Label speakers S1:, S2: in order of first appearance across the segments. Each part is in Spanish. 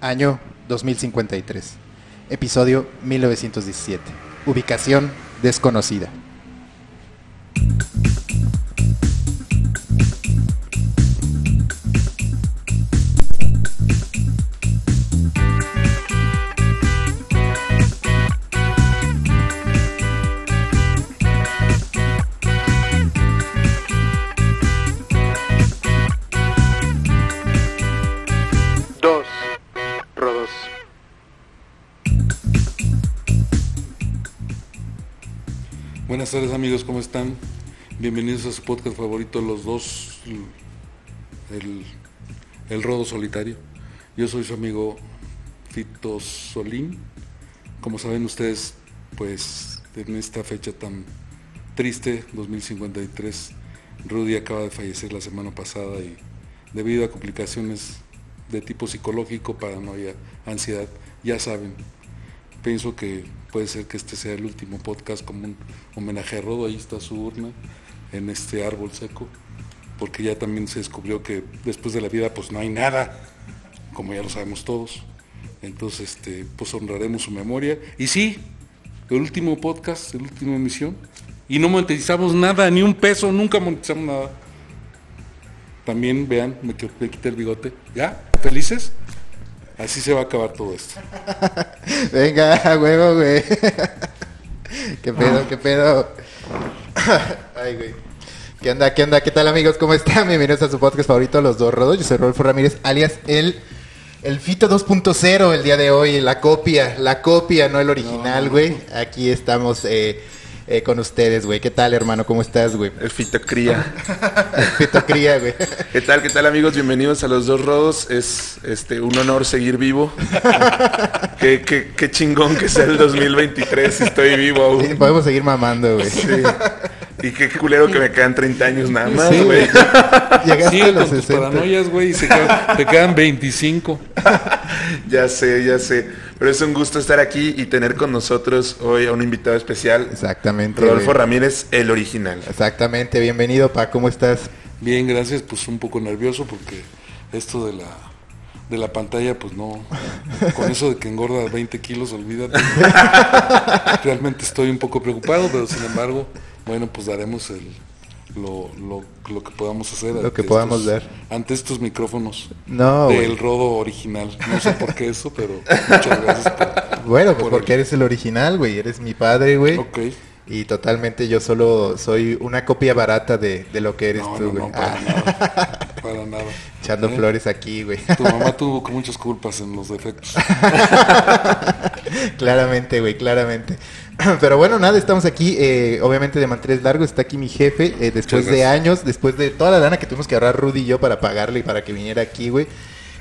S1: Año 2053. Episodio 1917. Ubicación desconocida.
S2: Dos rodos.
S3: Buenas tardes amigos, ¿cómo están? Bienvenidos a su podcast favorito, Los Dos, el, el Rodo Solitario. Yo soy su amigo Fito Solín. Como saben ustedes, pues en esta fecha tan triste, 2053, Rudy acaba de fallecer la semana pasada y debido a complicaciones de tipo psicológico, paranoia, ansiedad, ya saben, pienso que puede ser que este sea el último podcast como un homenaje a Rodo, ahí está su urna en este árbol seco, porque ya también se descubrió que después de la vida pues no hay nada, como ya lo sabemos todos. Entonces, este, pues honraremos su memoria. Y sí, el último podcast, la última emisión, y no monetizamos nada, ni un peso, nunca monetizamos nada. También vean, me, qui- me quité el bigote. ¿Ya? ¿Felices? Así se va a acabar todo esto.
S1: Venga, a huevo, güey. ¿Qué pedo, qué pedo? Ay, güey. ¿Qué onda, qué onda? ¿Qué tal, amigos? ¿Cómo están? Bienvenidos a su podcast favorito, Los Dos Rodos. Yo soy Rodolfo Ramírez, alias el, el Fito 2.0 el día de hoy. La copia, la copia, no el original, güey. Aquí estamos eh, eh, con ustedes, güey. ¿Qué tal, hermano? ¿Cómo estás, güey?
S4: El fitocría.
S1: Fito cría, güey.
S4: ¿Qué tal, qué tal amigos? Bienvenidos a los dos rodos. Es este un honor seguir vivo. qué, qué- qué chingón que sea el 2023 y estoy vivo
S1: Sí,
S4: aún.
S1: Podemos seguir mamando, güey.
S4: Sí. Y qué culero que me quedan 30 años nada más,
S3: Sí,
S4: güey.
S1: Llegaste a
S3: Sigue
S1: los
S3: con tus
S1: 60.
S3: paranoias, güey, y se quedan, te quedan 25.
S4: Ya sé, ya sé. Pero es un gusto estar aquí y tener con nosotros hoy a un invitado especial,
S1: Exactamente.
S4: Rodolfo
S1: güey.
S4: Ramírez, el original.
S1: Exactamente. Bienvenido, pa. ¿Cómo estás?
S3: Bien, gracias, pues un poco nervioso porque esto de la de la pantalla, pues no, con eso de que engorda 20 kilos, olvídate. Realmente estoy un poco preocupado, pero sin embargo, bueno, pues daremos el, lo, lo, lo que podamos hacer.
S1: Lo
S3: ante
S1: que podamos Ah, dar.
S3: estos- Ante estos micrófonos
S1: No, güey.
S3: del rodo original. No sé por qué eso, pero muchas gracias. por-
S1: Bueno, pues
S3: por
S1: porque
S3: el-
S1: eres el original, güey. Eres mi padre, güey.
S3: Ok.
S1: Y totalmente yo solo soy una copia barata de, de lo que eres
S3: No,
S1: tú,
S3: no,
S1: güey.
S3: no,
S1: Ah,
S3: para nada. Para nada.
S1: echando
S3: Eh,
S1: flores aquí, güey.
S3: Tu mamá tuvo que muchas culpas en los defectos.
S1: claramente, güey, claramente. Pero bueno, nada, estamos aquí, eh, obviamente de manteles largos. Está aquí mi jefe, eh, después
S3: Muchas
S1: de
S3: gracias.
S1: años, después de toda la lana que tuvimos que ahorrar Rudy y yo para pagarle y para que viniera aquí, güey.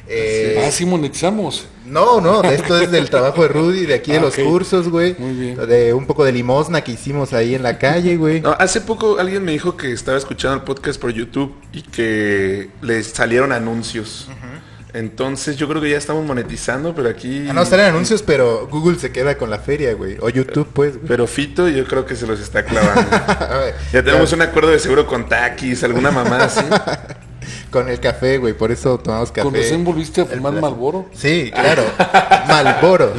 S1: Eh,
S3: ah, sí monetizamos.
S1: No, no, de esto es del trabajo de Rudy, de aquí de
S3: Ah,
S1: los
S3: ok.
S1: cursos, güey.
S3: Muy bien.
S1: De un poco de limosna que hicimos ahí en la calle, güey.
S4: No, hace poco alguien me dijo que estaba escuchando el podcast por YouTube y que les salieron anuncios. Entonces yo creo que ya estamos monetizando, pero aquí...
S1: Ah, no salen anuncios, pero Google se queda con la feria, güey. O YouTube, pues, güey.
S4: Pero Fito yo creo que se los está clavando.
S1: A ver,
S4: ya tenemos un acuerdo de seguro con Takis, alguna mamá así.
S1: Con el café, güey. Por eso tomamos café.
S3: Con recién volviste a
S1: El
S3: fumar
S1: placer.
S3: Malboro.
S1: Sí, claro. Malboro.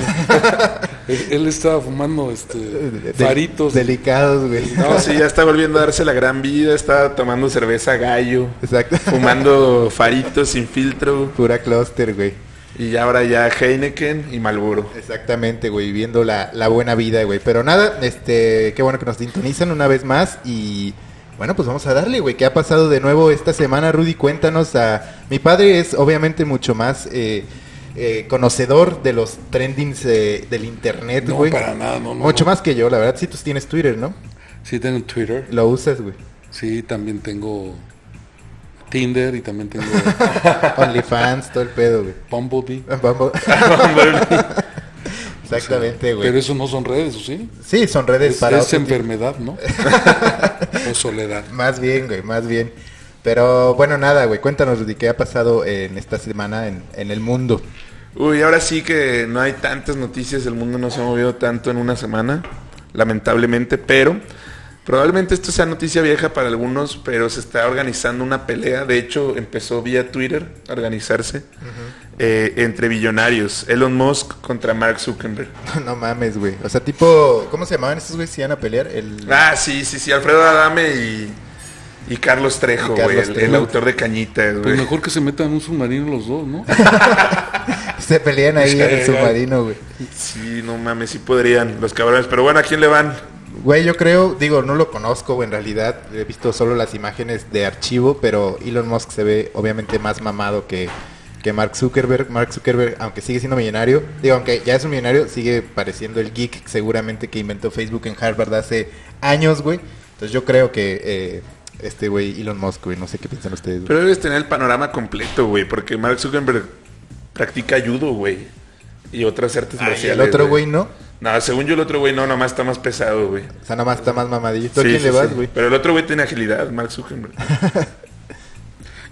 S3: Él, él estaba fumando este faritos.
S1: Delicados, güey.
S4: No, sí, ya está volviendo a darse la gran vida, está tomando cerveza gallo,
S1: Exacto.
S4: fumando faritos sin filtro
S1: Pura cluster, güey.
S4: y ahora ya Heineken y Malboro.
S1: Exactamente, güey, viviendo la, la buena vida, güey. Pero nada, este, qué bueno que nos sintonizan una vez más y bueno, pues vamos a darle, güey. ¿Qué ha pasado de nuevo esta semana, Rudy? Cuéntanos a... Mi padre es obviamente mucho más eh, eh, conocedor de los trendings eh, del internet,
S3: No,
S1: güey.
S3: para nada, no, no,
S1: Mucho
S3: no.
S1: más que yo, la verdad. Sí, tú tienes Twitter, ¿no?
S3: Sí, tengo Twitter.
S1: Lo usas, güey.
S3: Sí, también tengo Tinder y también tengo
S1: OnlyFans, todo el pedo, güey.
S3: Bumblebee.
S1: Vamos. Exactamente,
S3: Pero
S1: güey.
S3: eso no son redes, ¿o sí?
S1: Sí, son redes
S3: Es,
S1: para...
S3: es
S1: otro tipo-
S3: enfermedad, ¿no? o soledad.
S1: Más bien, güey, más bien. Pero bueno, nada, güey, cuéntanos de qué ha pasado en esta semana en, en el mundo.
S4: Uy, ahora sí que no hay tantas noticias, el mundo no se ha movido tanto en una semana, lamentablemente, pero Probablemente esto sea noticia vieja para algunos, pero se está organizando una pelea. De hecho, empezó vía Twitter a organizarse eh, entre billonarios. Elon Musk contra Mark Zuckerberg.
S1: No mames, güey. O sea, tipo, ¿cómo se llamaban estos güeyes que iban a pelear? El...
S4: Ah, sí, sí, sí. Alfredo Adame y, y Carlos Trejo,
S1: Y Carlos
S4: güey, el- El,
S1: Trejo.
S4: autor de Cañitas,
S3: Pues
S4: güey.
S3: mejor que se metan en un submarino los dos, ¿no?
S1: Se pelean ahí en el submarino, güey.
S4: Sí, no mames, sí podrían los cabrones. Pero bueno, ¿a quién le van?
S1: Güey, yo creo, digo, no lo conozco, güey, en realidad he visto solo las imágenes de archivo, pero Elon Musk se ve obviamente más mamado que, que Mark Zuckerberg. Mark Zuckerberg, aunque sigue siendo millonario, digo, aunque ya es un millonario, sigue pareciendo el geek seguramente que inventó Facebook en Harvard hace años, güey. Entonces yo creo que eh, este güey, Elon Musk, güey, no sé qué piensan ustedes. güey.
S4: Pero debes tener el panorama completo, güey, porque Mark Zuckerberg practica judo, güey. Y otras artes
S1: Ay,
S4: marciales.
S1: Ah, el otro güey no.
S4: No, según yo el otro güey no, nomás está más pesado, güey.
S1: O sea, nada más está más mamadillo. ¿Tú a
S4: Sí,
S1: quién
S4: sí,
S1: le vas,
S4: sí.
S1: güey?
S4: Pero el otro güey tiene agilidad, Mark Zuckerberg.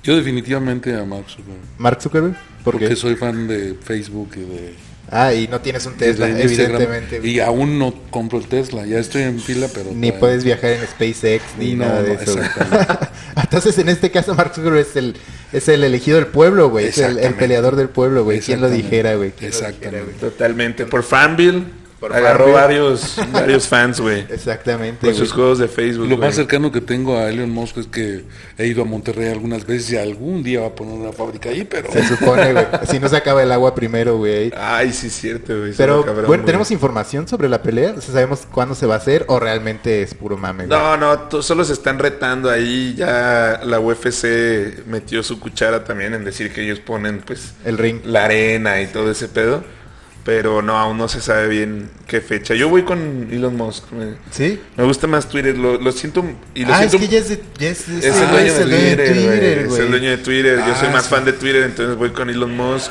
S3: Yo definitivamente a Mark Zuckerberg.
S1: ¿Mark Zuckerberg? ¿Por
S3: porque
S1: qué?
S3: soy fan de Facebook y de,
S1: Ah, y no tienes un Tesla,
S3: y de Instagram.
S1: evidentemente. güey.
S3: Y aún no compro el Tesla. Ya estoy en fila, pero...
S1: Ni
S3: todavía-
S1: puedes viajar en SpaceX ni
S3: No,
S1: nada de
S3: no,
S1: eso. güey.
S3: exactamente.
S1: Entonces, en este caso, Mark Zuckerberg es el, es el elegido del pueblo, güey. Es el- el,
S3: Exactamente.
S1: peleador del pueblo, güey. ¿Quién lo
S3: Exactamente.
S1: dijera, güey? ¿Quién lo dijera,
S3: Exactamente.
S1: güey?
S4: Totalmente. Por Fanville,
S1: Por
S4: agarró
S1: Farmville.
S4: varios varios fans, güey.
S1: Exactamente, Este,
S4: Con
S1: güey.
S4: sus juegos de Facebook,
S3: Lo
S4: güey.
S3: más cercano que tengo a Elon Musk es que he ido a Monterrey algunas veces y algún día va a poner una fábrica ahí, pero...
S1: Se supone, güey. Si no se acaba el agua primero, güey.
S4: Ay, sí, Ah, pues es cierto, güey.
S1: Pero,
S4: Solo cabrón,
S1: bueno,
S4: güey.
S1: ¿tenemos información sobre la pelea? O sea, ¿Sabemos cuándo se va a hacer o realmente es puro mame, güey?
S4: No, no, to- solo se están retando ahí. Ya la UFC metió su cuchara también en decir que ellos ponen, pues,
S1: El ring.
S4: la arena y todo ese pedo. Pero no, aún no se sabe bien qué fecha. Yo voy con Elon Musk. Me,
S1: ¿Sí?
S4: me gusta más Twitter. Lo, lo siento. Y lo
S1: ah, es
S4: siento
S1: que ya es, de- ya es-
S4: Es
S1: ese güey
S4: el dueño
S1: es
S4: de
S1: el dueño de
S4: Twitter, güey.
S1: Twitter,
S4: Es el dueño de Twitter. Yo soy
S1: Ah,
S4: más
S1: sí.
S4: fan de Twitter, entonces voy con Elon Musk.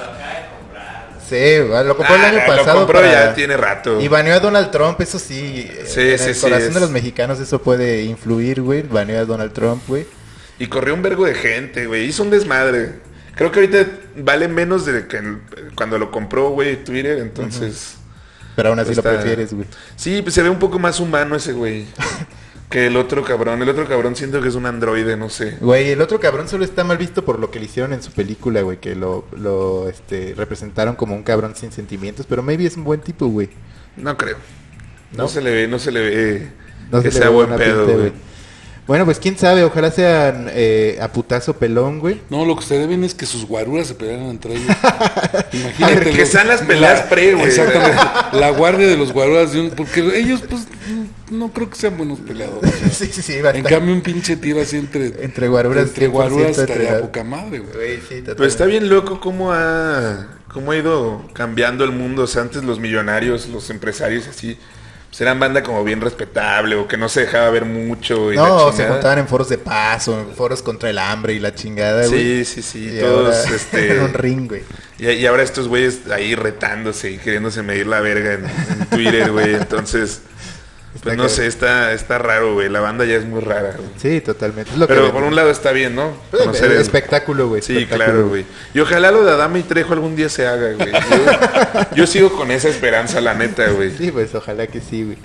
S1: Sí, va, lo compró el
S4: Ah,
S1: año
S4: lo
S1: pasado.
S4: compró
S1: para-
S4: ya tiene rato.
S1: Y baneó a Donald Trump, eso sí. eh,
S4: Sí,
S1: en
S4: sí,
S1: el
S4: sí,
S1: corazón
S4: es-
S1: de los mexicanos eso puede influir, güey. Baneó a Donald Trump, güey.
S4: Y corrió un vergo de gente, güey. Hizo un desmadre. Creo que ahorita vale menos de que en- cuando lo compró, güey, Twitter. Entonces,
S1: Pero aún así
S4: Está-
S1: lo prefieres, güey.
S4: sí, pues se ve un poco más humano ese güey. que el otro cabrón. El otro cabrón siento que es un androide, no sé.
S1: Güey, el otro cabrón solo está mal visto por lo que le hicieron en su película, güey. Que lo, lo este, representaron como un cabrón sin sentimientos. Pero maybe es un buen tipo, güey.
S4: No creo. No,
S1: No.
S4: se le ve, no se le ve
S1: No
S4: que
S1: se le
S4: sea
S1: ve
S4: buen
S1: buena
S4: pedo,
S1: pinta,
S4: güey.
S1: Bueno, pues quién sabe. Ojalá sean eh, a putazo pelón, güey.
S3: No, lo que se deben es que sus guaruras se pelearan entre ellos.
S4: A ver, que
S3: los-
S4: sean las peleas
S3: la-
S4: pre, güey.
S3: Exactamente. La guardia de los guaruras de un... Porque ellos, pues, no creo que sean buenos peleadores.
S1: sí, sí, sí. va a
S3: En
S1: estar-
S3: cambio, un pinche tiro así entre...
S1: entre guaruras.
S3: Entre guaruras
S1: 100%
S3: estaría
S1: entrenado.
S3: poca madre, güey.
S1: Güey, sí,
S4: Pero está
S1: totalmente.
S4: bien loco cómo ha, cómo ha ido cambiando el mundo. O sea, antes los millonarios, los empresarios así, pues eran banda como bien respetable o que no se dejaba ver mucho. Y la
S1: No, se
S4: chingada.
S1: juntaban en foros de paz o en foros contra el hambre y la chingada, güey.
S4: Sí, sí, sí. todos,
S1: ahora
S4: este,
S1: en un ring, güey.
S4: y, y ahora estos güeyes ahí retándose y queriéndose medir la verga en, en Twitter, güey. Entonces, pues
S1: Está
S4: no
S1: cabrón.
S4: sé, está, está raro, güey. La banda ya es muy rara, güey.
S1: Sí, totalmente. Es lo que
S4: Pero por
S1: vende.
S4: un lado está bien, ¿no?
S1: Pues,
S4: Conocer
S1: el
S4: el-
S1: espectáculo, güey.
S4: Sí,
S1: espectáculo,
S4: claro, güey. Y ojalá lo de Adame y Trejo algún día se haga, güey. Yo, yo sigo con esa esperanza, la neta, güey.
S1: Sí, pues ojalá que sí, güey.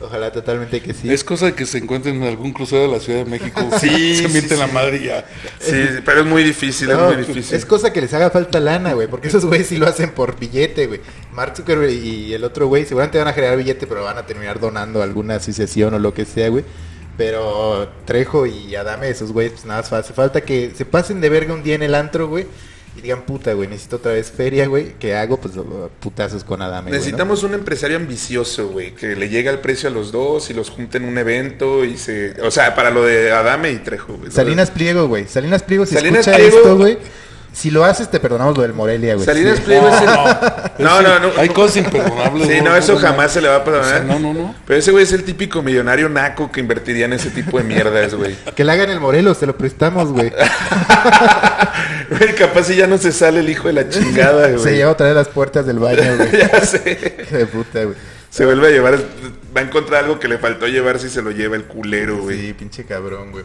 S1: Ojalá totalmente que sí.
S3: Es cosa de que se encuentren en algún crucero de la Ciudad de México.
S4: Sí,
S3: Se
S4: sí,
S3: mienten la
S4: sí.
S3: madre y ya.
S4: Sí, pero es muy difícil,
S1: No, pues,
S4: es muy difícil.
S1: es cosa que les haga falta lana, güey, porque esos güeyes sí lo hacen por billete, güey. Mark Zuckerberg y el otro güey seguramente van a generar billete, pero van a terminar donando a alguna asociación o lo que sea, güey. Pero Trejo y Adame, esos güeyes, pues nada más hace falta que se pasen de verga un día en el antro, güey, y digan, puta, güey, necesito otra vez feria, güey, ¿qué hago? Pues lo- putazos con Adame, güey, ¿no?
S4: Necesitamos un empresario ambicioso, güey, que le llegue al precio a los dos y los junte en un evento y se... O sea, para lo de Adame y Trejo, güey.
S1: Salinas Pliego, güey. Salinas Pliego, si
S4: Salinas
S1: escucha
S4: Pliego-
S1: esto, güey, si lo haces te perdonamos lo del Morelia, güey.
S4: Salinas
S1: Sí.
S4: Pliego es el- No,
S3: Ese-
S4: no, no.
S3: Hay cosas imperdonables.
S4: Sí, no, eso jamás se le va a
S3: O sea,
S4: perdonar.
S3: no, no, no.
S4: Pero ese güey es el típico millonario naco que invertiría en ese tipo de mierdas, güey.
S1: Que le hagan el Morelos, se lo prestamos, güey.
S4: Güey, capaz si ya no se sale el hijo de la chingada, güey.
S1: Se lleva otra vez las puertas del baño, güey.
S4: ya sé.
S1: Hijo de puta, güey.
S4: Se vuelve a llevar, va a encontrar algo que le faltó llevar si se lo lleva el culero, güey.
S1: Sí, pinche cabrón, güey.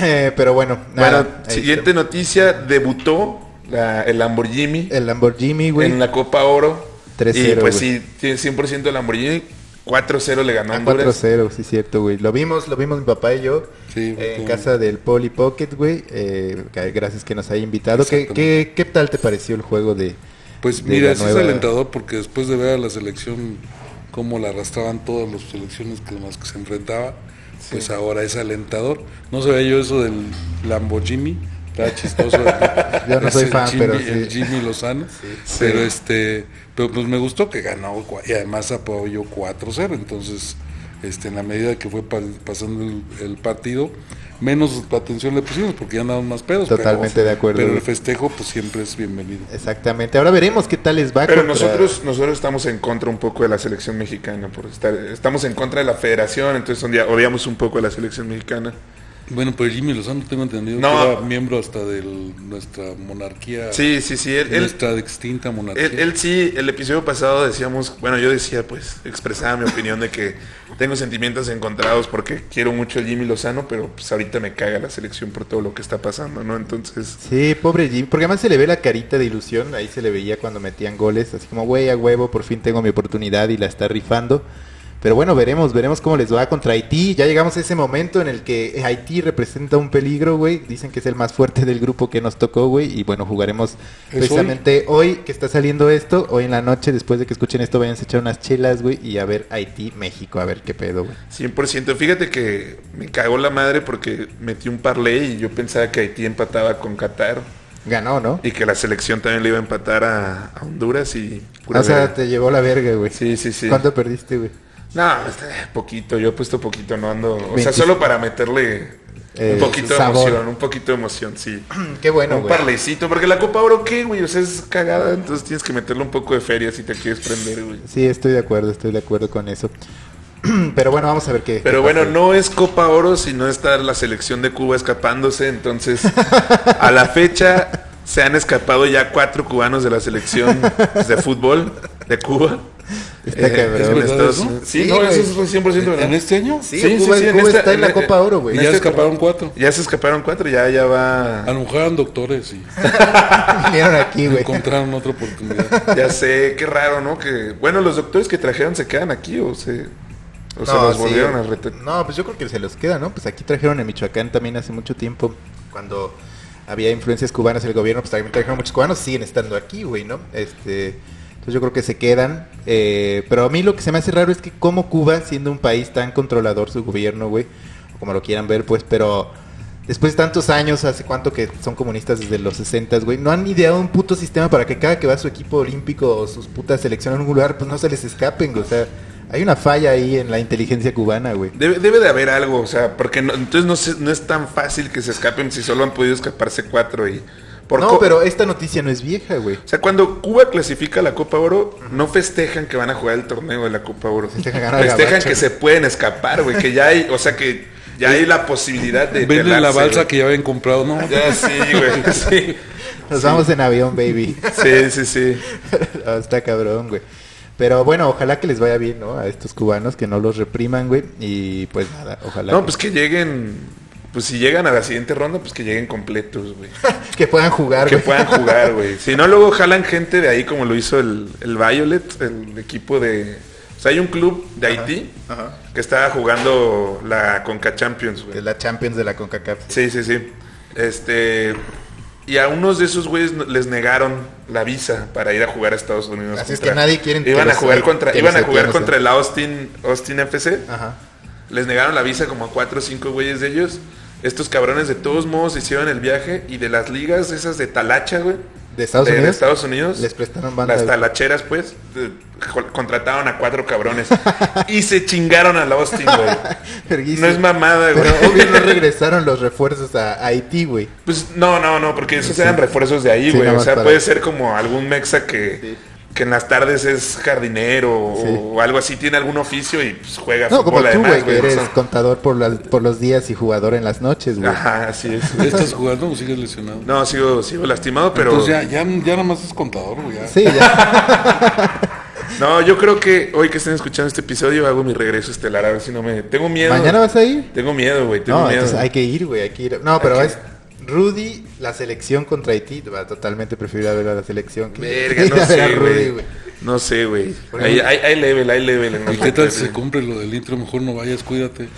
S1: Eh, pero bueno, nada.
S4: bueno,
S1: ahí
S4: siguiente noticia, debutó la- el Lamborghini
S1: está. El Lamborghini, güey.
S4: en la Copa Oro. Y
S1: 3-0,
S4: pues
S1: güey.
S4: sí, tiene 100% Lamborghini. 4-0 le ganó a
S1: Ah,
S4: Honduras.
S1: 4-0, sí, cierto, güey. Lo vimos, lo vimos mi papá y yo
S3: Sí,
S1: eh, en
S3: porque-
S1: casa del Poli Pocket, güey. Eh, que- gracias que nos haya invitado. ¿Qué, qué,
S3: Exactamente.
S1: qué tal te pareció el juego de.
S3: Pues
S1: de la
S3: mira, sí
S1: nueva-
S3: es alentador porque después de ver a la selección cómo la arrastraban todas las selecciones que más que se enfrentaba, pues ahora es alentador. No sabía yo eso del Lamborghini, está chistoso.
S1: Yo no
S3: Es
S1: soy
S3: el
S1: fan,
S3: Jimmy-
S1: pero
S3: el
S1: sí.
S3: Jimmy Lozano, pero este, pero pues me gustó que ganó cua- y además apoyó 4-0, entonces este en la medida que fue pa- pasando el, el partido menos atención le pusimos porque ya andaban más pedos. pero-
S1: Totalmente de acuerdo.
S3: Pero el festejo pues siempre es bienvenido.
S1: Exactamente. Ahora veremos qué tal les va.
S4: Pero
S1: contra-
S4: nosotros, nosotros estamos en contra un poco de la selección mexicana, por estar, estamos en contra de la federación, entonces odia- odiamos un poco a la selección mexicana.
S3: Bueno, pero Jimmy Lozano tengo entendido
S4: No.
S3: que era miembro hasta de nuestra monarquía,
S4: Sí, sí, sí, él, él,
S3: nuestra extinta monarquía.
S4: él- él sí, el episodio pasado decíamos, bueno, yo decía, pues, expresaba mi opinión de que tengo sentimientos encontrados porque quiero mucho a Jimmy Lozano, pero pues ahorita me caga la selección por todo lo que está pasando, ¿no? Entonces,
S1: Sí, pobre Jim. Porque además se le ve la carita de ilusión. Ahí se le veía cuando metían goles. Así como, güey, a huevo, por fin tengo mi oportunidad y la está rifando. Pero bueno, veremos, veremos cómo les va contra Haití. Ya llegamos a ese momento en el que Haití representa un peligro, güey. Dicen que es el más fuerte del grupo que nos tocó, güey. Y bueno, jugaremos
S3: ¿Es
S1: precisamente hoy? que está saliendo esto. Hoy en la noche, después de que escuchen esto, vayan a echar unas chelas, güey. Y a ver Haití, México, a ver qué pedo, güey.
S4: 100%, fíjate que me cagó la madre porque metí un parlay y yo pensaba que Haití empataba con Qatar.
S1: Ganó, ¿no?
S4: Y que la selección también le iba a empatar a, a Honduras y... pura
S1: O sea,
S4: verga.
S1: te llevó la verga, güey.
S4: Sí, sí, sí.
S1: ¿Cuánto perdiste, güey?
S4: No, está- poquito, yo he puesto poquito, no ando... O
S1: 20.
S4: sea, solo para meterle
S1: Eh,
S4: un poquito de
S1: sabor.
S4: emoción, un poquito de emoción, sí.
S1: Qué bueno,
S4: un
S1: güey.
S4: parlecito, porque la Copa Oro, ¿qué, güey? O sea, es cagada, entonces tienes que meterle un poco de feria si te quieres prender, güey.
S1: Sí, estoy de acuerdo, estoy de acuerdo con eso. Pero bueno, vamos a ver qué.
S4: Pero
S1: qué
S4: bueno,
S1: pasa.
S4: no es Copa Oro si no está la selección de Cuba escapándose. Entonces, a la fecha se han escapado ya cuatro cubanos de la selección de fútbol de Cuba.
S1: Está cabrón.
S4: en
S1: ¿Es
S3: verdad
S4: Estados-
S3: eso?
S4: Sí,
S1: Sí,
S4: no,
S1: güey.
S4: eso es 100% verdad.
S3: ¿En este año?
S1: Sí, Cuba- Cuba está en la Copa Oro, güey.
S3: Y
S4: en
S3: ya
S4: este-
S3: escaparon cuatro.
S4: Ya se escaparon cuatro, ya, ya va.
S3: Anunciaron doctores y
S1: Vinieron aquí, güey.
S3: encontraron otra oportunidad.
S4: Ya sé, qué raro, ¿no? Que bueno, los doctores que trajeron se quedan aquí o se, o se
S1: No,
S4: los
S1: sí.
S4: volvieron a retar.
S1: No, pues yo creo que se los queda, ¿no? Pues aquí trajeron en Michoacán también hace mucho tiempo, cuando había influencias cubanas en el gobierno, pues también trajeron muchos cubanos, siguen estando aquí, güey, ¿no? Este, entonces yo creo que se quedan. eh, pero a mí lo que se me hace raro es que como Cuba, siendo un país tan controlador su gobierno, güey, o como lo quieran ver, pues, pero después de tantos años, hace cuánto que son comunistas desde los 60, güey, no han ideado un puto sistema para que cada que va su equipo olímpico o sus putas selecciones a un lugar, pues no se les escapen, güey. O sea, hay una falla ahí en la inteligencia cubana, güey.
S4: Debe, debe de haber algo, o sea, porque no- entonces no, se- no es tan fácil que se escapen si solo han podido escaparse cuatro y... Por
S1: no,
S4: co-
S1: pero esta noticia no es vieja, güey.
S4: O sea, cuando Cuba clasifica a la Copa Oro, no festejan que van a jugar el torneo de la Copa Oro.
S1: Festejan ganar el
S4: Festejan
S1: gabacho.
S4: que se pueden escapar, güey, que ya hay, o sea, que ya hay la posibilidad de...
S3: Venden la
S4: pelarse,
S3: balsa
S4: güey.
S3: que ya habían comprado, ¿no?
S4: Ya, sí, güey, sí.
S1: Nos vamos en avión, baby.
S4: Sí, sí, sí.
S1: No, Está cabrón, güey. Pero bueno, ojalá que les vaya bien, ¿no? A estos cubanos, que no los repriman, güey. Y pues nada, ojalá
S4: No,
S1: que,
S4: pues que lleguen... Pues si llegan a la siguiente ronda, pues que lleguen completos, güey.
S1: que puedan jugar,
S4: Que
S1: güey.
S4: puedan jugar, güey. Si no, luego jalan gente de ahí como lo hizo el, el Violet, el equipo de... O sea, hay un club de Haití
S1: Ajá.
S4: que estaba jugando la Conca Champions,
S1: Que
S4: güey.
S1: es la Champions de la CONCACAF.
S4: Sí, sí, sí. Este. Y a unos de esos güeyes no- les negaron la visa para ir a jugar a Estados Unidos.
S1: Así es que nadie quiere que
S4: Iban a
S1: los-
S4: jugar contra,
S1: que
S4: iban
S1: los
S4: a jugar
S1: haitianos,
S4: contra
S1: ¿no?
S4: el Austin, Austin FC.
S1: Ajá.
S4: Les negaron la visa como a cuatro o cinco güeyes de ellos. Estos cabrones de todos modos hicieron el viaje y de las ligas esas de Talacha, güey.
S1: ¿De Estados
S4: de- de
S1: Unidos?
S4: Estados Unidos.
S1: Les prestaron banda,
S4: Las
S1: güey.
S4: talacheras, pues, de- jo- contrataron a cuatro cabrones. y se chingaron al Austin, güey.
S1: Verguísima.
S4: No es mamada, güey.
S1: Pero obvio no regresaron los refuerzos a Haití, güey.
S4: Pues no, no, no, porque esos
S1: Sí.
S4: eran refuerzos de
S1: Sí,
S4: ahí, güey.
S1: nada
S4: o
S1: más
S4: sea,
S1: para-
S4: puede ser como algún mexa que, que en las tardes es jardinero o-
S1: Sí.
S4: o algo así, tiene algún oficio y pues, juega
S1: No, como
S4: fútbol
S1: tú,
S4: además,
S1: güey, que
S4: güey. o
S1: eres
S4: sea.
S1: contador por, las- por los días y jugador en las noches, güey.
S4: Ajá, así es.
S3: ¿Estás jugando o sigues lesionado?
S4: No, sigo, sigo lastimado, pero.
S3: Entonces ya, ya, ya nada más es contador, güey. ya.
S1: Sí, ya.
S4: No, yo creo que hoy que estén escuchando este episodio hago mi regreso estelar, a ver si no me. Tengo miedo.
S1: ¿Mañana vas a ir?
S4: Tengo miedo, güey. Tengo
S1: No,
S4: miedo.
S1: entonces hay que ir, güey, hay que ir. No, pero
S4: que-
S1: es Rudy, la selección contra Haití. va, Totalmente prefiero ir a ver a la selección. que-
S4: Verga,
S1: ir a
S4: no
S1: ver a
S4: sé,
S1: Rudy,
S4: güey.
S1: güey.
S4: No sé, güey. Hay, hay, hay level, hay level. En los
S3: ¿Y qué tal
S4: podcasts,
S3: si se
S4: güey.
S3: cumple lo del intro? Mejor no vayas, cuídate.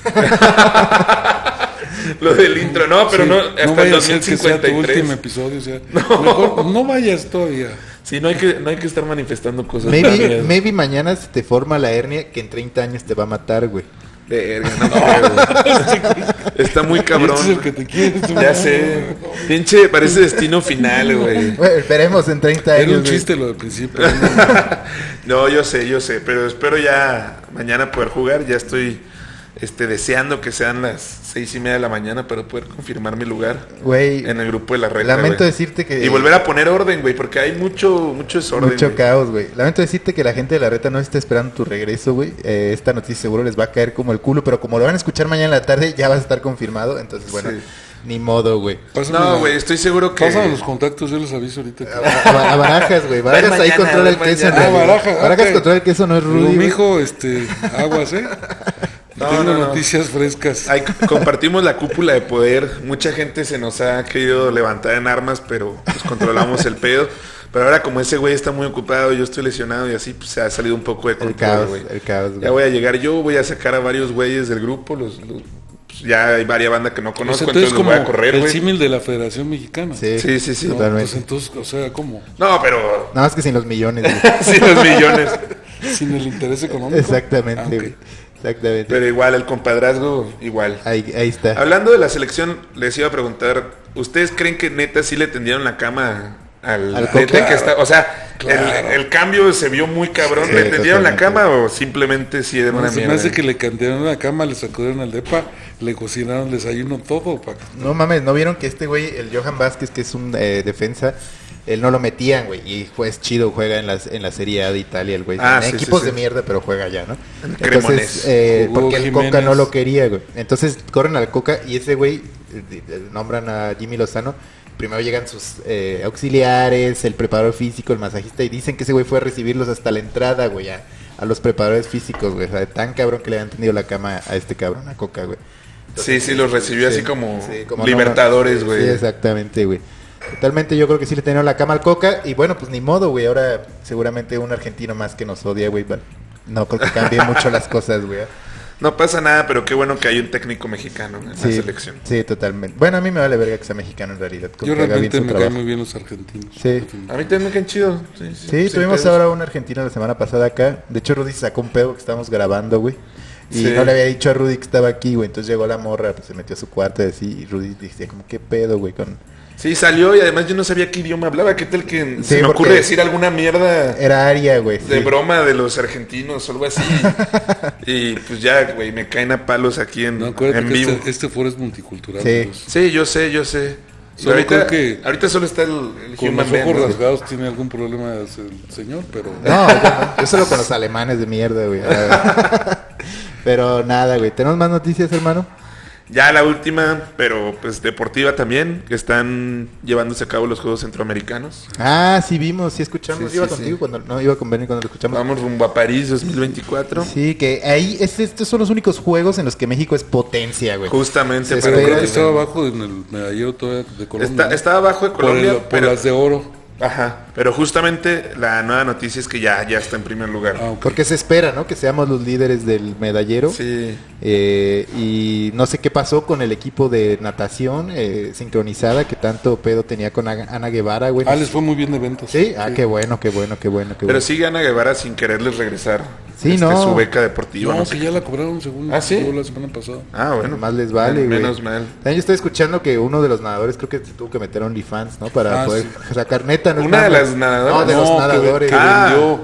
S4: Lo del intro, no, pero
S3: Sí,
S4: no, hasta
S3: no
S4: el
S3: vaya a ser que sea tu
S4: 2053.
S3: último episodio. O sea, Mejor no vayas todavía.
S4: Sí, no hay que, no hay que estar manifestando cosas.
S1: Maybe,
S4: Verga,
S1: maybe mañana se te forma la hernia que en 30 años te va a matar, güey.
S4: no, creo, güey. Está muy cabrón.
S3: Este es el que te quiere. este
S4: Ya
S3: mamón.
S4: sé. Pinche, parece destino final, güey.
S1: Bueno, esperemos en 30 años.
S3: Era un
S1: güey.
S3: chiste lo del principio.
S4: No, yo sé, yo sé, pero espero ya mañana poder jugar. Ya estoy este, deseando que sean las seis y media de la mañana para poder confirmar mi lugar
S1: Güey,
S4: en el grupo de la red.
S1: Lamento decirte que-
S4: Y volver a poner orden, güey, porque hay mucho, mucho desorden.
S1: Mucho
S4: güey.
S1: caos, güey. Lamento decirte que la gente de la reta no está esperando tu regreso, güey. Eh, esta noticia seguro les va a caer como el culo, pero como lo van a escuchar mañana en la tarde, ya vas a estar confirmado. Entonces, bueno,
S4: Sí.
S1: ni modo, güey.
S3: Pásame la-
S4: No, güey, estoy seguro que... Ah,
S3: Pásame los contactos, yo les aviso ahorita. que-
S1: A, a- a barajas, güey. Barajas
S4: Ven
S1: ahí
S4: mañana,
S1: controla el
S4: ven
S1: queso. en
S4: mañana.
S1: realidad.
S3: Ah, Barajas,
S1: Barajas
S3: ok.
S1: controla el queso, no es
S3: Digo,
S1: Rudy. güey.
S3: mijo, este, aguas, ¿eh?
S4: No,
S3: Tengo
S4: no, no.
S3: noticias frescas.
S4: Ahí co- compartimos la cúpula de poder. Mucha gente se nos ha querido levantar en armas, pero pues, controlamos el pedo. Pero ahora como ese güey está muy ocupado, yo estoy lesionado y así, pues se ha salido un poco de
S1: El
S4: control,
S1: caos,
S4: güey.
S1: el caos, güey.
S4: Ya voy a llegar yo, voy a sacar a varios güeyes del grupo, los, los- pues, ya hay varias bandas que no
S3: O
S4: conozco,
S3: sea,
S4: entonces,
S3: Pues, entonces,
S4: los
S3: como
S4: voy a correr,
S3: el
S4: güey.
S3: símil de la Federación Mexicana.
S1: Sí,
S4: Sí, sí, sí.
S1: No,
S4: Nada
S1: totalmente.
S3: Pues entonces, o sea, como
S4: No, pero
S1: Nada más que sin los millones, güey.
S4: sí los millones.
S3: sin el interés económico.
S1: Exactamente,
S3: Ah, ok.
S1: güey. Exactamente.
S4: Pero igual, el compadrazgo, igual.
S1: Ahí, ahí está.
S4: Hablando de la selección, les iba a preguntar, ¿ustedes creen que neta sí le tendieron la cama al,
S1: Al
S4: al
S1: Coca?
S4: que está? O sea, el, el cambio se vio muy cabrón,
S1: Sí,
S4: ¿le tendieron la
S1: totalmente.
S4: cama o simplemente sí era
S3: No,
S4: una
S3: se me
S4: mierda? eh.
S3: hace que le cantearon la cama, le sacudieron al depa, le cocinaron el desayuno todo. pa-
S1: No mames, ¿no vieron que este güey, el Johan Vázquez, que es un eh, defensa, él no lo metían, güey? Y es chido, juega en la, en la Serie A de Italia, el güey.
S4: Ah,
S1: en
S4: sí,
S1: equipos
S4: sí,
S1: de
S4: sí.
S1: mierda, pero juega allá, ¿no?
S4: En
S1: Entonces,
S4: Cremonés.
S1: eh,
S3: Jugó
S1: porque el
S3: Jiménez.
S1: Coca no lo quería, güey. Entonces corren al Coca y ese güey, eh, eh, nombran a Jimmy Lozano. Primero llegan sus eh, auxiliares, el preparador físico, el masajista, y dicen que ese güey fue a recibirlos hasta la entrada, güey, a, a los preparadores físicos, güey. O sea, tan cabrón que le han tendido la cama a este cabrón, a Coca, güey.
S4: Sí, sí, los recibió
S1: Sí,
S4: así como,
S1: sí, como
S4: libertadores,
S1: no, no,
S4: güey.
S1: Sí, exactamente, güey. Totalmente, yo creo que sí le tenían la cama al Coca. Y bueno, pues ni modo, güey. Ahora seguramente un argentino más que nos odia, güey. pero No creo que cambie mucho las cosas, güey.
S4: no pasa nada, pero qué bueno que hay un técnico mexicano en
S1: Sí,
S4: la selección.
S1: sí, totalmente. Bueno, a mí me vale verga que sea mexicano en realidad. con
S3: Yo
S1: que haga bien
S3: realmente
S1: su
S3: me
S1: trabajo.
S3: caen muy bien los argentinos.
S1: Sí.
S3: En fin.
S4: A mí también me caen chido. Sí, sí,
S1: Sí,
S4: sin
S1: tuvimos
S4: pedos.
S1: ahora un argentino la semana pasada acá. De hecho, Rudy sacó un pedo que estábamos grabando, güey. Y
S4: Sí.
S1: no le había dicho a Rudy que estaba aquí, güey. Entonces llegó la morra, pues se metió a su cuarto y así. Y Rudy decía, como, ¿qué pedo, güey? Con...
S4: Sí, salió y además yo no sabía qué idioma hablaba. ¿Qué tal que
S1: Sí,
S4: se me
S1: porque-
S4: ocurre decir alguna mierda?
S1: Era Aria, güey.
S4: de
S1: sí.
S4: broma de los argentinos o algo así. y pues ya, güey, me caen a palos aquí en,
S3: No, acuérdate
S4: en
S3: que
S4: vivo.
S3: este, este foro es multicultural.
S1: Sí.
S3: entonces,
S4: Sí, yo sé, yo sé. Y
S3: Solo creo
S4: ahorita,
S3: que-
S4: ahorita solo está el, el
S3: Con los
S4: Human Band,
S3: ojos
S4: ¿no?
S3: rasgados tiene algún problema el señor, pero...
S1: No, yo, no. Yo solo con los alemanes de mierda, güey. Pero nada, güey. ¿Tenemos más noticias, hermano?
S4: Ya la última, pero pues deportiva también, que están llevándose a cabo los Juegos Centroamericanos.
S1: Ah, sí vimos, sí escuchamos.
S4: Sí,
S1: iba
S4: sí,
S1: contigo
S4: sí.
S1: cuando... No, iba con Benny cuando lo escuchamos.
S4: Vamos rumbo a París 2024.
S1: Sí, que ahí... es- estos son los únicos juegos en los que México es potencia, güey.
S4: Justamente,
S1: Se
S3: Pero
S4: pero
S1: espera
S4: creo
S3: creo
S4: que
S3: que estaba
S4: está-
S3: abajo en el medallero todavía de Colombia.
S4: está,
S3: ¿no?
S4: estaba abajo de
S3: Por el-
S4: Colombia,
S3: por,
S4: pero,
S3: las de oro.
S4: ajá, pero justamente la nueva noticia es que ya, ya está en primer lugar.
S3: Ah, ok.
S1: Porque se espera, ¿no? Que seamos los líderes del medallero.
S4: Sí.
S1: Eh, y no sé qué pasó con el equipo de natación eh, sincronizada que tanto pedo tenía con Ana Ana Guevara, güey.
S3: Ah, les fue muy bien de ventas.
S1: Sí, ah, qué bueno, qué bueno, qué bueno, qué bueno.
S4: Pero sigue Ana Guevara sin quererles regresar
S1: Sí,
S4: este,
S1: no.
S4: su beca deportiva.
S3: No,
S4: no
S3: que
S4: sé
S3: ya la cobraron según
S4: Ah, ¿sí?
S3: llegó la semana pasada.
S4: qué. Ah, bueno.
S1: Más les vale, güey.
S4: Menos mal.
S1: También yo estoy escuchando que uno de los nadadores creo que se tuvo que meter a OnlyFans, ¿no? Para
S3: Ah,
S1: poder
S3: sí.
S1: sacar neta. ¿no? es
S4: Una Ah, de
S1: nada.
S4: las nadadoras.
S1: No, de los
S3: que-
S1: nadadores.
S3: Que,
S4: Ah.
S3: vendió,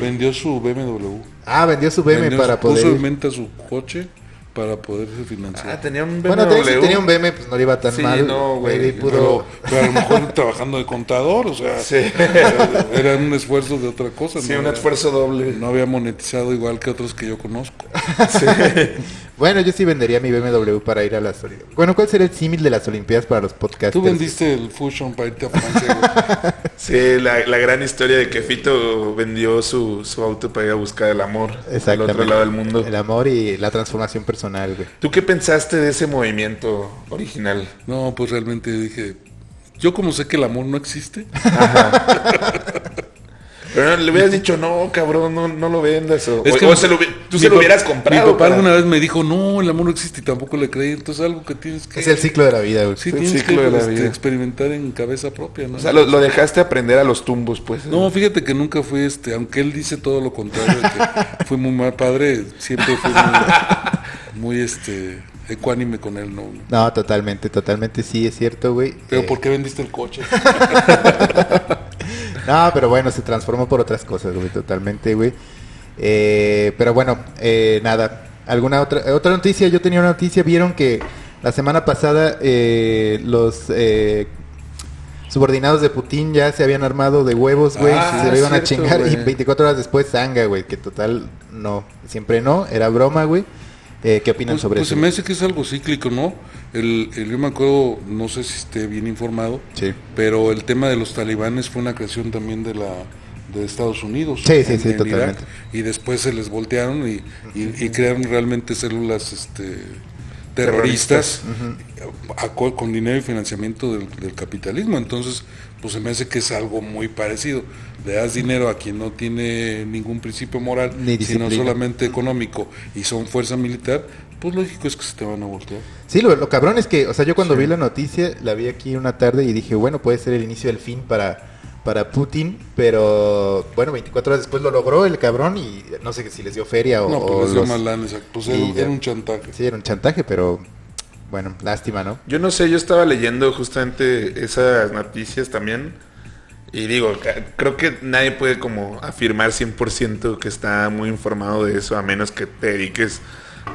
S3: vendió su BMW.
S1: Ah, vendió su BM
S3: Vendió-
S1: para poder...
S3: Puso en venta su coche para poderse financiar.
S4: Ah, tenía un BMW.
S1: Bueno, de- si tenía un BM, pues no le iba tan
S4: Sí,
S1: mal.
S4: no, güey,
S1: Maybe
S4: no.
S1: pudo-
S3: pero, pero a lo mejor trabajando de contador, o sea,
S4: Sí.
S3: era un esfuerzo de otra cosa.
S4: Sí,
S3: no
S4: un
S3: era-
S4: esfuerzo doble.
S3: No había monetizado igual que otros que yo conozco.
S1: Bueno, yo sí vendería mi BMW para ir a las... Olimpiadas. Bueno, ¿cuál sería el símil de las Olimpiadas para los podcasts?
S3: Tú vendiste el Fusion para irte a Francia. güey.
S4: Sí, la, la gran historia de que Fito vendió su, su auto para ir a buscar el amor al
S1: Exactamente.
S4: otro lado del mundo.
S1: El amor y la transformación personal, güey.
S4: ¿Tú qué pensaste de ese movimiento original?
S3: No, pues realmente dije, yo como sé que el amor no existe,
S4: Pero Pero no, le hubieras dicho, no, cabrón, no, no lo vendas. O,
S3: Es
S4: o-
S3: que
S4: o
S3: mi-
S4: se lo hubi- tú
S3: mi
S4: se lo
S3: pap-
S4: hubieras comprado.
S3: Mi papá
S4: para-
S3: alguna vez me dijo, no, el amor no existe y tampoco le creí. Entonces algo que tienes que...
S1: Es el ciclo de la vida, güey.
S3: Sí,
S4: el
S3: tienes
S4: ciclo
S3: que
S4: de la
S3: este,
S4: vida.
S3: experimentar en cabeza propia, ¿no?
S4: O sea, lo, lo dejaste aprender a los tumbos, pues.
S3: No, fíjate que nunca fui este, aunque él dice todo lo contrario, que fui muy mal padre, siempre fui muy, muy, este, ecuánime con él, ¿no?
S1: No, totalmente, totalmente sí, es cierto, güey.
S3: Pero
S1: Eh,
S3: ¿por qué vendiste el coche?
S1: No, pero bueno, se transformó por otras cosas, güey, totalmente, güey. Eh, pero bueno, eh, nada. ¿Alguna otra, eh, otra noticia? Yo tenía una noticia. Vieron que la semana pasada eh, los eh, subordinados de Putin ya se habían armado de huevos, güey.
S3: Ah,
S1: se lo iban a
S3: cierto,
S1: chingar. Y
S3: güey.
S1: 24 horas después, zanga, güey. Que total, no. Siempre no. Era broma, güey. Eh, ¿Qué opinan
S3: Pues,
S1: sobre
S3: pues se
S1: eso?
S3: me hace que es algo cíclico, ¿no? El, el- yo me acuerdo, no sé si esté bien informado,
S1: Sí.
S3: pero el tema de los talibanes fue una creación también de la de Estados Unidos.
S1: Sí, sí, sí, totalmente.
S3: y después se les voltearon y, y- y crearon realmente células este, terroristas, a co- con dinero y financiamiento del, del capitalismo. Entonces, pues se me hace que es algo muy parecido. Le das dinero a quien no tiene ningún principio moral,
S1: Ni disciplina.
S3: sino solamente económico y son fuerza militar, pues lógico es que se te van a voltear.
S1: Sí, lo, lo cabrón es que, o sea, yo cuando vi la noticia, la vi aquí una tarde y dije, bueno, puede ser el inicio del fin para, para Putin, pero bueno, 24 horas después lo logró el cabrón y no sé si les dio feria o...
S3: no,
S1: o
S3: pues les dio
S1: los-
S3: más lana, exacto. Pues
S1: Y
S3: era, un-
S1: ya.
S3: era un chantaje.
S1: Sí, era un chantaje, pero bueno, lástima, ¿no?
S4: Yo no sé, yo estaba leyendo justamente esas noticias también. Y digo, ca- creo que nadie puede como afirmar 100% que está muy informado de eso, a menos que te dediques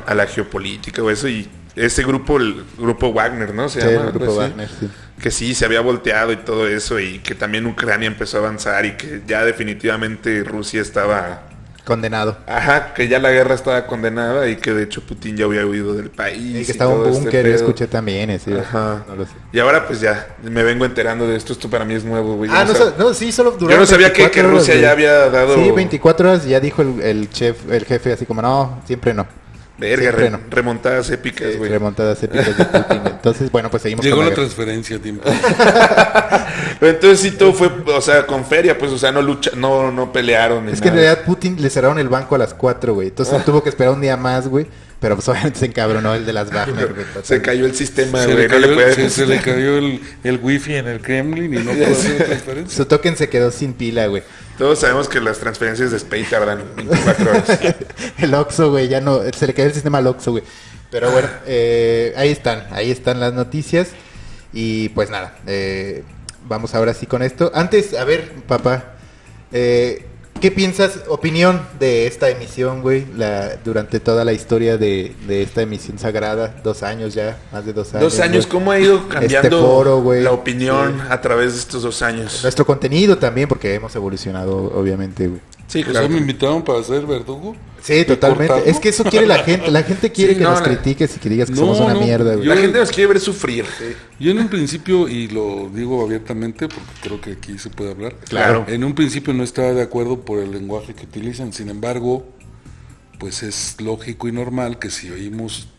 S4: a la geopolítica o eso. Y ese grupo, el grupo Wagner, ¿no? Se
S1: Sí,
S4: llama
S1: el
S4: algo
S1: grupo
S4: así.
S1: Wagner, sí.
S4: Que sí, se había volteado y todo eso, y que también Ucrania empezó a avanzar y que ya definitivamente Rusia estaba
S1: Condenado.
S4: Ajá, que ya la guerra estaba condenada y que de hecho Putin ya había huido del país.
S1: Y, que estaba un
S4: todo este
S1: búnker, yo
S4: pedo.
S1: escuché también, eh, sí,
S4: Ajá.
S1: no lo sé.
S4: Y ahora pues ya, me vengo enterando de esto, esto para mí es nuevo, güey.
S1: Ah,
S4: Yo
S1: no,
S4: Pues sab-
S1: sa- no, sí, solo duró
S4: Yo no sabía que, que Rusia ya había dado...
S1: Sí, 24 horas y ya dijo el, el chef, el jefe así como, no, siempre no.
S4: Verga,
S1: siempre
S4: re-
S1: no.
S4: remontadas épicas,
S1: Eh,
S4: güey.
S1: remontadas épicas de Putin. Entonces, bueno, pues seguimos
S3: Llegó
S1: con
S3: la
S1: guerra.
S3: transferencia a tiempo.
S4: Pero entonces sí todo fue, o sea, con feria, pues, o sea, no lucha, no, no pelearon ni
S1: Es que en
S4: nada.
S1: realidad Putin le cerraron el banco a las 4, güey. Entonces tuvo que esperar un día más, güey. Pero pues obviamente se encabronó el de las Wagner, güey.
S4: Se cayó el sistema,
S3: se,
S4: güey,
S3: le
S4: no le
S3: cayó,
S4: puede-
S3: se- se le cayó el, el wifi en el Kremlin y no pudo hacer transferencia.
S1: Su token se quedó sin pila, güey.
S4: Todos sabemos que las transferencias de Spain tardan 24 horas.
S1: El Oxxo, güey, ya no... Se le cayó el sistema al Oxxo, güey. Pero bueno, eh, ahí están. Ahí están las noticias. Y pues nada. eh, vamos ahora sí con esto. Antes, a ver, papá. eh, ¿Qué piensas, opinión de esta emisión, güey? La, durante toda la historia de, de esta emisión sagrada, dos años ya, más de dos años.
S4: Dos años,
S1: güey.
S4: ¿cómo ha ido cambiando
S1: Este foro, güey.
S4: la opinión
S1: Sí.
S4: a través de estos dos años?
S1: Nuestro contenido también, porque hemos evolucionado, obviamente, güey.
S4: Sí,
S3: O sea, Pues, me invitaron para ser verdugo.
S1: Sí, totalmente.
S3: cortamos?
S1: Es que eso quiere la gente. La gente quiere
S4: Sí,
S1: que
S4: no,
S1: nos
S4: la-
S1: critiques y que digas que
S3: No,
S1: somos una
S3: no,
S1: mierda, güey.
S4: La
S3: Yo-
S4: gente nos quiere ver sufrir.
S3: Yo en un principio, y lo digo abiertamente porque creo que aquí se puede hablar,
S4: Claro.
S3: en un principio no estaba de acuerdo por el lenguaje que utilizan, sin embargo, pues es lógico y normal que si oímos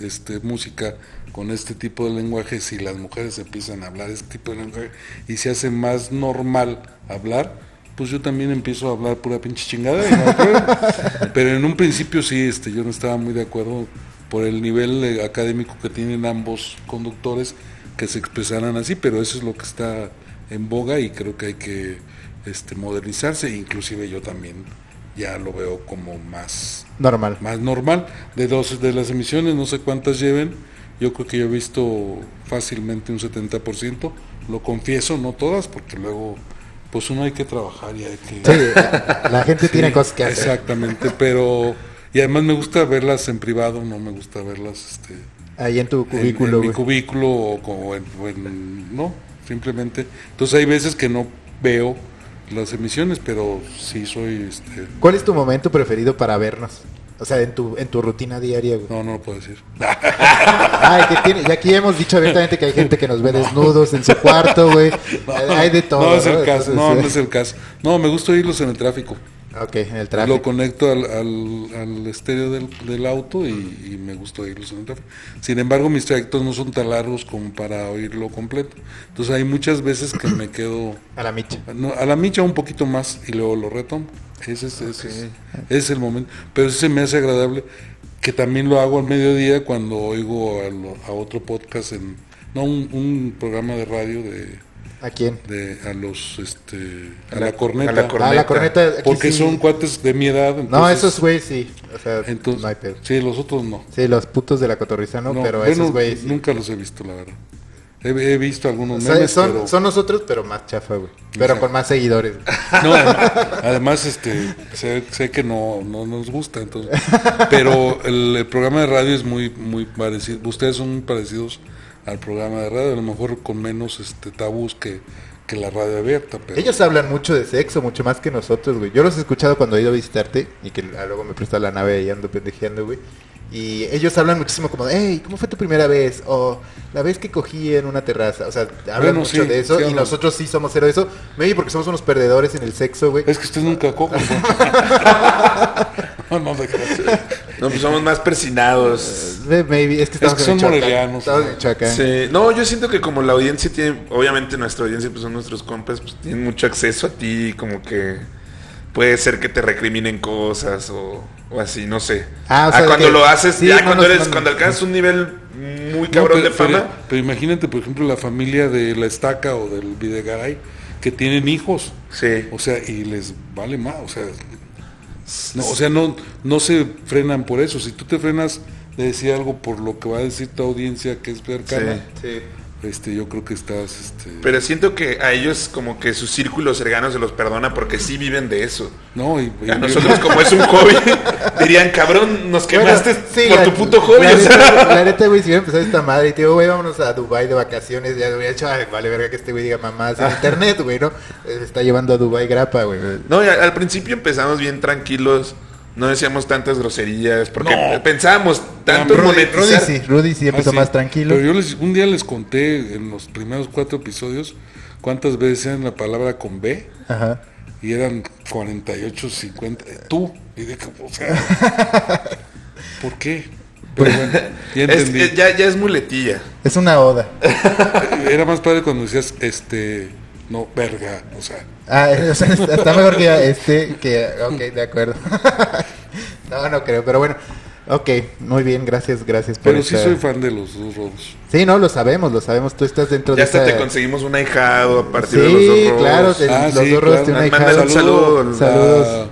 S3: este, música con este tipo de lenguaje, si las mujeres empiezan a hablar este tipo de lenguaje y se hace más normal hablar, pues yo también empiezo a hablar pura pinche chingada. y no hay problema. Pero en un principio sí, este, yo no estaba muy de acuerdo por el nivel eh, académico que tienen ambos conductores que se expresaran así, pero eso es lo que está en boga y creo que hay que este, modernizarse, inclusive yo también ya lo veo como más
S1: Normal.
S3: más normal. De dos de las emisiones, no sé cuántas lleven. Yo creo que yo he visto fácilmente un 70%. Lo confieso, no todas, porque luego, pues uno hay que trabajar y hay que...
S1: Sí, la, la gente tiene cosas que hacer.
S3: Exactamente, pero... Y además me gusta verlas en privado, no me gusta verlas este,
S1: Ahí en tu
S3: en-
S1: cubículo,
S3: en, mi
S1: güey.
S3: cubículo o como en, o en- No, simplemente. Entonces hay veces que no veo las emisiones, pero sí soy... Este,
S1: ¿Cuál es tu momento preferido para vernos? O sea, en tu, en tu rutina diaria, güey.
S3: no, no lo puedo decir.
S1: Ay, que tiene, y aquí hemos dicho abiertamente que hay gente que nos ve desnudos en su cuarto, güey. Hay de todo.
S3: No es el caso,
S1: Entonces,
S3: no,
S1: sí.
S3: no es el caso. No, me gusta oírlos en el tráfico.
S1: Ok, en el tráfico.
S3: Lo conecto al, al- al estéreo del, del auto y, y me gusta oírlos en el tráfico. Sin embargo, mis trayectos no son tan largos como para oírlo completo. Entonces hay muchas veces que me quedo
S1: A la micha.
S3: no, a la micha un poquito más y luego lo retomo. Ese es, ese es- ese es el momento. Pero sí se me hace agradable que también lo hago al mediodía cuando oigo a, lo- a otro podcast, en, no un, un programa de radio de,
S1: ¿A quién?
S3: de- a los este, a la corneta.
S4: a la corneta.
S1: Ah, la corneta. aquí
S3: Porque
S1: sí.
S3: son cuates de mi edad.
S1: No,
S3: entonces-
S1: esos güey sí. O sea,
S3: Entonces,
S1: no hay pedo.
S3: sí, los otros no.
S1: Sí, los putos de la cotorriza no,
S3: No,
S1: pero
S3: bueno,
S1: esos güey sí.
S3: nunca los he visto, la verdad. He, he visto
S1: O
S3: algunos
S1: sea,
S3: memes,
S1: son,
S3: pero-
S1: son nosotros, pero más chafa, güey. Pero
S3: Exacto.
S1: con más seguidores. güey.
S3: No, adem- además, este, sé, sé que no, no nos gusta, entonces. Pero el, el programa de radio es muy, muy parecido. Ustedes son muy parecidos al programa de radio, a lo mejor con menos este tabús que, que la radio abierta. Pero
S1: Ellos hablan mucho de sexo, mucho más que nosotros, güey. Yo los he escuchado cuando he ido a visitarte y que ah, luego me presta la nave y ando pendejeando, güey. Y ellos hablan muchísimo como, de, hey, ¿cómo fue tu primera vez? O la vez que cogí en una terraza. O sea, hablan
S3: Bueno,
S1: mucho
S3: sí,
S1: de eso
S3: sí
S1: y
S3: hablan.
S1: nosotros sí somos cero de eso. Maybe porque somos unos perdedores en el sexo, güey.
S3: es que ustedes nunca cogen. No, no, de gracia.
S4: No, pues somos más persinados.
S1: Eh, Maybe, es que estamos
S3: que
S1: en
S3: son
S1: Michoacán.
S3: morelianos,
S1: Estamos en
S3: ¿no?
S1: Michoacán.
S4: Sí. No, yo siento que como la audiencia tiene, obviamente nuestra audiencia pues son nuestros compas, pues tienen mucho acceso a ti, y como que puede ser que te recriminen cosas o, o así, no sé.
S1: Ah, o sea, de
S4: cuando
S1: que-
S4: lo haces,
S1: sí,
S4: ya
S1: no
S4: cuando
S1: nos
S4: eres,
S1: mandan.
S4: cuando alcanzas un nivel muy
S3: No,
S4: cabrón de
S3: pero-
S4: fama.
S3: Pero, pero imagínate, por ejemplo, la familia de la estaca o del videgaray que tienen hijos.
S4: Sí.
S3: O sea, y les vale más, o sea, no, o sea, no, no se frenan por eso. Si tú te frenas de decir algo por lo que va a decir tu audiencia que es cercana,
S1: Sí.
S3: este, yo creo que estás, este,
S4: Pero siento que a ellos como que sus círculos cercanos se los perdona porque sí viven de eso.
S3: no, y, y-
S4: A nosotros como es un hobby, dirían, cabrón, nos
S1: Bueno,
S4: quemaste
S1: sí,
S4: este por
S1: la-
S4: tu puto hobby.
S1: La
S4: o sea.
S1: neta, la neta, güey, si hubiera empezado esta madre y te digo, güey, vámonos a Dubai de vacaciones, ya hubiera hecho, ay, vale verga que este güey diga mamás
S4: Ah.
S1: en internet, güey, ¿no? Eh, Se está llevando a Dubai grapa, güey.
S4: No, y a- al principio empezamos bien tranquilos, no decíamos tantas groserías, porque
S3: No.
S4: pensábamos tanto en
S3: Rudy-
S1: Rudy, Rudy
S4: monetizar.
S1: sí, Rudy sí
S3: Ah,
S1: empezó
S3: sí.
S1: más tranquilo.
S3: Pero yo les, un día les conté en los primeros cuatro episodios cuántas veces eran la palabra con B
S1: Ajá.
S3: y eran 48, 50, eh, tú. Y de que, o sea, ¿por qué?
S1: Pues,
S3: Pero bueno, ya
S4: Es-
S3: entendí.
S4: es- ya, ya es muletilla.
S1: Es una oda.
S3: Era más padre cuando decías, este, no, verga, o sea,
S1: Ah, o sea, está mejor que este, que, ok, de acuerdo. no, no creo, pero bueno. Ok, muy bien, gracias, gracias por
S3: pero sí
S1: esta-
S3: soy fan de los dos rodos.
S1: Sí, no, lo sabemos, lo sabemos, tú estás dentro
S4: Ya
S1: de esa...
S4: hasta te conseguimos un ahijado a partir de los dos.
S1: Sí,
S4: robos.
S1: claro, te-
S3: Ah,
S1: los
S3: sí,
S1: dos rodos
S3: claro.
S1: tienen una
S4: Ah,
S1: hija.
S4: mándale un saludo.
S1: Saludos.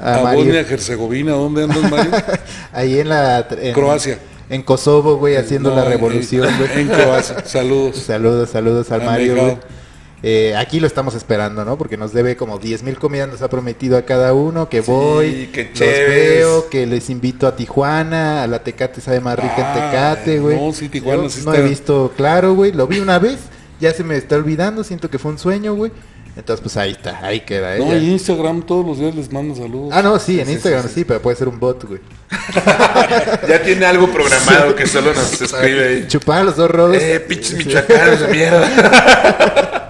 S3: A,
S1: a
S3: a
S1: Mario.
S3: Bosnia, Herzegovina, ¿dónde andas, Mario?
S1: Ahí en la... en-
S3: Croacia. Eh,
S1: En Kosovo, güey, haciendo
S3: No,
S1: la
S3: en-
S1: revolución, güey.
S3: En Croacia, saludos.
S1: Saludos, saludos al
S3: Ah,
S1: Mario,
S3: mi
S1: güey.
S3: hija.
S1: Eh, aquí lo estamos esperando, ¿no? Porque nos debe como 10 mil comidas, nos ha prometido a cada uno, que
S4: Sí,
S1: voy,
S4: que
S1: los
S4: chéves.
S1: veo, que les invito a Tijuana, a la Tecate sabe más rica
S3: Ah,
S1: en Tecate, güey.
S3: no, sí, Tijuana
S1: Yo
S3: sí
S1: no
S3: está-
S1: he visto, claro, güey, lo vi una vez, ya se me está olvidando, siento que fue un sueño, güey. Entonces, pues ahí está, ahí queda, ¿eh?
S3: No,
S1: Ya.
S3: en Instagram todos los días les mando saludos.
S1: Ah, no, sí, en Instagram sí, pero puede ser un bot, güey.
S4: Ya tiene algo programado que solo nos escribe ahí.
S1: Chupar los dos rodos.
S4: Eh, pinches michoacanos de mierda.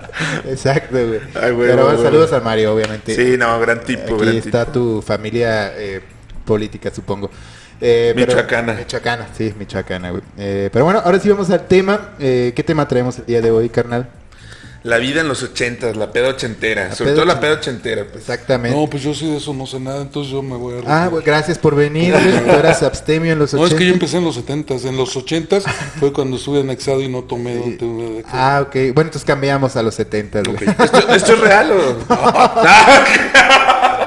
S1: Exacto, güey.
S4: Ay, güey,
S1: Pero
S4: güey, güey.
S1: saludos a Mario, obviamente.
S4: Sí, no, gran tipo,
S1: Aquí
S4: gran
S1: está
S4: tipo.
S1: tu familia eh, política, supongo. Eh, pero-
S4: Michoacana.
S1: michoacana, sí, michoacana, güey. Eh, pero bueno, ahora sí vamos al tema. Eh, ¿Qué tema traemos el día de hoy, carnal?
S4: La vida en los ochentas, la peda ochentera.
S1: La
S4: sobre
S1: peda
S4: todo la
S1: ochentera.
S4: peda ochentera, pues.
S1: Exactamente.
S3: No, pues yo sí de eso no sé nada, entonces yo me voy a...
S1: ah,
S3: retirar.
S1: güey, gracias por venir. güey. Tú eras abstemio en los
S3: No,
S1: 80.
S3: es que yo empecé en los 70 en los 80 fue cuando estuve anexado y no tomé durante una década.
S1: Ah, ok. Bueno, entonces cambiamos a los 70,
S4: Ah,
S1: güey.
S4: ¿Esto, esto es real o...?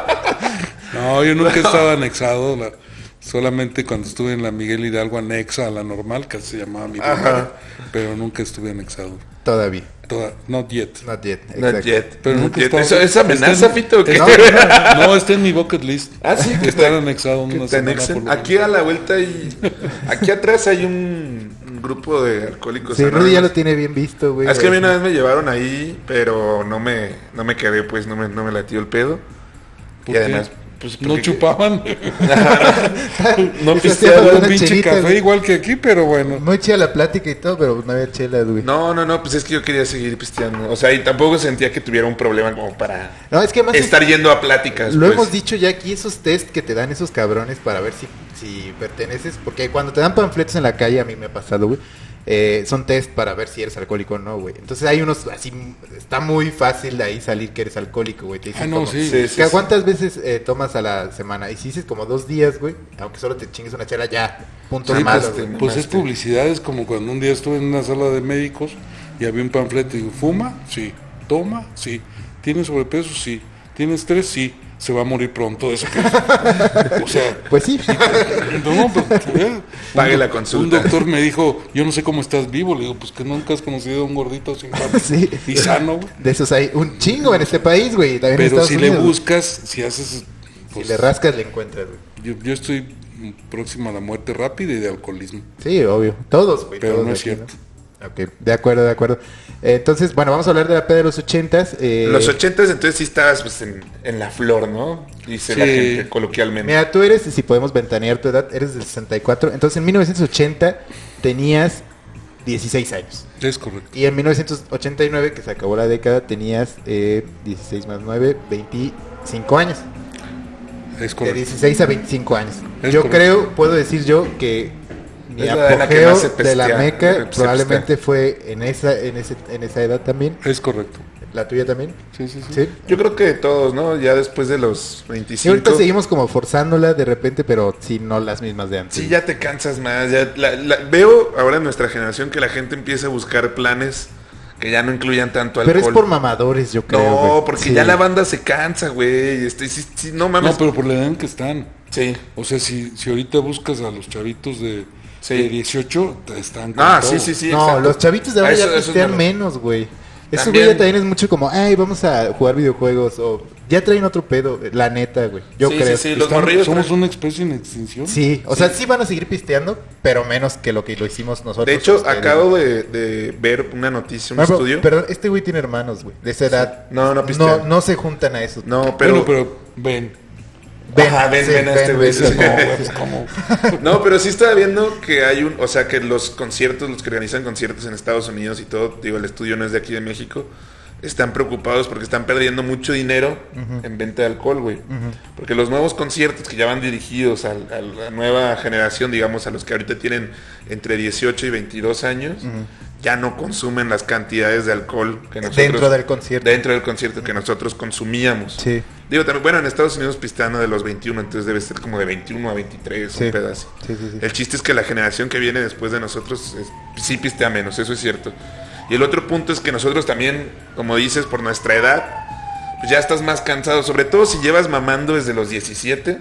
S3: No, yo nunca he estado anexado, la- solamente cuando estuve en la Miguel Hidalgo anexa a la normal, que se llamaba mi primaria, pero nunca estuve anexado.
S1: Todavía.
S3: Toda, not yet.
S1: Not yet.
S4: Not
S1: exacto.
S4: yet.
S3: Pero
S4: Not
S3: nunca he
S4: yet.
S3: estado-
S4: ¿Eso- ¿Es amenaza,
S3: está en-
S4: Fito? o qué?
S3: está- No, está en mi bucket list.
S4: Ah, sí, que
S3: estar
S4: te-
S3: anexado
S4: que
S3: una
S4: te
S3: semana
S4: anexen.
S3: por lo
S4: Aquí a la vuelta y... Aquí atrás hay un, un grupo de alcohólicos.
S1: Sí, Rudy
S4: anónimos.
S1: ya lo tiene bien visto, güey.
S4: Es que a mí una vez me llevaron ahí, pero no me, no me quedé, pues no me, no me latió el pedo.
S3: ¿Por
S4: Y
S3: qué?
S4: además, Pues,
S3: No
S4: porque-
S3: chupaban. no
S1: Eso
S3: pisteaban
S1: hacía
S3: un
S1: unas
S3: pinche
S1: chelitas,
S3: café
S1: güey.
S3: igual que aquí, pero bueno.
S1: Muy chida la plática y todo, pero no había chela, güey. No,
S4: No, no, no, pues es que yo quería seguir pisteando. O sea, y tampoco sentía que tuviera un problema como para
S1: es que más
S4: estar yendo a pláticas.
S1: Lo
S4: pues.
S1: hemos dicho ya aquí, esos test que te dan esos cabrones para ver si, si perteneces, porque cuando te dan panfletos en la calle, a mí me ha pasado, güey, eh, son test para ver si eres alcohólico o no, güey. Entonces hay unos, así, está muy fácil de ahí salir que eres alcohólico, güey. Te dicen
S3: Ah, no,
S1: como,
S3: sí.
S4: Sí, sí,
S1: "¿Ca-
S4: sí.
S1: ¿Cuántas veces eh, tomas a la semana? Y si dices como dos días, güey, aunque solo te chingues una chela, ya, punto
S4: Sí,
S1: malo,
S4: pues,
S1: güey.
S4: te-
S3: Pues es
S4: Este.
S3: publicidad, es como cuando un día estuve en una sala de médicos y había un panfleto y digo, ¿fuma? Sí. ¿Toma? Sí. ¿Tiene sobrepeso? Sí. ¿Tiene estrés? Sí. Se va a morir pronto de eso. o sea,
S1: Pues sí.
S3: No, pues, eh.
S4: Pague
S3: Un
S4: la
S3: doc-
S4: consulta.
S3: Un doctor me dijo, yo no sé cómo estás vivo. Le digo, pues que nunca has conocido a un gordito sin papas
S1: Sí.
S3: y sano. güey.
S1: De esos hay un chingo en este país, güey. También en
S3: Pero
S1: Estados
S3: si le
S1: Unidos, güey.
S3: buscas, si haces... pues,
S1: si le rascas, le encuentras, güey.
S3: yo, yo estoy próximo a la muerte rápida y de alcoholismo.
S1: Sí, obvio. Todos, güey.
S3: Pero
S1: todos
S3: no
S1: de
S3: es
S1: aquí,
S3: cierto.
S1: ¿no? Ok, de acuerdo, de acuerdo. Eh, Entonces, bueno, vamos a hablar de la peda de los ochentas. eh,
S4: Los ochentas entonces sí estabas pues en, en la flor, ¿no? Dice la
S3: Sí.
S4: gente coloquialmente.
S1: Mira, tú eres, si podemos ventanear tu edad, eres del 64. Entonces, en 1980 tenías 16 años.
S3: Es correcto.
S1: Y en 1989, que se acabó la década, tenías eh, 16 más 9, 25 años.
S3: Es
S1: De
S3: correcto.
S1: 16 a 25 años.
S3: Es
S1: yo
S3: correcto.
S1: creo, puedo decir yo que mi
S4: Es la de la que
S1: apogeo
S4: más se
S1: de la
S4: pestea, se
S1: meca
S4: pestea.
S1: probablemente fue en esa, en, ese, en esa edad también.
S3: Es correcto.
S1: ¿La tuya también?
S3: Sí, sí, sí.
S1: Sí.
S4: Yo creo que todos, ¿no? Ya después de
S1: Sí,
S4: los
S1: ahorita
S4: 25.
S1: seguimos como forzándola de repente, pero sí, no las mismas de antes.
S4: Sí, ya te cansas más. ya la- la- veo ahora en nuestra generación que la gente empieza a buscar planes que ya no incluyan tanto
S1: pero
S4: alcohol.
S1: es por mamadores, yo creo.
S4: No,
S1: güey.
S4: porque
S1: Sí.
S4: ya la banda se cansa, güey. Este, sí, sí, no mames.
S3: No, pero por la edad en que están.
S4: Sí.
S3: O sea, si, si ahorita buscas a los chavitos de,
S4: Sí.
S3: de 18, te están con
S4: Ah,
S3: todo.
S4: sí, sí, sí.
S1: no,
S4: exacto. Ah,
S1: los chavitos de ahora
S4: Eso-
S1: ya
S4: eso es
S1: pistean
S4: verdad.
S1: menos, güey. Eso, güey,
S4: También-
S1: ya también es mucho como, ay, vamos a jugar videojuegos o ya traen otro pedo, la neta, güey. Yo
S4: Sí, sí,
S1: creo.
S4: sí, los
S3: Estamos-
S4: morrillos ¿eh?
S3: somos
S4: traen-
S3: una especie en extinción.
S1: Sí, o sea, sí van a seguir pisteando, pero menos que lo que lo hicimos nosotros. este,
S4: De hecho,
S1: ustedes.
S4: acabo de, de ver una noticia, un
S1: Bueno,
S4: estudio.
S1: Perdón, este güey tiene hermanos, güey, de esa edad.
S4: No, no
S1: No,
S4: pistean.
S1: no se juntan a eso.
S4: no, pero,
S3: Bueno, pero ven.
S4: Ajá, ven,
S1: sí,
S4: ven a este güey,
S1: ven,
S4: sí, sí.
S1: ven.
S3: No, güey, pues, ¿cómo?
S4: No, pero sí estaba viendo que hay un, o sea, que los conciertos, los que organizan conciertos en Estados Unidos y todo, digo, el estudio no es de aquí de México, están preocupados porque están perdiendo mucho dinero en venta de alcohol, güey. Porque los nuevos conciertos que ya van dirigidos al- a, la nueva generación, digamos, a los que ahorita tienen entre 18 y 22 años, ya no consumen las cantidades de alcohol que nosotros...
S1: Dentro del concierto.
S4: Dentro del concierto que nosotros consumíamos.
S1: Sí,
S4: Digo, también, bueno, en Estados Unidos pistean de los 21, entonces debe ser como de 21 a 23,
S1: Sí.
S4: un pedazo.
S1: sí, sí. sí.
S4: El chiste es que la generación que viene después de nosotros es- sí pistea menos, eso es cierto. Y el otro punto es que nosotros también, como dices, por nuestra edad, pues ya estás más cansado, sobre todo si llevas mamando desde los 17.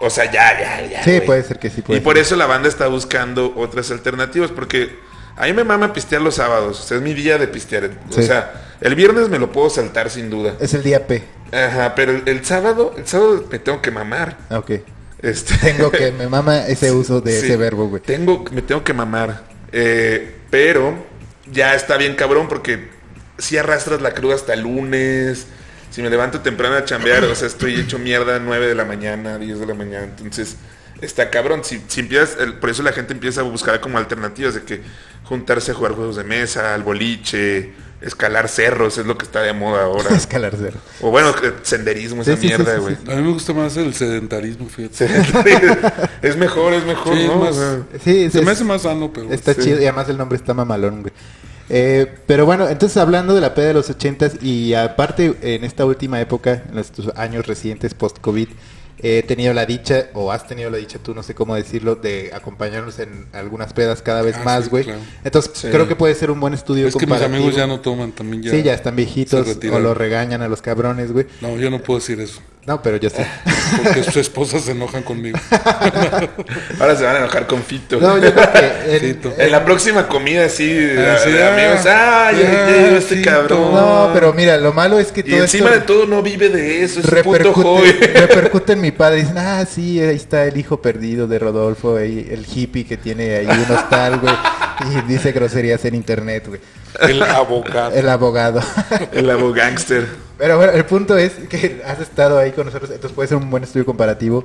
S4: O sea, ya, ya, ya.
S1: Sí,
S4: Ah, güey.
S1: puede ser que sí. Puede
S4: Y por
S1: ser.
S4: eso la banda está buscando otras alternativas, porque a mí me mama pistear los sábados, o sea, es mi día de pistear. O
S1: Sí.
S4: sea, el viernes me lo puedo saltar sin duda.
S1: Es el día P.
S4: Ajá, pero el, el sábado, el sábado me tengo que mamar.
S1: Ah, Ok.
S4: Este,
S1: Tengo que, me mama ese uso de
S4: Sí.
S1: ese verbo, güey.
S4: Tengo, me tengo que mamar. Eh, pero ya está bien cabrón porque si arrastras la cruda hasta el lunes, si me levanto temprano a chambear, o sea, estoy hecho mierda 9 de la mañana, 10 de la mañana, entonces está cabrón. Si, si empiezas, el- por eso la gente empieza a buscar como alternativas de que juntarse a jugar juegos de mesa, al boliche, escalar cerros, es lo que está de moda ahora.
S1: Escalar cero.
S4: o bueno, que- senderismo,
S1: Sí,
S4: esa
S1: sí, sí,
S4: mierda,
S1: sí,
S4: güey.
S1: sí.
S3: A mí me gusta más el sedentarismo, fíjate.
S4: es mejor, es mejor,
S3: Sí,
S4: ¿no?
S3: más-
S4: O sea,
S1: Sí,
S3: Se
S1: es-
S3: me hace más sano, pero...
S1: está
S4: sí.
S1: chido y además el nombre está mamalón, güey. Eh, pero bueno, entonces hablando de la peda de los ochentas y aparte en esta última época, en estos años recientes post-COVID, eh, he tenido la dicha, o has tenido la dicha tú, no sé cómo decirlo, de acompañarnos en algunas pedas cada vez
S3: Ah,
S1: más,
S3: sí,
S1: güey.
S3: claro.
S1: Entonces
S4: Sí.
S1: creo que puede ser un buen estudio
S3: Es que mis
S1: comparativo.
S3: amigos ya no toman, también ya...
S1: Sí, ya están viejitos
S3: se
S1: o
S3: retiraron.
S1: los regañan a los cabrones, güey.
S3: No, yo no puedo decir eso,
S1: No, pero yo sí.
S3: porque sus esposas se enojan conmigo.
S4: Ahora se van a enojar con Fito.
S1: No, yo creo que en-
S3: Fito.
S4: En la próxima comida, sí, de,
S3: Ah, sí,
S4: de
S3: ah,
S4: amigos. Ah, ya, ya
S3: ah,
S4: llegó este
S3: sí,
S4: cabrón.
S1: No, pero mira, lo malo es que
S4: y
S1: todo
S4: encima de
S1: esto
S4: todo no vive de eso, es un puto hobby.
S1: repercute, repercute en mi padre. Dicen, ah, sí, ahí está el hijo perdido de Rodolfo, ahí, el hippie que tiene ahí un hostal, güey, y dice groserías en internet, güey.
S3: El abogado.
S1: El abogado.
S4: El abo gangster.
S1: Pero bueno, el punto es que has estado ahí con nosotros, entonces puede ser un buen estudio comparativo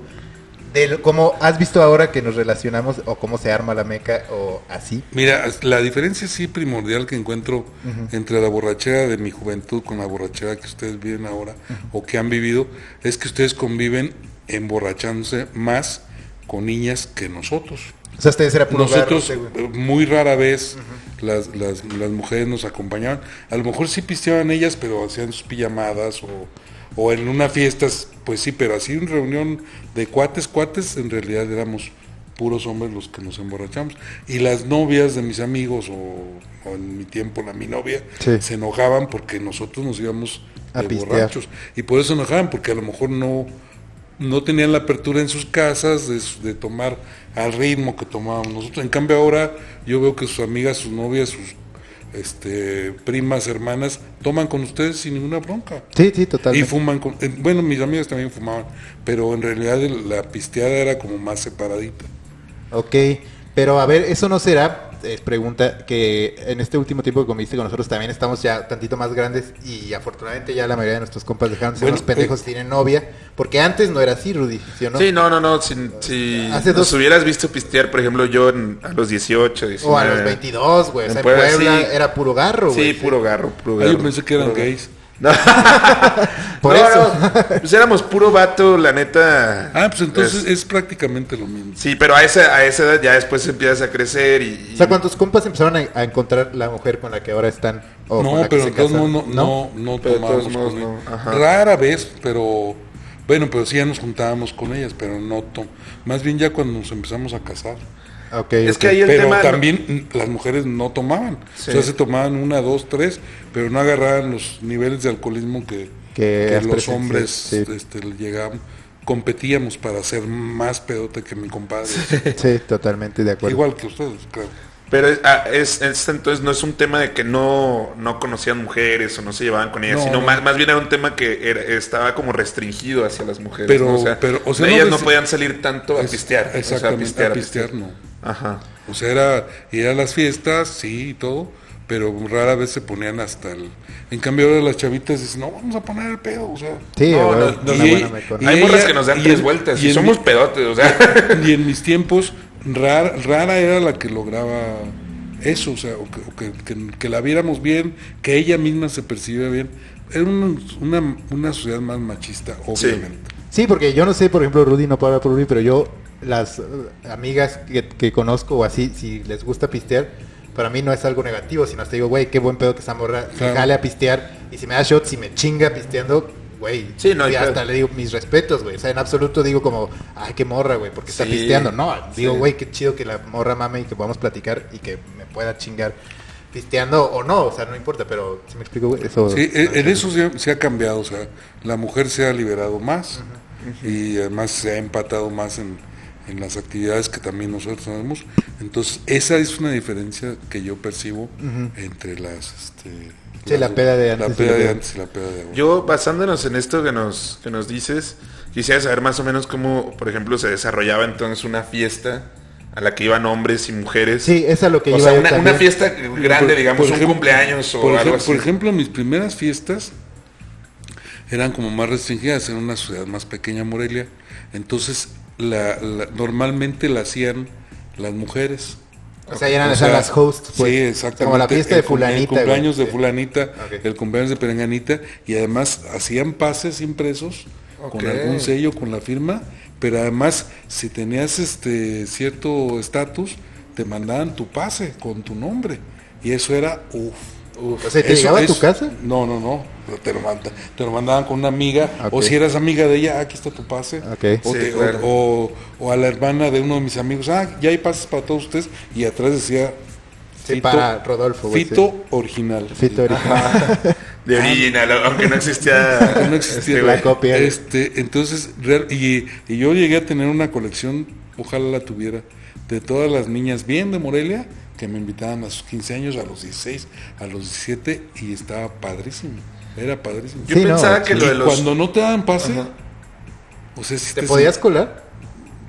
S1: de lo- cómo has visto ahora que nos relacionamos o cómo se arma la meca o así.
S3: Mira, la diferencia sí primordial que encuentro entre la borrachera de mi juventud con la borrachera que ustedes viven ahora o que han vivido es que ustedes conviven emborrachándose más con niñas que nosotros.
S1: O sea, ustedes era puro
S3: Nosotros
S1: garrote, este, güey.
S3: eh, muy rara vez las, las- las mujeres nos acompañaban. A lo mejor sí pisteaban ellas, pero hacían sus pijamadas o, o en una fiesta, pues sí, pero así en reunión de cuates, cuates, en realidad éramos puros hombres los que nos emborrachamos. Y las novias de mis amigos o, o en mi tiempo la mi novia
S1: Sí.
S3: se enojaban porque nosotros nos íbamos
S1: A
S3: de
S1: pistear.
S3: borrachos. Y por eso se enojaban, porque a lo mejor no... No tenían la apertura en sus casas de, de tomar al ritmo que tomábamos nosotros. En cambio ahora yo veo que sus amigas, sus novias, sus este, primas, hermanas, toman con ustedes sin ninguna bronca.
S1: Sí, sí,
S3: Y
S1: totalmente.
S3: fuman con... eh, Bueno, mis amigas también fumaban, pero en realidad el- la pisteada era como más separadita. Ah,
S1: Ok, pero a ver, eso no será, es pregunta, que en este último tiempo que conviviste con nosotros también estamos ya tantito más grandes y afortunadamente ya la mayoría de nuestros compas dejaron de ser
S3: Bueno,
S1: unos pendejos
S3: eh.
S1: que tienen novia, porque antes no era así, Rudy, ¿sí o no?
S4: Sí, no, no, no. Si, si
S1: Hace
S4: nos
S1: dos-
S4: hubieras visto pistear, por ejemplo, yo en- a los 18, 19.
S1: O a los 22, güey, o
S4: eh, En
S1: sea, en
S4: Puebla,
S1: Puebla,
S4: sí.
S1: era puro garro,
S4: Sí,
S1: güey.
S4: puro garro, puro
S3: Ah,
S4: garro.
S3: yo pensé que eran
S4: puro garro.
S3: gays.
S4: No.
S1: Por
S4: No,
S1: eso.
S4: no, Pues éramos puro vato, la neta.
S3: Ah, pues entonces
S4: Es-
S3: es prácticamente lo mismo.
S4: Sí, pero a esa, a esa edad ya después empiezas a crecer y... y-
S1: O sea, ¿cuántos compas empezaron a, a encontrar la mujer con la que ahora están? o con
S3: no,
S1: la que
S3: pero
S1: se
S3: de todos
S1: casan?
S3: modos no, no, no
S4: Pero de todos
S3: tomábamos
S4: modos
S3: con
S4: no,
S3: ellas.
S4: ajá.
S3: Rara vez, pero bueno, pero sí ya nos juntábamos con ellas, pero no to- Más bien ya cuando nos empezamos a casar.
S1: Ok,
S4: Es
S1: ok.
S4: que ahí el
S3: pero
S4: tema...
S3: también mm, las mujeres no tomaban.
S4: Sí.
S3: O sea, se tomaban una, dos, tres, pero no agarraban los niveles de alcoholismo que,
S1: Que
S3: que
S1: has
S3: los
S1: presenciado,
S3: hombres
S1: sí.
S3: este, llegaban. Competíamos para ser más pedote que mi compadre.
S1: Sí, totalmente de acuerdo.
S3: Igual que ustedes, claro.
S4: Pero es- ah, es- es- entonces no es un tema de que no, no conocían mujeres o no se llevaban con ellas,
S3: No,
S4: sino
S3: no.
S4: Más, más bien era un tema que era- estaba como restringido hacia las mujeres.
S3: Pero-
S4: ¿no? o sea,
S3: pero, o sea, no
S4: ellas no
S3: restri-
S4: podían salir tanto a
S3: Es-
S4: pistear. o sea,
S3: Exactamente,
S4: a pistear,
S3: a pistear no.
S4: Ajá.
S3: O sea, era ir a las fiestas, sí, y todo, pero rara vez se ponían hasta el... En cambio ahora las chavitas dicen, no, vamos a poner el pedo, o sea...
S1: Sí,
S4: No,
S1: güey,
S4: no,
S1: una
S3: y-
S1: buena mecona.
S3: y-
S4: Hay morras
S3: ella-
S4: que nos dan
S3: y
S4: tres
S3: en-
S4: vueltas y,
S3: y en-
S4: somos pedotes, o sea...
S3: Y en mis tiempos, rara, rara era la que lograba eso, o sea, o que, o que- que- que la viéramos bien, que ella misma se percibiera bien. Era un- una, una sociedad más machista, obviamente.
S1: Sí, porque yo no sé, por ejemplo, Rudy no para por Rudy, pero yo, las eh, amigas que, que conozco o así, si les gusta pistear, para mí no es algo negativo, sino hasta digo, güey, qué buen pedo que esa morra se
S3: Claro.
S1: jale a pistear y si me da shots y me chinga pisteando, güey.
S4: Sí, no,
S1: y
S4: claro.
S1: hasta le digo mis respetos, güey. O sea, en absoluto digo como, ay, qué morra, güey, porque está
S4: Sí,
S1: pisteando. No, digo,
S4: sí.
S1: güey, qué chido que la morra mame y que podamos platicar y que me pueda chingar pisteando o no, o sea, no importa, pero si me explico, güey, eso.
S3: Sí, e- en eso se, ha- se ha cambiado, o sea, la mujer se ha liberado más y además se ha empatado más en, en las actividades que también nosotros hacemos. Entonces, esa es una diferencia que yo percibo entre las... Este,
S1: Sí, la
S3: las-
S1: peda de
S3: La
S1: antes y
S3: peda
S1: la
S3: de
S1: de-
S3: antes y la peda de ahora.
S4: Yo, basándonos en esto que nos, que nos dices, quisiera saber más o menos cómo, por ejemplo, se desarrollaba entonces una fiesta a la que iban hombres y mujeres.
S1: Sí, esa es lo que
S4: o
S1: iba
S4: sea,
S1: yo
S4: una,
S1: también.
S4: una fiesta grande,
S3: Por-
S4: digamos,
S3: por
S4: un
S3: ejemplo-
S4: cumpleaños o
S3: por
S4: algo
S3: ejem-
S4: así.
S3: Por ejemplo, mis primeras fiestas eran como más restringidas, era una ciudad más pequeña, Morelia. Entonces, la- la- normalmente la hacían las mujeres.
S1: O sea, ya eran
S3: O
S1: esas
S3: sea,
S1: las hosts, pues.
S3: Sí, exactamente.
S1: Como la fiesta
S3: El
S1: de
S3: cum-
S1: fulanita.
S3: El cumpleaños
S1: güey.
S3: de fulanita,
S1: Ok.
S3: el cumpleaños de perenganita, y además hacían pases impresos
S4: Ok.
S3: con algún sello, con la firma, pero además, si tenías este cierto estatus, te mandaban tu pase con tu nombre. Y eso era, uff.
S1: O sea, ¿te llegaba a tu casa?
S3: No, no, no. pero Te lo, manda- te lo mandaban con una amiga. O
S1: Ok.
S3: si eras amiga de ella, "Ah, aquí está tu pase.
S1: Ok.
S3: O,
S4: Sí,
S3: te- o-
S4: claro.
S3: o- o a la hermana de uno de mis amigos. Ah, ya hay pases para todos ustedes. Y atrás decía
S1: Sí, para Rodolfo, güey,
S3: Fito original. Ah,
S1: Fito ahorita.
S4: De original, aunque no existía.
S3: Que ah, no existía.
S4: este,
S1: la
S4: güey.
S1: copia.
S3: Este, entonces, real- y, y yo llegué a tener una colección, ojalá la tuviera, de todas las niñas bien de Morelia que me invitaban a sus 15 años, a los 16, a los 17 y estaba padrísimo. Era padrísimo.
S4: Yo
S1: Sí, no,
S4: pensaba que
S3: y
S4: lo de los.
S3: cuando no te daban pase, o sea, si
S1: ¿Te podías colar?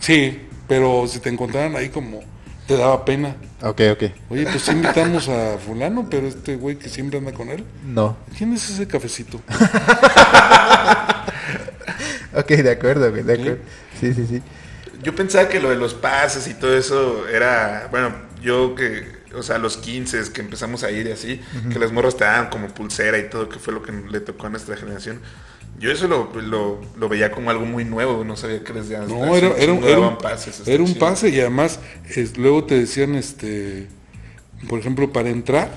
S3: Sí, pero si te encontraban ahí como te daba pena.
S1: Ok, ok.
S3: Oye, pues sí invitamos a fulano, pero este güey que siempre anda con él.
S1: No.
S3: ¿Quién es ese cafecito?
S1: Ok, de acuerdo, güey, de acuerdo. Sí, sí, sí.
S4: Yo pensaba que lo de los pases y todo eso era, bueno, yo que, o sea, los 15 que empezamos a ir y así, que las morras te daban como pulsera y todo, que fue lo que le tocó a nuestra generación. Yo eso lo, lo- lo veía como algo muy nuevo, no sabía que les daban
S3: No, era,
S4: un
S3: era, un-
S4: chingo
S3: era
S4: daban
S3: un,
S4: pases, este, está
S3: era un
S4: chido.
S3: pase y además es- luego te decían, este, por ejemplo, para entrar,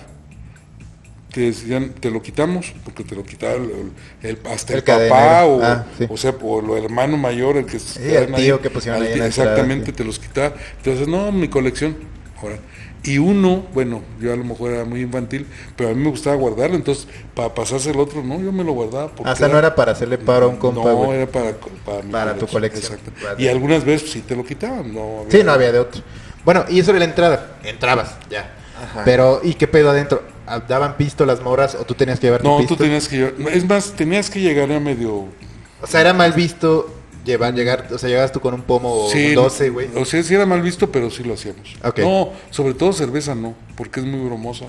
S3: te decían, te lo quitamos, porque te lo quitaron el, el- hasta el,
S1: El
S3: papá
S1: cadenero.
S3: o,
S1: ah, sí.
S3: o sea, por lo hermano mayor, el que
S1: Sí,
S3: se
S1: al
S3: quedaban
S1: tío que pusieron
S3: al
S1: ahí en
S3: tío,
S1: la entrada,
S3: Exactamente,
S1: sí.
S3: te los quitaba. Entonces, no, mi colección. Ahora, y uno, bueno, yo a lo mejor era muy infantil, pero a mí me gustaba guardarlo, entonces para pasarse el otro, no, yo me lo guardaba. porque
S1: Hasta no era para hacerle paro a un compa,
S3: no,
S1: güey.
S3: era para, para, mi
S1: Para tu colección.
S3: exacto.
S1: Vale.
S3: Y algunas veces sí te lo quitaban. No había-
S1: Sí, no había de otro. Bueno, y sobre la entrada. Entrabas, ya. Pero, ¿y qué pedo adentro? Ah, ¿Daban pisto las morras o tú tenías que llevar tu
S3: No,
S1: pisto?
S3: tú tenías que llevar. no, Es más, tenías que llegar a medio.
S1: O sea, era mal visto llevar, llegar, o sea, llegabas tú con un pomo o
S3: Sí,
S1: un 12, güey.
S3: O sea, sí era mal visto, pero sí lo hacíamos.
S1: Ok.
S3: No, sobre todo cerveza no, porque es muy bromosa.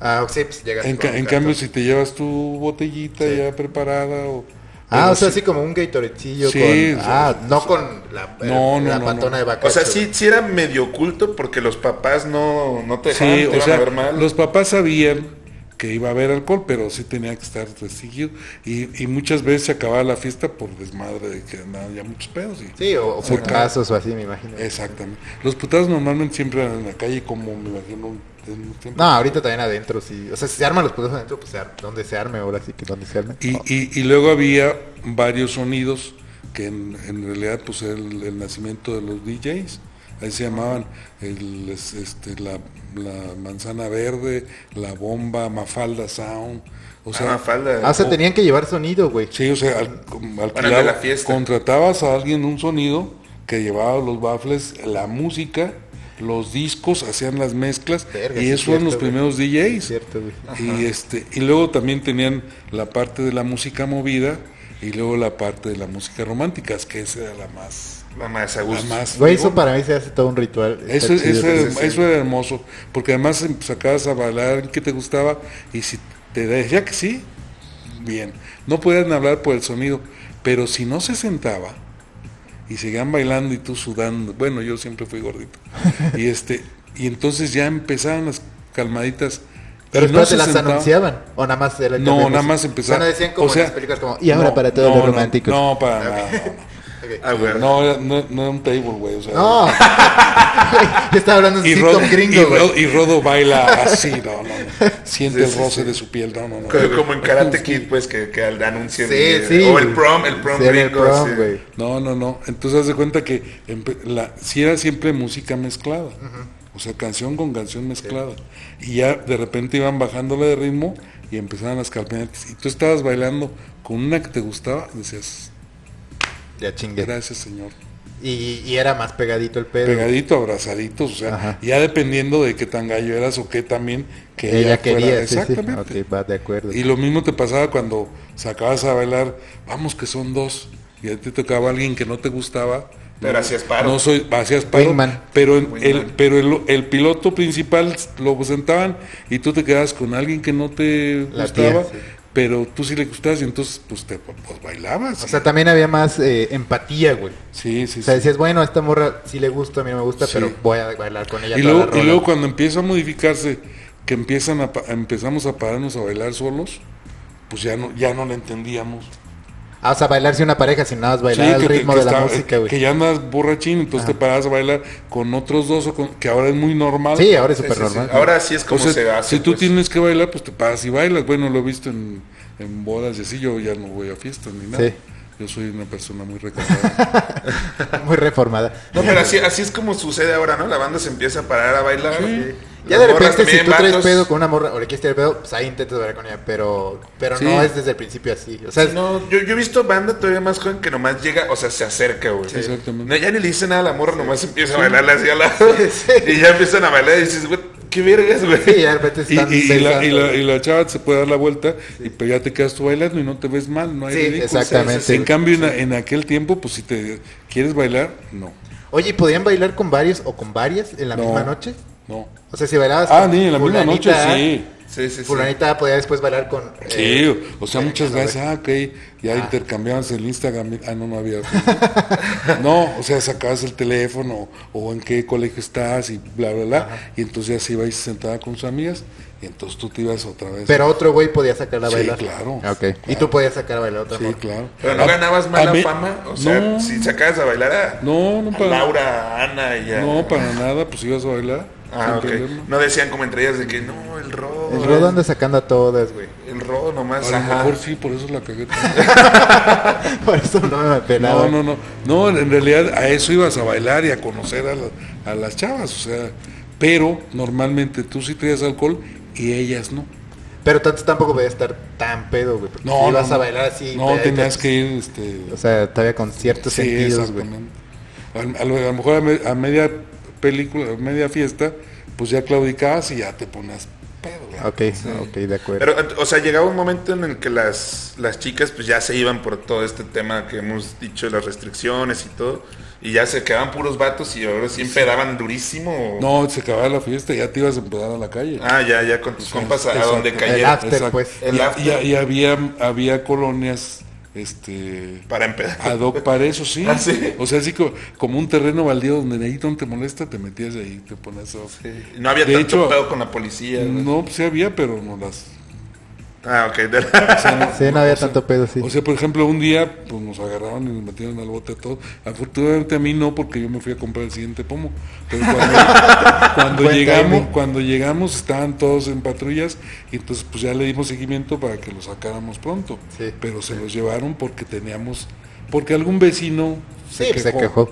S1: Ah, sí, pues llegas
S3: En,
S1: con
S3: ca-
S1: un
S3: en
S1: cartón.
S3: cambio, si te llevas tu botellita ya preparada o.
S1: Ah,
S3: pero
S1: o sea,
S3: sí-
S1: así como un Gatoredecillo
S3: Sí, o
S1: con...
S3: sea,
S1: Ah, no con la, eh,
S3: No, no,
S1: la
S3: no,
S1: pantona
S3: no.
S1: de
S4: O
S1: vacaciones.
S4: sea, sí, sí era medio oculto porque los papás no, no te dejaban,
S3: Sí,
S4: te
S3: o
S4: iban a
S3: sea,
S4: ver mal.
S3: los papás sabían que iba a haber alcohol, pero sí tenía que estar restringido. Y, y muchas veces se acababa la fiesta por desmadre de que andaban ya muchos pedos. Y,
S1: Sí, o, o
S3: Sí,
S1: portazos o así, me imagino.
S3: Exactamente. Los putados normalmente siempre eran en la calle, como me imagino en un tiempo.
S1: No, ahorita también adentro, sí. O sea, si se arman los putazos adentro, pues se ar- donde se arme, ahora sí que donde se arme.
S3: Y, y- y luego había varios sonidos que en, en realidad pues era el, el nacimiento de los DJs. Ahí se llamaban el, es- este, la, la manzana verde, la bomba, Mafalda Sound. O sea,
S4: Ah, falda.
S1: Ah, o sea, tenían que llevar sonido, güey.
S3: Sí, o sea, al, alquilaba-
S4: de la fiesta.
S3: contratabas a alguien un sonido que llevaba los baffles, la música, los discos, hacían las mezclas
S1: Verga,
S3: y
S1: sí es
S3: esos eran los
S1: cierto, güey.
S3: primeros DJs.
S1: Es cierto, güey.
S3: Y este y luego también tenían la parte de la música movida y luego la parte de la música romántica, que esa era la más
S4: La más a
S3: la
S4: gusto.
S3: más
S1: Güey, eso
S3: fregona.
S1: para mí se hace todo un ritual. Está
S3: Eso,
S1: chido,
S3: eso,
S1: güey.
S3: era, eso era hermoso, porque además em- sacabas a bailar el que te gustaba y si te decía que sí, bien. No podían hablar por el sonido, pero si no se sentaba y seguían bailando y tú sudando, bueno, yo siempre fui gordito, y este y entonces ya empezaban las calmaditas.
S1: Pero
S3: y
S1: después
S3: se
S1: las
S3: sentaba.
S1: anunciaban. O nada más era el
S3: No,
S1: cambio de
S3: nada
S1: música?
S3: más empezaban.
S1: O sea, no decían como
S3: O sea,
S1: en las películas, como, y ahora
S3: no,
S1: para todos
S3: no,
S1: los
S3: no,
S1: románticos.
S3: No, para nada.
S1: Ok.
S4: Ah, güey.
S3: No, no, era- no- no era un table, güey. o sea,
S1: No. Güey, yo estaba hablando de un
S3: Y
S1: sitcom
S3: Rodo, y
S1: gringo, güey.
S3: Rodo- y Rodo baila así, no, no, no. Siente
S4: Sí,
S3: el
S4: sí,
S3: roce
S4: sí.
S3: de su piel, no, no, no.
S4: Co- Como en Karate Kid, pues, que, que al anuncio.
S1: Sí, sí.
S4: O el prom, el prom
S1: Sí, era el
S4: gringo,
S1: prom,
S4: sí.
S1: güey.
S3: No, no, no. Entonces haz de cuenta que empe- la, si era siempre música mezclada. O sea, canción con canción mezclada. Y ya de repente iban bajándole de ritmo y empezaban las carpetas. Y tú estabas bailando con una que te gustaba, decías,
S1: Ya chingué.
S3: gracias señor.
S1: Y, y era más pegadito el pedo.
S3: Pegadito, abrazaditos, o sea,
S1: Ajá.
S3: ya dependiendo de qué tan gallo eras o qué también que
S1: Ella,
S3: ella fuera.
S1: quería, sí, sí.
S3: Exactamente.
S1: Ok, va, de acuerdo.
S3: Y lo mismo te pasaba cuando sacabas a bailar, vamos que son dos, y a ti te tocaba alguien que no te gustaba.
S4: Pero
S3: no,
S4: hacías paro.
S3: No soy, hacías paro.
S1: Wingman.
S3: Pero, en-
S4: Wingman.
S3: el, pero el, el piloto principal lo sentaban y tú te quedabas con alguien que no te
S1: La
S3: gustaba,
S1: tía, sí.
S3: pero tú sí le gustabas y entonces pues te pues, bailabas.
S1: O sea, también había más eh, empatía, güey.
S3: sí, sí,
S1: O sea,
S3: sí.
S1: decías, bueno, a esta morra sí le gusta, a mí no me gusta,
S3: Sí.
S1: pero voy a bailar con ella.
S3: Y
S1: toda la
S3: luego, y
S1: rola.
S3: luego cuando empieza a modificarse, que empiezan a, pa- empezamos a pararnos a bailar solos, pues ya no, ya no le entendíamos.
S1: Ah, o sea, bailarse una pareja sin nada más bailar
S3: Sí,
S1: al
S3: que te-
S1: ritmo
S3: que
S1: de la
S3: está- eh,
S1: música,
S3: Que
S1: güey.
S3: ya andas borrachín, entonces te paras a bailar con otros dos, o con, que ahora es muy normal.
S1: Sí, ahora es
S4: Sí,
S1: súper
S4: sí, sí.
S1: normal.
S4: Ahora sí es como
S3: O sea,
S4: se hace.
S3: si tú
S4: pues.
S3: tienes que bailar, pues te paras y bailas. Bueno, lo he visto en, en bodas y así, yo ya no voy a fiestas ni nada.
S1: Sí.
S3: Yo soy una persona muy recatada.
S1: Muy reformada.
S4: No, pero así, así es como sucede ahora, ¿no? La banda se empieza a parar a bailar.
S3: Sí.
S4: y
S1: Ya
S4: las
S1: de
S4: morras
S1: repente, si
S4: también,
S1: tú traes
S4: vatos.
S1: pedo con una morra o le quieres tirar pedo, pues ahí intentas bailar con ella, pero, pero
S3: Sí.
S1: no es desde el principio así. O sea, es-
S4: No, yo, yo he visto banda todavía más joven que nomás llega, o sea, se acerca, güey.
S3: exactamente.
S4: No, ya ni le dice nada a la morra, nomás empieza a bailarla así al lado. Y ya empiezan a bailar y dices, güey, qué vergas, güey.
S1: sí, ya de repente
S3: y,
S1: están
S3: y- y la, y
S1: besando.
S3: la- y la chava se puede dar la vuelta y pues ya te quedas tú bailando y no te ves mal, no hay
S1: Sí,
S3: ridículo.
S1: exactamente,
S3: En
S1: güey.
S3: cambio, en, en aquel tiempo, pues si te quieres bailar, no.
S1: Oye, ¿y podían bailar con varios o con varias en la
S3: No.
S1: misma noche?
S3: No.
S1: O sea, si bailabas
S3: Ah,
S1: con
S3: ni en la misma
S1: fulanita, ¿eh? pues
S3: noche, sí.
S4: Sí, sí, sí.
S1: Fulanita podía después bailar con...
S3: Sí,
S1: eh,
S3: o sea,
S1: eh,
S3: muchas
S1: no, güey.
S3: gracias. Ah, ok. Ya intercambiabas el Instagram. Ah, no, no había. Facebook. no, o sea, sacabas el teléfono o en qué colegio estás y bla, bla, bla. Y entonces ya se iba y se sentaba con sus amigas y entonces tú te ibas otra vez.
S1: Pero otro güey podía sacarla a
S3: Sí,
S1: bailar.
S3: claro.
S1: Ah, ok. Y tú podías sacar a bailar a otra
S3: sí,
S1: morra.
S3: claro.
S4: Pero no
S3: A-
S4: ganabas
S3: a
S4: mala
S3: mí-
S4: fama. O sea,
S3: no,
S4: si sacabas a bailar a,
S3: no, no
S4: a
S3: para,
S4: Laura, a Ana y a.
S3: no, para nada, pues ibas a bailar.
S4: Ah,
S3: sin
S4: ok.
S3: problema.
S4: No decían como entre ellas de que no, el rodo.
S1: El Pues rodo anda sacando a todas, güey.
S4: El rodo nomás.
S3: A lo
S4: ajá.
S3: mejor sí, por eso la cagué.
S1: Por eso no me pelaba.
S3: No, no, no. No, en realidad a eso ibas a bailar y a conocer a, la- a las chavas, o sea, pero normalmente tú sí traías alcohol y ellas no.
S1: Pero tanto tampoco podía estar tan pedo, güey. Porque
S3: No,
S1: si ibas
S3: no,
S1: a
S3: no.
S1: bailar así...
S3: No,
S1: pedadito,
S3: tenías que ir, este.
S1: O sea, todavía con ciertos
S3: Sí,
S1: sentidos, güey.
S3: exactamente. A, a lo, a lo mejor a, me- a media película, a media fiesta, pues ya claudicabas y ya te ponías pedo. güey.
S1: Ok, ok, de acuerdo.
S4: Pero, ent- o sea, llegaba un momento en el que las, las chicas pues ya se iban por todo este tema que hemos dicho, las restricciones y todo, y ya se quedaban puros vatos y ahora sí empedaban durísimo. o-
S3: No, se acababa la fiesta y ya te ibas a empezar a la calle.
S4: Ah, ya, ya, con tus compas a, a donde
S3: Exacto.
S1: El
S4: cayeron
S1: after,
S3: Exacto.
S1: pues.
S4: El
S3: y,
S4: after.
S3: y- y había, había colonias, este.
S4: para empedar.
S3: Ad hoc para eso, sí.
S4: Ah, sí.
S3: O sea, así co- como, un terreno baldío donde ahí donde te molesta, te metías ahí, te pones a...
S4: No había
S3: De
S4: tanto
S3: hecho,
S4: pedo con la policía. ¿no?
S3: No, pues, sí había, pero no las...
S4: Ah, ok. de la-
S1: sí, no había tanto pedo, sí.
S3: O sea, por ejemplo, un día pues nos agarraron y nos metieron al bote a todos. Afortunadamente a mí no, porque yo me fui a comprar el siguiente pomo. Pero cuando, cuando
S1: Buen
S3: llegamos,
S1: timing.
S3: cuando llegamos estaban todos en patrullas y entonces pues ya le dimos seguimiento para que los sacáramos pronto.
S1: Sí.
S3: Pero se los llevaron porque teníamos... Porque algún vecino
S1: sí, pues, se quejó.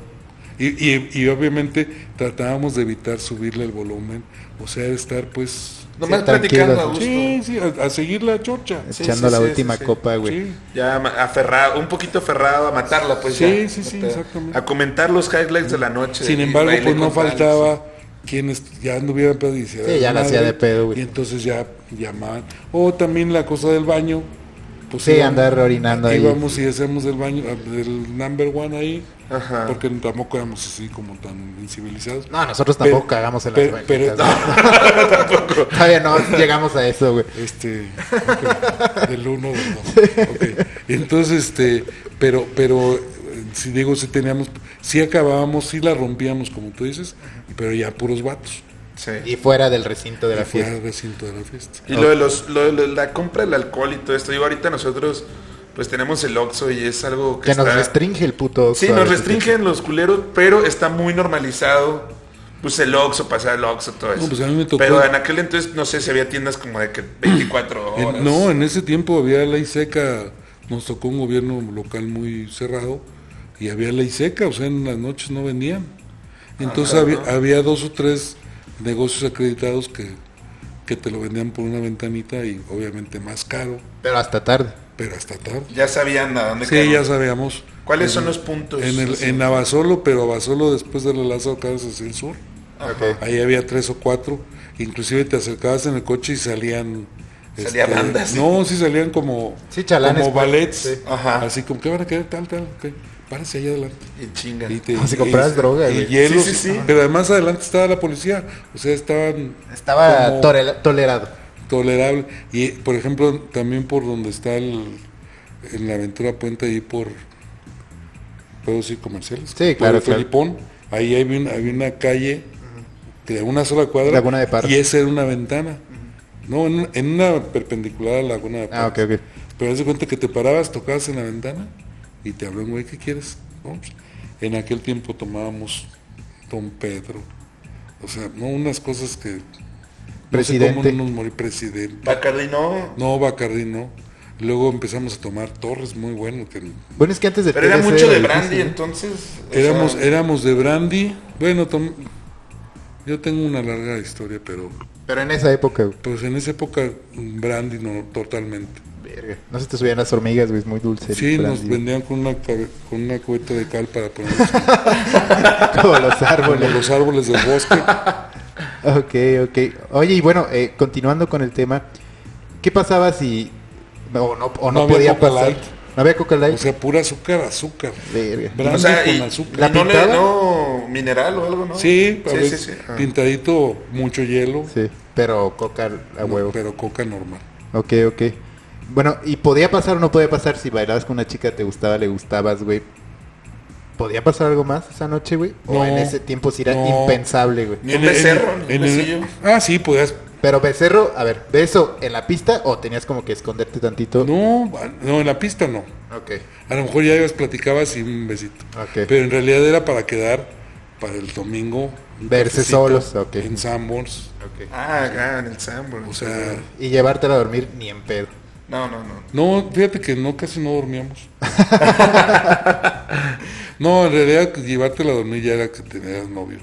S3: Y, y- y obviamente tratábamos de evitar subirle el volumen, o sea, de estar pues...
S4: Nomás
S1: Sí,
S4: platicando
S1: tranquilos.
S4: a gusto.
S3: Sí, sí, a, a seguir la chocha.
S4: Sí,
S1: Echando
S4: sí,
S1: la
S4: sí,
S1: última
S4: sí, sí.
S1: copa, güey.
S3: Sí.
S4: Ya ma- aferrado, un poquito aferrado a matarla, pues
S3: Sí,
S4: ya.
S3: sí, sí,
S4: A pedo.
S3: exactamente.
S4: A comentar los highlights de la noche.
S3: Sin
S4: y
S3: embargo,
S4: baile
S3: pues no
S4: con tal,
S3: faltaba quienes ya anduvieran pedo y hicieran
S1: Sí, ya la
S3: madre,
S1: hacía de pedo, güey.
S3: Y entonces ya llamaban. O también la cosa del baño. Pues
S1: Sí,
S3: íbamos-
S1: andar orinando ahí.
S3: Íbamos y hacíamos del baño, ah, del number one ahí.
S4: Ajá.
S3: Porque tampoco éramos así como tan incivilizados.
S1: No, nosotros tampoco
S3: Pero-
S1: cagamos en las
S3: pero-
S1: banquetas,
S3: pero-
S1: güey. Todavía no llegamos a eso, güey.
S3: Este, ok, del uno, del dos. ok. Entonces, este, pero, pero, eh, si digo, si teníamos, si acabábamos, si la rompíamos, como tú dices, pero ya puros vatos.
S4: Sí.
S1: Y fuera del recinto de la
S3: Y fuera
S1: fiesta.
S3: del recinto de la fiesta.
S4: Y lo de, los, lo de lo- la compra del alcohol y todo esto. Digo, ahorita nosotros pues tenemos el Oxxo y es algo que,
S1: Que nos
S4: está-
S1: restringe el puto.
S4: Sí,
S1: Oxxo a
S4: nos
S1: veces,
S4: restringen los culeros, pero está muy normalizado. Pues el Oxxo, pasar el Oxxo, todo eso.
S3: No, pues a mí me tocó-
S4: Pero en aquel entonces, no sé si había tiendas como de que 24
S3: En-
S4: horas.
S3: no, en ese tiempo había ley seca, nos tocó un gobierno local muy cerrado y había ley seca, o sea, en las noches no venían.
S1: Ah,
S3: Entonces había, había dos o tres negocios acreditados que, que te lo vendían por una ventanita y obviamente más caro,
S1: Pero hasta tarde.
S3: pero hasta tarde.
S4: Ya sabían a dónde
S3: Sí,
S4: quedaron.
S3: ya sabíamos.
S4: ¿Cuáles son los puntos?
S3: En, el, en Abasolo, pero Abasolo después de la Lázaro Cárdenas hacia el sur.
S1: Ok.
S3: Ahí había tres o cuatro. Inclusive te acercabas en el coche y salían... este,
S4: Salía banda, sí.
S3: No, sí salían como...
S1: Sí, chalanes,
S3: Como
S1: pues,
S3: ballets.
S1: sí.
S4: Ajá.
S3: Así como, ¿qué van a querer? Tal, tal. ok, Párense ahí adelante.
S4: Y chinga.
S3: Y te,
S1: Como si compraras
S3: y-
S1: droga,
S3: Y
S1: güey.
S3: hielos.
S4: Sí, sí, sí.
S3: Pero además adelante estaba la policía. O sea, estaban...
S1: Estaba
S3: como-
S1: torela- tolerado.
S3: tolerable. Y, por ejemplo, también por donde está el, en la Aventura Puente, ahí por, ¿puedo decir comerciales?
S1: Sí,
S3: Por
S1: claro,
S3: el
S1: claro.
S3: Felipón, ahí había una, había una calle de una sola cuadra.
S1: Laguna de Parra.
S3: Y esa era una ventana. No, en, en una perpendicular a la Laguna de Parra.
S1: Ah, ok, ok.
S3: Pero haz de cuenta que te parabas, tocabas en la ventana y te habló un güey, ¿qué quieres? No, pues, en aquel tiempo tomábamos Don Pedro. O sea, no unas cosas que... No sé cómo
S1: Presidente.
S3: no nos morí presidente.
S4: Bacardi no.
S3: No, Bacardi no. Luego empezamos a tomar Torres, muy bueno. Que
S1: Bueno, es que antes de
S4: Pero era
S1: TDC
S4: mucho de
S1: difícil, ¿eh?
S4: brandy,
S1: ¿no?
S4: entonces. o
S3: ¿eh? éramos,
S4: sea,
S3: éramos de Brandy. Bueno, tom- yo tengo una larga historia, pero
S1: Pero en esa época, güey.
S3: pues en esa época Brandy no, totalmente.
S1: Verga. No se te subían las hormigas, güey. Es muy dulce. el
S3: Sí, nos
S1: brandy, güey.
S3: vendían con una, cabe- con una cubeta de cal para poner
S1: Como los
S3: como
S1: árboles.
S3: los árboles del bosque.
S1: Ok, ok. Oye, y bueno, eh, continuando con el tema, ¿qué pasaba si... O no, o no,
S3: No había
S1: podía
S3: Coca
S1: pasar.
S3: Light.
S1: No Había coca light.
S3: O sea, pura azúcar, azúcar.
S1: Verga.
S3: Brandy
S4: O sea,
S3: con
S4: y,
S3: azúcar.
S1: la
S4: y no, le,
S1: pintada.
S4: no mineral o algo, ¿no?
S3: Sí, a
S4: sí, sí,
S3: veces
S4: sí. Ah.
S3: pintadito, mucho hielo,
S1: Sí, pero coca a huevo.
S3: pero coca normal.
S1: Ok, ok. Bueno, ¿y podía pasar o no podía pasar si bailabas con una chica, te gustaba, le gustabas, güey? ¿Podía pasar algo más esa noche, güey? o
S3: No,
S1: en ese tiempo sí era
S3: no.
S1: impensable, güey.
S4: Ni un becerro, ni un besillo.
S3: ah, sí, podías.
S1: Pero becerro, a ver, ¿beso en la pista o tenías como que esconderte tantito?
S3: No, no, en la pista no.
S1: Ok,
S3: A lo mejor ya ibas, platicabas y un besito.
S1: Ok.
S3: Pero en realidad era para quedar para el domingo. un
S1: Verse
S3: cafecito
S1: solos, ok.
S3: En Sanborns.
S1: ok.
S4: Ah, acá en el Sambor.
S3: O sea,
S1: Y llevártela a dormir ni en pedo.
S4: no, no, no.
S3: no, fíjate que no, casi no dormíamos. no, en realidad llevártela a dormir ya era que tenías novio.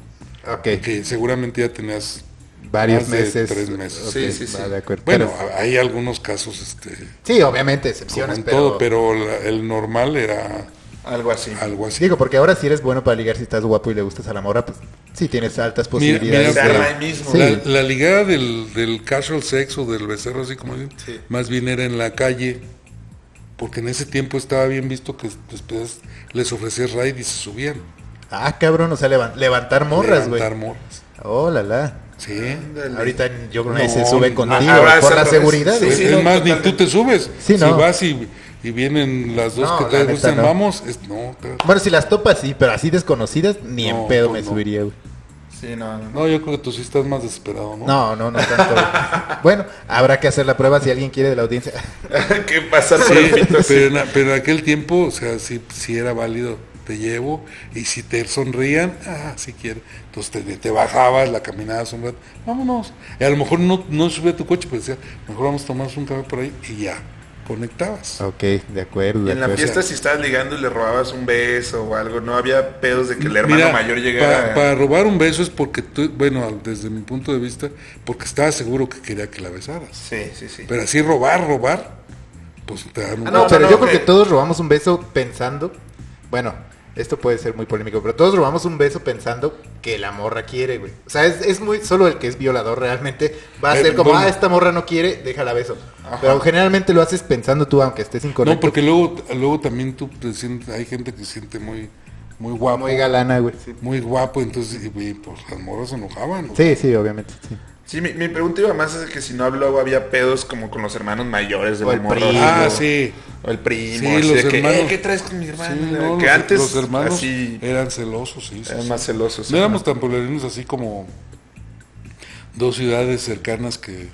S1: Ok,
S3: Que seguramente ya tenías
S1: varios
S3: más de
S1: meses.
S3: tres meses.
S1: Ok,
S4: Sí, sí, sí.
S1: va, de acuerdo.
S3: Bueno,
S1: Pero-
S3: a- hay algunos casos, este,
S1: sí, obviamente,
S3: como
S1: excepciones,
S3: en
S1: pero...
S3: todo, pero la- el normal era
S4: Algo así.
S3: algo así.
S1: Digo, porque ahora si eres bueno para ligar, si estás guapo y le gustas a la morra, pues sí tienes altas
S3: Mira,
S1: posibilidades.
S3: mira,
S1: de-
S4: Darla ahí mismo.
S1: Sí.
S3: La, la ligada del, del casual sex o del becerro, así como dicen, más bien era en la calle, porque en ese tiempo estaba bien visto que después les ofrecías ride y se subían.
S1: Ah, cabrón, o sea, levan- levantar morras, güey.
S3: Levantar morras.
S1: Oh, la la.
S3: Sí.
S4: Ándale.
S1: Ahorita en- yo creo que
S3: No,
S1: se sube
S3: no. ah,
S1: contigo,
S4: Ahora es
S1: por la
S4: al revés.
S1: seguridad,
S4: Sí,
S1: güey.
S3: es
S4: sí,
S3: es
S4: no,
S3: más, ni tú
S4: totalmente.
S3: te subes.
S1: Sí,
S3: si
S1: no.
S3: vas y, y vienen las dos
S1: No,
S3: que
S1: la
S3: te
S1: neta,
S3: gustan,
S1: no.
S3: vamos. es- no, te-
S1: Bueno, si las topas sí, pero así desconocidas, ni
S3: No,
S1: en pedo
S3: no,
S1: me
S3: no.
S1: subiría, güey.
S4: Sí, no, no. no.
S3: no, yo creo que tú sí estás más desesperado, ¿no?
S1: No, no, no tanto. güey. bueno, habrá que hacer la prueba si alguien quiere de la audiencia.
S4: ¿Qué pasa
S3: Sí,
S4: por el pito así?
S3: pero, en, pero en aquel tiempo, o sea, sí, sí era válido. Te llevo y si te sonreían, ah, si quieres. Entonces te, te bajabas, la caminabas un rato, vámonos. Y a lo mejor no, no subía a tu coche, pero decía, mejor vamos a tomarnos un café por ahí y ya, conectabas.
S4: Ah,
S1: ok, de acuerdo, de
S4: En la
S1: acuerdo.
S4: fiesta si estabas ligando y le robabas un beso o algo, no había pedos de que el hermano
S3: Mira,
S4: mayor llegara.
S3: pa- para robar un beso es porque tú, bueno, al- desde mi punto de vista, porque estaba seguro que quería que la besaras.
S4: Sí, sí, sí.
S3: Pero así robar, robar, pues te dan un
S4: Ah,
S1: No,
S4: No,
S1: pero
S4: no,
S1: yo
S4: no,
S1: creo que
S4: eh.
S1: todos robamos un beso pensando. Bueno, esto puede ser muy polémico, pero todos robamos un beso pensando que la morra quiere, güey. O sea, es, es muy. Solo el que es violador realmente va a
S3: Eh,
S1: ser como,
S3: bueno.
S1: ah, esta morra no quiere, déjala beso. Pero generalmente lo haces pensando tú, aunque estés
S3: No,
S1: incorrecto.
S3: porque luego, luego también tú te sientes- hay gente que se siente muy, muy guapo,
S1: muy
S3: muy,
S1: galana, güey. Sí,
S3: guapo, entonces y, y, pues las morras se enojaban. ¿no?
S1: sí, obviamente. sí.
S4: Sí, mi, mi pregunta iba más es que si no luego había pedos como con los hermanos mayores de
S1: O el primo.
S3: Ah, sí.
S4: O el primo.
S3: Sí,
S4: así
S3: los
S4: de que,
S3: hermanos.
S4: "Eh, ¿Qué traes con mi hermano?
S3: Sí, no,
S4: que
S3: los,
S4: antes
S3: los hermanos
S4: así
S3: eran celosos, sí. sí,
S4: eran
S3: sí.
S4: más celosos.
S3: No éramos tan polarinos así como dos ciudades cercanas que,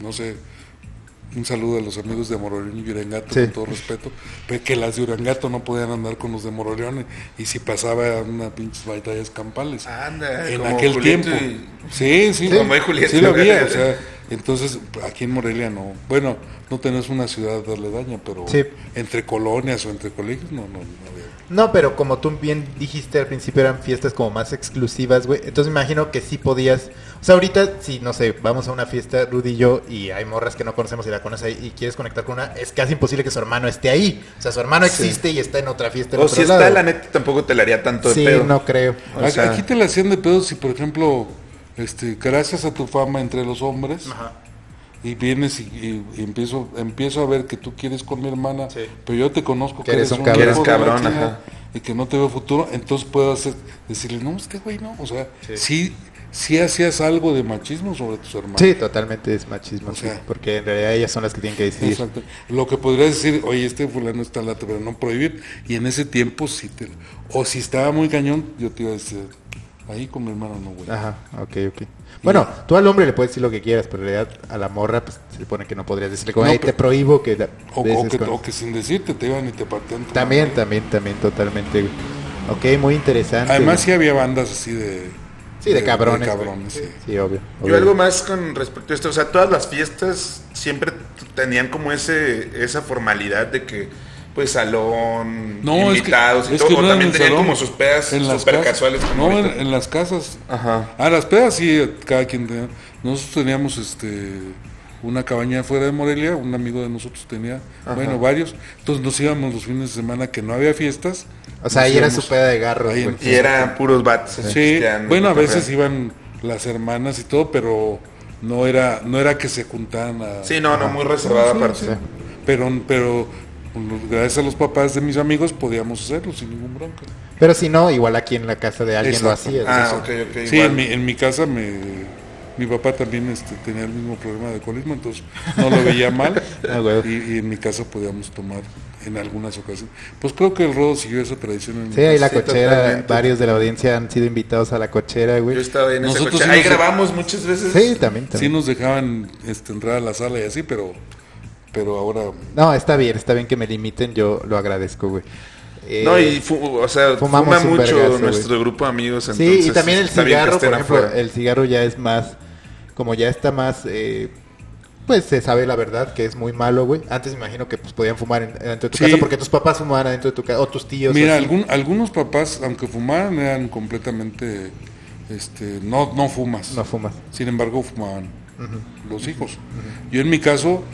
S3: no sé, un saludo a los amigos de Moroleón y Urangato,
S1: Sí.
S3: con todo respeto, pero que las de Urangato no podían andar con los de Moroleón y si pasaba eran unas pinches batallas campales.
S4: Ah, Anda,
S3: en
S4: Eh, como
S3: aquel
S4: Julieta
S3: tiempo.
S4: y-
S3: Sí, sí.
S4: Como hay Julieta
S3: sí
S4: y
S3: lo había,
S4: Urangato.
S3: o sea, entonces aquí en Morelia no. Bueno, no tenés una ciudad daña, pero
S1: Sí.
S3: entre colonias o entre colegios no, no, no había.
S1: No, pero como tú bien dijiste al principio, eran fiestas como más exclusivas, güey. Entonces me imagino que sí podías. O sea, ahorita, si no sé, vamos a una fiesta, Rudy y yo, y hay morras que no conocemos y la conoces ahí y quieres conectar con una, es casi imposible que su hermano esté ahí. O sea, su hermano existe y está en otra fiesta. En
S4: O
S1: otro
S4: si está,
S1: lado.
S4: la neta tampoco te la haría tanto de
S1: Sí,
S4: pedo.
S1: no creo.
S4: O
S3: Aquí-
S4: sea-
S3: Aquí te la hacían de pedo si, por ejemplo, este, gracias a tu fama entre los hombres, y vienes y, y- y empiezo, empiezo a ver que tú quieres con mi hermana,
S1: Sí.
S3: pero yo te conozco
S1: Que eres un
S3: hijo
S1: cabrón.
S3: de
S1: Que
S4: eres
S3: la
S4: cabrón,
S3: chingada
S4: ajá.
S3: y que no te veo futuro, entonces puedo hacer, decirle, no, es que güey, no, o sea, sí. sí, hacías algo de machismo sobre tus hermanos.
S1: Sí, totalmente es machismo,
S3: O
S1: sí,
S3: sea.
S1: porque en realidad ellas son las que tienen que decidir.
S3: Exacto. Lo que podrías decir, oye, este fulano está lata, pero no prohibir. Y en ese tiempo sí te... O si estaba muy cañón, yo te iba a decir, ahí con mi hermano no, güey.
S1: Ajá, ok, ok. Bueno, tú al hombre le puedes decir lo que quieras, pero en realidad a la morra pues, se supone que no podrías decirle como,
S3: No,
S1: "Ey, te
S3: pero-
S1: prohíbo que... la-
S3: O, o
S1: beses
S3: que,
S1: con-
S3: o que sin decirte te iban y te partían. tu
S1: También,
S3: madre.
S1: también, también, totalmente, güey. Ok, muy interesante.
S3: Además
S1: güey.
S3: sí había bandas así de...
S1: sí, de, cabrones.
S3: de
S1: güey.
S3: cabrones,
S1: sí.
S3: sí.
S1: obvio.
S4: Yo
S1: obvio.
S4: algo más con respecto a esto, o sea, todas las fiestas siempre t- tenían como ese esa formalidad de que pues salón,
S3: No, es que,
S4: invitados y
S3: es
S4: todo,
S3: que no
S4: o
S3: era
S4: también
S3: en el
S4: tenían
S3: salón.
S4: como sus pedas
S3: En las
S4: super
S3: casas.
S4: casuales como
S3: No, en,
S4: ahorita.
S3: en las casas.
S4: Ajá.
S3: Ah, las pedas sí, cada quien tenía. Nosotros teníamos este una cabaña fuera de Morelia, un amigo de nosotros tenía, bueno, varios. Entonces nos íbamos los fines de semana que no había fiestas.
S1: O sea,
S3: Nos
S1: ahí era
S3: íbamos-
S1: su peda de garro,
S3: ahí
S1: güey.
S3: en-
S4: Y eran puros vatos. así,
S3: Sí,
S4: pisteando,
S3: bueno, a veces
S4: cotorreando.
S3: iban las hermanas y todo, pero no era no era que se juntaran a
S4: Sí, no, no, muy reservada
S3: Sí,
S4: aparte.
S3: sí. Pero, pero Gracias a los papás de mis amigos podíamos hacerlo sin ningún bronca.
S1: Pero si no, igual aquí en la casa de alguien lo
S3: Exacto.
S1: hacía.
S4: Ah,
S1: eso.
S4: ok, ok.
S3: Sí,
S4: igual.
S3: en mi, en mi casa me, mi papá también este, tenía el mismo problema de alcoholismo, entonces no lo veía mal.
S1: Ah, güey.
S3: y, y en mi casa podíamos tomar en algunas ocasiones. Pues creo que el rodo siguió esa tradición. En mi
S1: Sí, ahí la
S4: Sí,
S1: cochera,
S4: totalmente.
S1: varios de la audiencia han sido invitados a la cochera,
S4: Yo
S1: güey.
S4: estaba en esa
S3: Nosotros
S4: coche.
S3: sí
S4: Ahí
S3: nos-
S4: grabamos muchas veces.
S1: Sí, también,
S3: Sí
S1: también.
S3: nos dejaban este, entrar a la sala y así, pero, pero ahora...
S1: No, está bien, está bien que me limiten, yo lo agradezco, güey. Eh,
S4: No, y fu- o sea,
S1: fumamos
S4: fuma
S1: un
S4: mucho
S1: vergazo,
S4: nuestro grupo de amigos.
S1: Sí, y
S4: entonces
S1: también el
S4: está bien que
S1: cigarro, por
S4: estén
S1: ejemplo,
S4: afuera.
S1: el cigarro ya es más, como ya está más, eh, pues se sabe la verdad que es muy malo, güey. Antes me imagino que pues podían fumar en- dentro de tu
S3: Sí.
S1: casa porque tus papás fumaban adentro de tu casa, o tus tíos.
S3: Mira,
S1: así.
S3: algún- algunos papás, aunque fumaran, eran completamente... Este, no, no fumas.
S1: No fumas.
S3: Sin embargo, fumaban los hijos. Yo en mi caso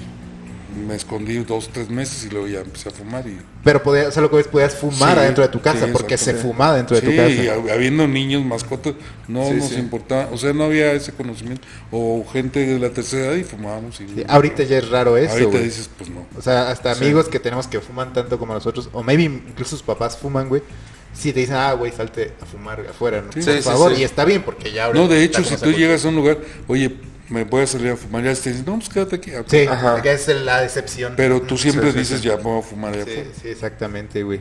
S3: me escondí dos, tres meses y luego ya empecé a fumar y...
S1: Pero podías, o sea, lo que ves, podías fumar
S3: Sí,
S1: adentro de tu casa
S3: sí,
S1: porque se
S3: exacto.
S1: fumaba dentro de
S3: Sí,
S1: tu
S3: y
S1: casa.
S3: hab- habiendo niños, mascotas, no
S4: Sí,
S3: nos
S4: sí.
S3: importaba, o sea, no había ese conocimiento, o gente de la tercera edad y fumábamos. Y,
S1: Sí, ahorita ya es raro eso,
S3: Ahorita
S1: güey.
S3: dices, pues no.
S1: O sea, hasta amigos que tenemos que fuman tanto como nosotros, o maybe incluso sus papás fuman, güey. Si te dicen, ah, güey, salte a fumar afuera, ¿no?
S3: Sí.
S1: Por
S4: Sí, sí,
S1: favor,
S4: sí.
S1: y está bien porque ya ahorita
S3: No, de
S1: está
S3: hecho, si
S1: como esa
S3: tú
S1: cultura.
S3: llegas a un lugar, oye, me voy a salir a fumar, ya te dicen, no, pues quédate aquí. Ah,
S1: Sí,
S4: Ajá.
S1: que es la decepción.
S3: Pero tú siempre
S4: sí,
S3: dices,
S4: sí.
S3: ya me voy a fumar allá
S1: Sí,
S3: afuera.
S1: sí, exactamente, güey.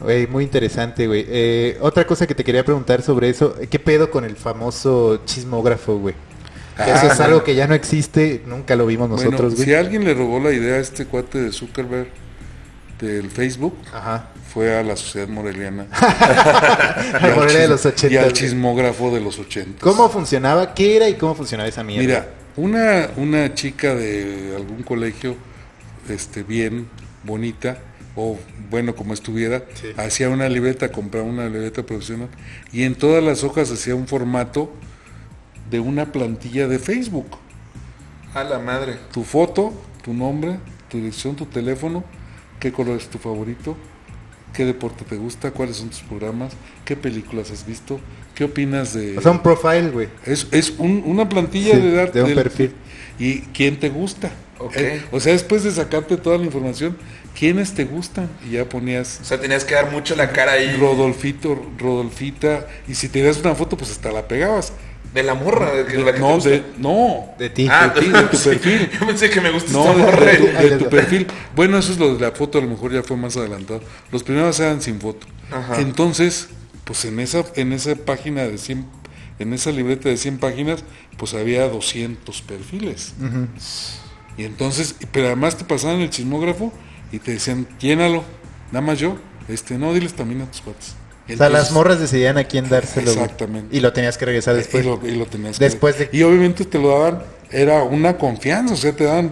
S1: Güey, muy interesante, güey. Eh, otra cosa que te quería preguntar sobre eso, ¿qué pedo con el famoso chismógrafo, güey? Que eso es algo que ya no existe, nunca lo vimos
S3: Ah. Bueno,
S1: nosotros, güey.
S3: si alguien le robó la idea a este cuate de Zuckerberg del Facebook,
S1: Ajá.
S3: fue a la sociedad moreliana. Y
S1: Al
S3: al
S1: Morelia de los
S3: chism- Y
S1: 80.
S3: al
S1: güey.
S3: chismógrafo de los 80.
S1: ¿Cómo funcionaba? ¿Qué era y cómo funcionaba esa mierda?
S3: Mira, una, una chica de algún colegio, este, bien, bonita, o bueno, como estuviera,
S1: Sí.
S3: hacía una libreta, compraba una libreta profesional, y en todas las hojas hacía un formato de una plantilla de Facebook.
S4: A la madre.
S3: Tu foto, tu nombre, tu dirección, tu teléfono, qué color es tu favorito, qué deporte te gusta, cuáles son tus programas, qué películas has visto, qué opinas de...
S1: O sea, un profile, güey.
S3: Es, es un- una plantilla
S1: Sí,
S3: de darte
S1: de un
S3: el-
S1: perfil.
S3: Y quién te gusta.
S4: Ok.
S3: Eh, o sea, después de sacarte toda la información, quiénes te gustan. Y ya ponías
S4: O sea, tenías que dar mucho la cara ahí.
S3: Rodolfito, Rodolfita. Y si tenías una foto, pues hasta la pegabas.
S4: De la morra. de que- la que te
S3: no,
S4: gusta.
S3: de, no.
S1: De ti.
S4: Ah,
S3: de ti, de tu
S4: sí.
S3: perfil.
S4: Yo pensé que me gusta
S3: No,
S4: esta
S3: de,
S4: morra.
S3: de tu,
S1: Ahí
S3: de
S1: les
S3: tu
S1: va.
S3: perfil. Bueno, eso es lo de la foto, a lo mejor ya fue más adelantado. Los primeros eran sin foto.
S4: Ajá.
S3: Entonces, pues en esa, en esa página de 100, en esa libreta de 100 páginas, pues había 200 perfiles. Y entonces, pero además te pasaban el chismógrafo y te decían, llénalo, nada más yo, este, no, diles también a tus cuates.
S1: o sea, las
S3: Entonces,
S1: morras decidían a quién dárselo. güey.
S3: Exactamente.
S1: Y lo tenías que regresar después.
S3: y lo, y lo tenías
S1: Después
S3: que-
S1: de-
S3: Y obviamente te lo daban, era una confianza, o sea, te daban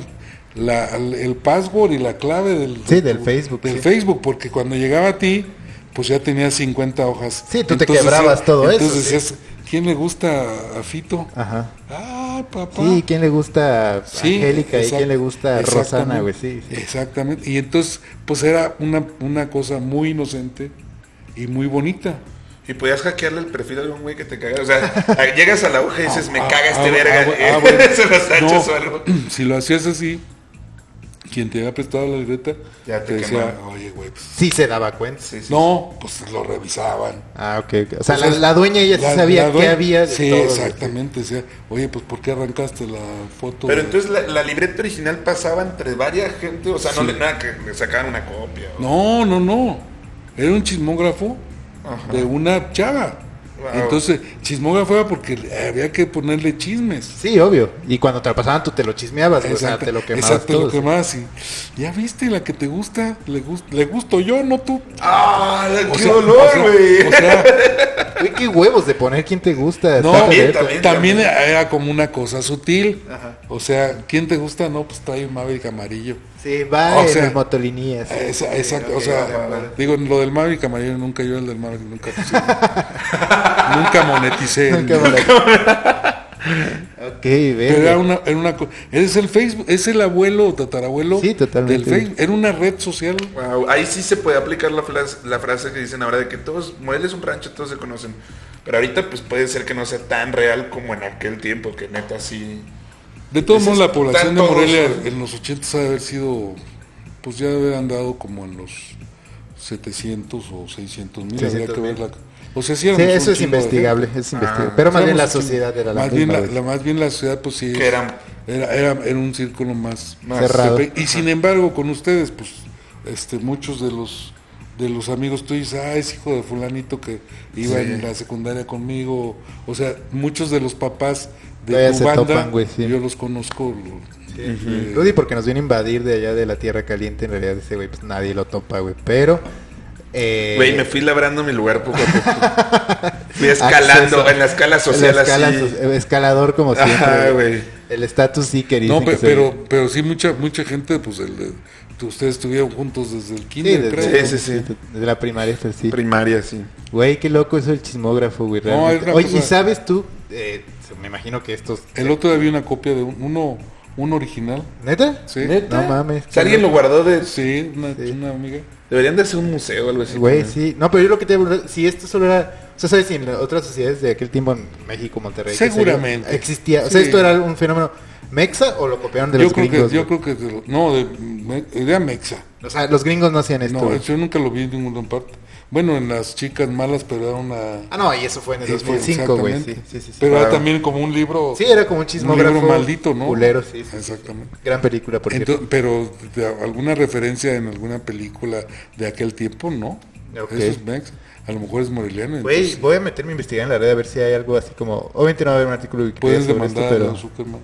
S3: la, el, el password y la clave del,
S1: Sí, del Facebook,
S3: Del
S1: sí.
S3: Facebook, porque cuando llegaba a ti, pues ya tenías 50 hojas.
S1: Sí, tú te quebrabas todo eso,
S3: Entonces
S1: sí.
S3: decías, ¿quién le gusta a Fito?
S1: Ajá.
S3: Ah, papá.
S1: Sí, ¿quién le gusta a
S3: Sí,
S1: Angélica y
S3: exact-
S1: quién le gusta a Rosana,
S3: exactamente,
S1: güey? Sí, sí.
S3: Exactamente. Y entonces, pues era una, una cosa muy inocente y muy bonita.
S4: Y podías hackearle el perfil a algún güey que te cagara. O sea, llegas a la hoja y dices, me caga este
S3: Ah,
S4: verga.
S3: ah, ah, bueno.
S4: Se los tachas
S3: No,
S4: o algo.
S3: Si lo hacías así, quien te había prestado la libreta,
S4: Ya
S3: te
S4: te
S3: decía,
S4: quemaron.
S3: oye, güey, pues,
S1: Sí se daba cuenta.
S4: Sí, sí.
S3: no, pues lo revisaban.
S1: Ah, ok. ok. O sea,
S3: O
S1: la,
S3: sea,
S1: la dueña ella sí
S3: Pues la- la
S1: sabía qué
S3: dueña-
S1: había. de
S3: Sí,
S1: todo, güey.
S3: exactamente. Decía, oye, pues ¿por qué arrancaste la foto?
S4: Pero
S3: de-
S4: entonces la, la libreta original pasaba entre varias gente. O sea, no
S3: Sí.
S4: le nada que le sacaban una copia. o-
S3: No, no, no. Era un chismógrafo de una chava.
S4: Wow.
S3: Entonces, chismógrafo era porque había que ponerle chismes.
S1: Sí, obvio. Y cuando te lo pasaban, tú te lo chismeabas, güey. o sea,
S3: Exacto,
S1: te lo quemabas
S3: exacto,
S1: todo.
S3: lo quemabas y ya viste la que te gusta, le, gus- le gusto yo, no tú.
S4: ¡Ah!
S3: O
S4: ¡Qué
S3: sea, o
S4: dolor,
S3: sea,
S4: güey!
S3: o sea,
S1: Güey, qué huevos de poner quién te gusta.
S3: no,
S1: está
S4: También,
S1: perverso.
S4: también.
S3: también era como una cosa sutil. O sea, ¿quién te gusta? No, pues trae un Mavic amarillo.
S1: Sí, va
S3: O
S1: en
S3: sea,
S1: el motolinía. sí.
S3: Esa- exacto, o
S4: ok,
S3: sea,
S4: vale, vale.
S3: digo, lo del Mavic amarillo nunca yo el del Mavic nunca puse. nunca moneticé. el-
S1: Qué barato. ok,
S3: Pero
S1: ve.
S3: era una, era una co- es el Facebook, es el abuelo o tatarabuelo
S1: Sí, totalmente.
S3: del Facebook, era una red social.
S4: Wow, ahí sí se puede aplicar la, flas- la frase que dicen ahora de que todos, Morelia es un rancho, todos se conocen. Pero ahorita pues puede ser que no sea tan real como en aquel tiempo, que neta sí.
S3: De todos
S4: Ese
S3: modos,
S4: es-
S3: la población
S4: están
S3: de
S4: todos,
S3: Morelia
S4: güey.
S3: en los 80 ha de haber sido pues ya debe haber andado como en los 700 o 600 mil. Habría que
S1: 600,000.
S3: ver la... O sea, sí éramos
S1: Sí,
S3: un
S1: eso es
S3: chingo de
S1: investigable,
S3: gente.
S1: es investigable. Pero más
S3: Sí
S1: bien la
S3: éramos un chingo.
S1: sociedad era la
S3: más bien
S1: misma,
S3: la,
S1: güey.
S3: la- Más bien la sociedad, pues sí.
S4: Que eran-
S3: Era, era, era un círculo más,
S1: Más cerrado.
S3: sepe- Y sin embargo, con ustedes, pues, este, muchos de los de los amigos tuyos, ah, es hijo de fulanito que iba en la secundaria conmigo. O sea, muchos de los papás de
S1: Todavía
S3: tu
S1: se
S3: banda,
S1: topan, güey, sí.
S3: yo los conozco. lo-
S1: Rudy porque nos viene a invadir de allá de la tierra caliente, en realidad ese güey pues nadie lo topa, güey. Pero... eh,
S4: Güey, me fui labrando mi lugar poco a poco. Fui escalando
S1: acceso-
S4: en la escala social
S1: la escala
S4: así.
S1: so- eh, escalador como
S4: Ajá,
S1: siempre. güey.
S4: güey.
S1: El status seeker.
S3: No,
S1: dicen que
S3: pe-
S1: se-
S3: pero, pero sí, mucha mucha gente, pues, el de- que ustedes estuvieron juntos desde el
S1: Sí,
S3: 15.
S1: desde,
S4: Sí, sí, sí.
S1: desde la primaria, pues, sí.
S4: Primaria, sí.
S1: Güey, qué loco eso el chismógrafo, güey.
S3: No,
S1: realmente.
S3: es una
S1: Oye,
S3: cosa-
S1: ¿y sabes tú? Eh, me imagino que estos...
S3: El otro día había una copia de un- uno, un original.
S1: ¿Neta?
S3: Sí.
S1: ¿Neta? No mames.
S4: Si alguien lo guardó de.
S3: Sí, una,
S1: Sí.
S3: una amiga.
S4: Deberían de ser un museo o algo así.
S1: Güey,
S4: también.
S1: sí. No, pero yo lo que te si esto solo era, o sea, sabes si en la- otras sociedades de aquel tiempo en México, Monterrey, qué sé yo,
S3: Seguramente.
S1: existía, o sea,
S3: Sí.
S1: esto era un fenómeno mexa o lo copiaron de
S3: Yo
S1: los
S3: creo,
S1: gringos.
S3: que, yo
S1: güey?
S3: creo que, de lo- no, de, me- era Mexa.
S1: O sea, los gringos no hacían esto.
S3: No,
S1: güey.
S3: yo nunca lo vi en ninguna parte. Bueno, en las chicas malas, pero era una...
S1: Ah, no, y eso fue en el 2005, güey. Sí, sí, sí. sí.
S3: Pero era
S4: Claro.
S3: también como un libro...
S1: Sí, era como un chismógrafo
S3: Un libro maldito, ¿no?
S1: culero, sí, sí, sí.
S3: Exactamente.
S1: Gran película, por cierto.
S3: Ento- pero de alguna referencia en alguna película de aquel tiempo, no.
S1: Ok.
S3: Eso es Mexa. A lo mejor es Moreliano.
S1: Güey,
S3: entonces
S1: voy a meterme a investigar en la red a ver si hay algo así como. Obviamente no va a haber un artículo de Wikipedia
S3: Puedes
S1: sobre esto,
S3: demandar a
S1: pero.
S3: Leo Zuckerman.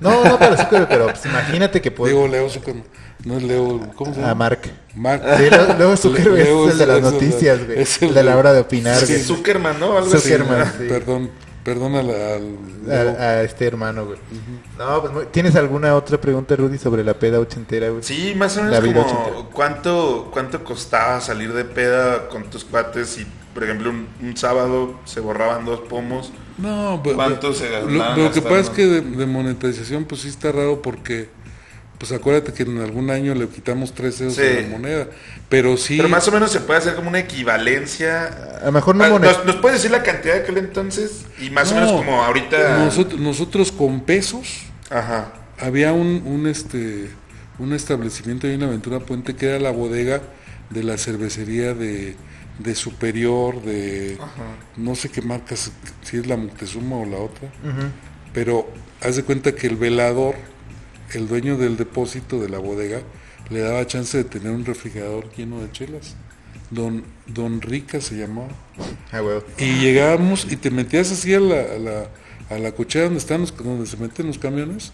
S1: No, no para Zuckerberg, pero pues, imagínate que puede.
S3: Digo Leo Zuckerman. No es Leo... ¿Cómo se llama?
S1: A Ah, Mark.
S3: Mark.
S1: Sí, luego- luego Zuckerberg es
S3: Leo
S1: el de las
S3: es el-
S1: noticias, güey.
S3: es
S1: El de la hora de opinar,
S4: Sí,
S1: güey.
S4: Zuckerman, ¿no? Algo así.
S1: Zuckerman,
S4: ¿no?
S1: sí.
S3: Perdón, perdón al- al-
S1: A, a este hermano, güey. No, pues muy- ¿tienes alguna otra pregunta, Rudy, sobre la peda ochentera, güey?
S4: Sí, más o
S1: La
S4: menos
S1: vida
S4: como
S1: ochentera.
S4: cuánto, cuánto costaba salir de peda con tus cuates y, por ejemplo, un, un sábado se borraban dos pomos.
S3: No, pero-
S4: ¿Cuánto se
S3: lo-
S4: gastaban
S3: Lo, que
S4: gastando?
S3: pasa es que de, de monetización, pues sí está raro porque, pues acuérdate que en algún año le quitamos tres ceros
S4: Sí.
S3: a la moneda, pero sí,
S4: Pero más o menos se puede hacer como una equivalencia.
S1: A lo mejor no
S4: Ah,
S1: monet-
S4: ¿Nos, nos puedes decir la cantidad de aquel entonces? Y más
S3: No,
S4: o menos como ahorita...
S3: nosotros, nosotros con pesos
S4: Ajá.
S3: había un, un, este un establecimiento ahí en Aventura Puente que era la bodega de la cervecería de, de Superior, de no sé qué marcas, si es la Moctezuma o la otra, pero haz de cuenta que el velador, el dueño del depósito de la bodega, le daba chance de tener un refrigerador lleno de chelas. Don, Don Rica se llamaba.
S1: Ah, güey.
S3: Y llegábamos y te metías así a la, a la, a la cochera donde están los- donde se meten los camiones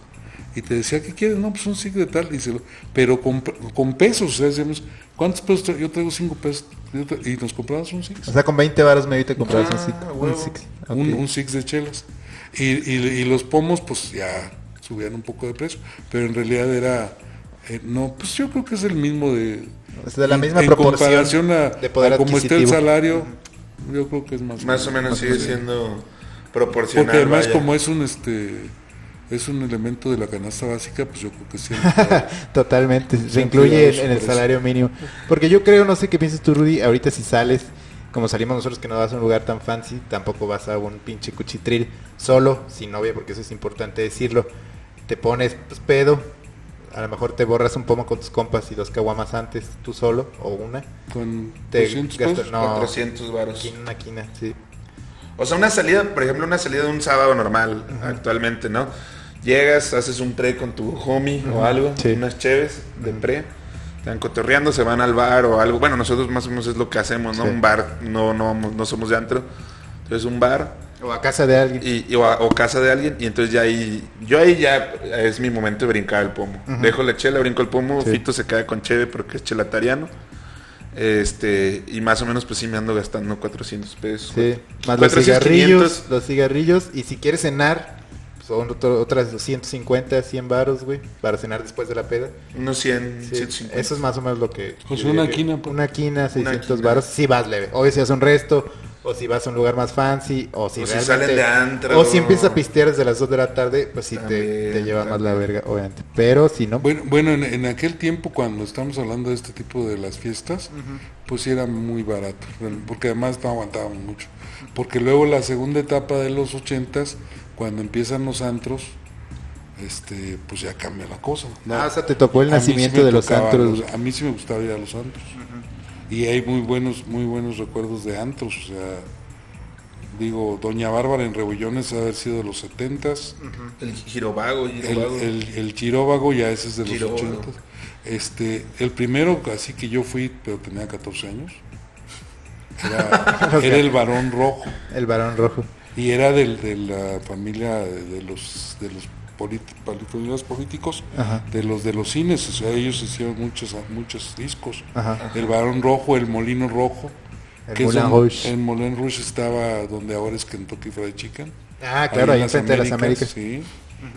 S3: y te decía, ¿qué quieres? No, pues un ciclo de tal. Y se lo- pero con, con pesos, o sea, decíamos, ¿cuántos pesos? tra- Yo traigo cinco pesos. yo tra- y nos comprabas un six.
S1: O sea, con 20 varos medio te comprabas un
S4: Ah,
S1: six- un
S4: huevo.
S1: six.
S3: Un,
S1: Ok.
S3: un six de chelas. Y, y- y los pomos, pues ya subían un poco de precio. Pero en realidad era... eh, no, pues yo creo que es el mismo de...
S1: O sea, de la
S3: en-
S1: misma
S3: en
S1: proporción
S3: comparación a,
S1: de poder
S3: a como está el
S1: adquisitivo.
S3: salario, yo creo que es más...
S4: Más o menos sigue siendo proporcional.
S3: Porque además
S4: vaya.
S3: como es un este es un elemento de la canasta básica, pues yo creo que sí. entra.
S1: Totalmente, se
S3: Siempre
S1: incluye
S3: damos
S1: en, en el
S3: por eso.
S1: salario mínimo. Porque yo creo, no sé qué piensas tú, Rudy, ahorita si sales, como salimos nosotros que no vas a un lugar tan fancy, tampoco vas a un pinche cuchitril solo, sin novia, porque eso es importante decirlo. Te pones pues, pedo, a lo mejor te borras un pomo con tus compas y dos caguamas antes, tú solo, o una.
S3: con
S1: Te
S3: 200
S1: gastas-
S3: pesos.
S1: no.
S4: 400 varos.
S1: Quina, una quina, sí.
S4: O sea, una salida, por ejemplo, una salida de un sábado normal actualmente, ¿no? Llegas, haces un pre con tu homie o algo,
S1: Sí.
S4: unas cheves de pre, están cotorreando, se van al bar o algo. Bueno, nosotros más o menos es lo que hacemos, ¿no?
S1: Sí.
S4: Un bar, no, no, vamos- no somos de antro. Entonces un bar
S1: O a casa de alguien.
S4: y, y- o, a- o casa de alguien y entonces ya ahí, yo ahí ya es mi momento de brincar el pomo. Dejo la chela, brinco el pomo,
S1: Sí.
S4: Fito se queda con cheve porque es chelatariano. Este, y más o menos pues sí me ando gastando 400 pesos.
S1: Sí,
S4: cuatro-
S1: más los
S4: 400,
S1: cigarrillos,
S4: 500.
S1: los cigarrillos y si quieres cenar, pues, son otro- otras 250, 100 varos, güey, para cenar después de la peda.
S4: Unos 100,
S1: Sí,
S4: 150.
S1: eso es más o menos lo que...
S3: Pues
S1: yo
S3: una
S1: diría que-
S3: quina, pues.
S1: Una quina, 600
S4: quina.
S1: baros. Si vas leve. O si haces un resto, o si vas a un lugar más fancy, o si,
S4: O si
S1: realmente-
S4: salen de antro.
S1: O si empiezas a pistear desde las 2 de la tarde, pues sí te,
S4: También,
S1: te lleva más la
S4: también.
S1: verga, obviamente. Pero si no...
S3: Bueno, bueno en, en aquel tiempo cuando estamos hablando de este tipo de las fiestas, pues sí era muy barato, real- porque además no aguantábamos mucho. Porque luego la segunda etapa de los ochentas, cuando empiezan los antros, este, pues ya cambia la cosa.
S1: Ah, o sea, te tocó el
S3: A mí sí
S1: nacimiento
S3: me
S1: de los
S3: tocaba
S1: antros.
S3: los- a mí sí me gustaba ir a los antros. Y hay muy buenos, muy buenos recuerdos de antros. O sea, digo, Doña Bárbara en Rebullones ha de haber sido de los 70s.
S4: El girovago,
S3: El,
S4: girovago.
S3: el, el Chiróvago ya ese es de los
S4: Chiróvago.
S3: 80. Este, el primero, así que yo fui, pero tenía 14 años. Era, era el varón rojo.
S1: El varón rojo.
S3: Y era del- de la familia de de los de los polit- palitos políticos,
S1: Ajá.
S3: de los de los cines, o sea, ellos hicieron muchos muchos discos.
S1: Ajá.
S3: El Barón Rojo, el Molino Rojo.
S1: El
S3: es
S1: Moulin
S3: un-
S1: Rouge.
S3: El Moulin Rouge estaba donde ahora es Kentucky Fried Chicken.
S1: Ah, claro, ahí
S3: en
S1: enfrente de las Américas.
S3: Sí.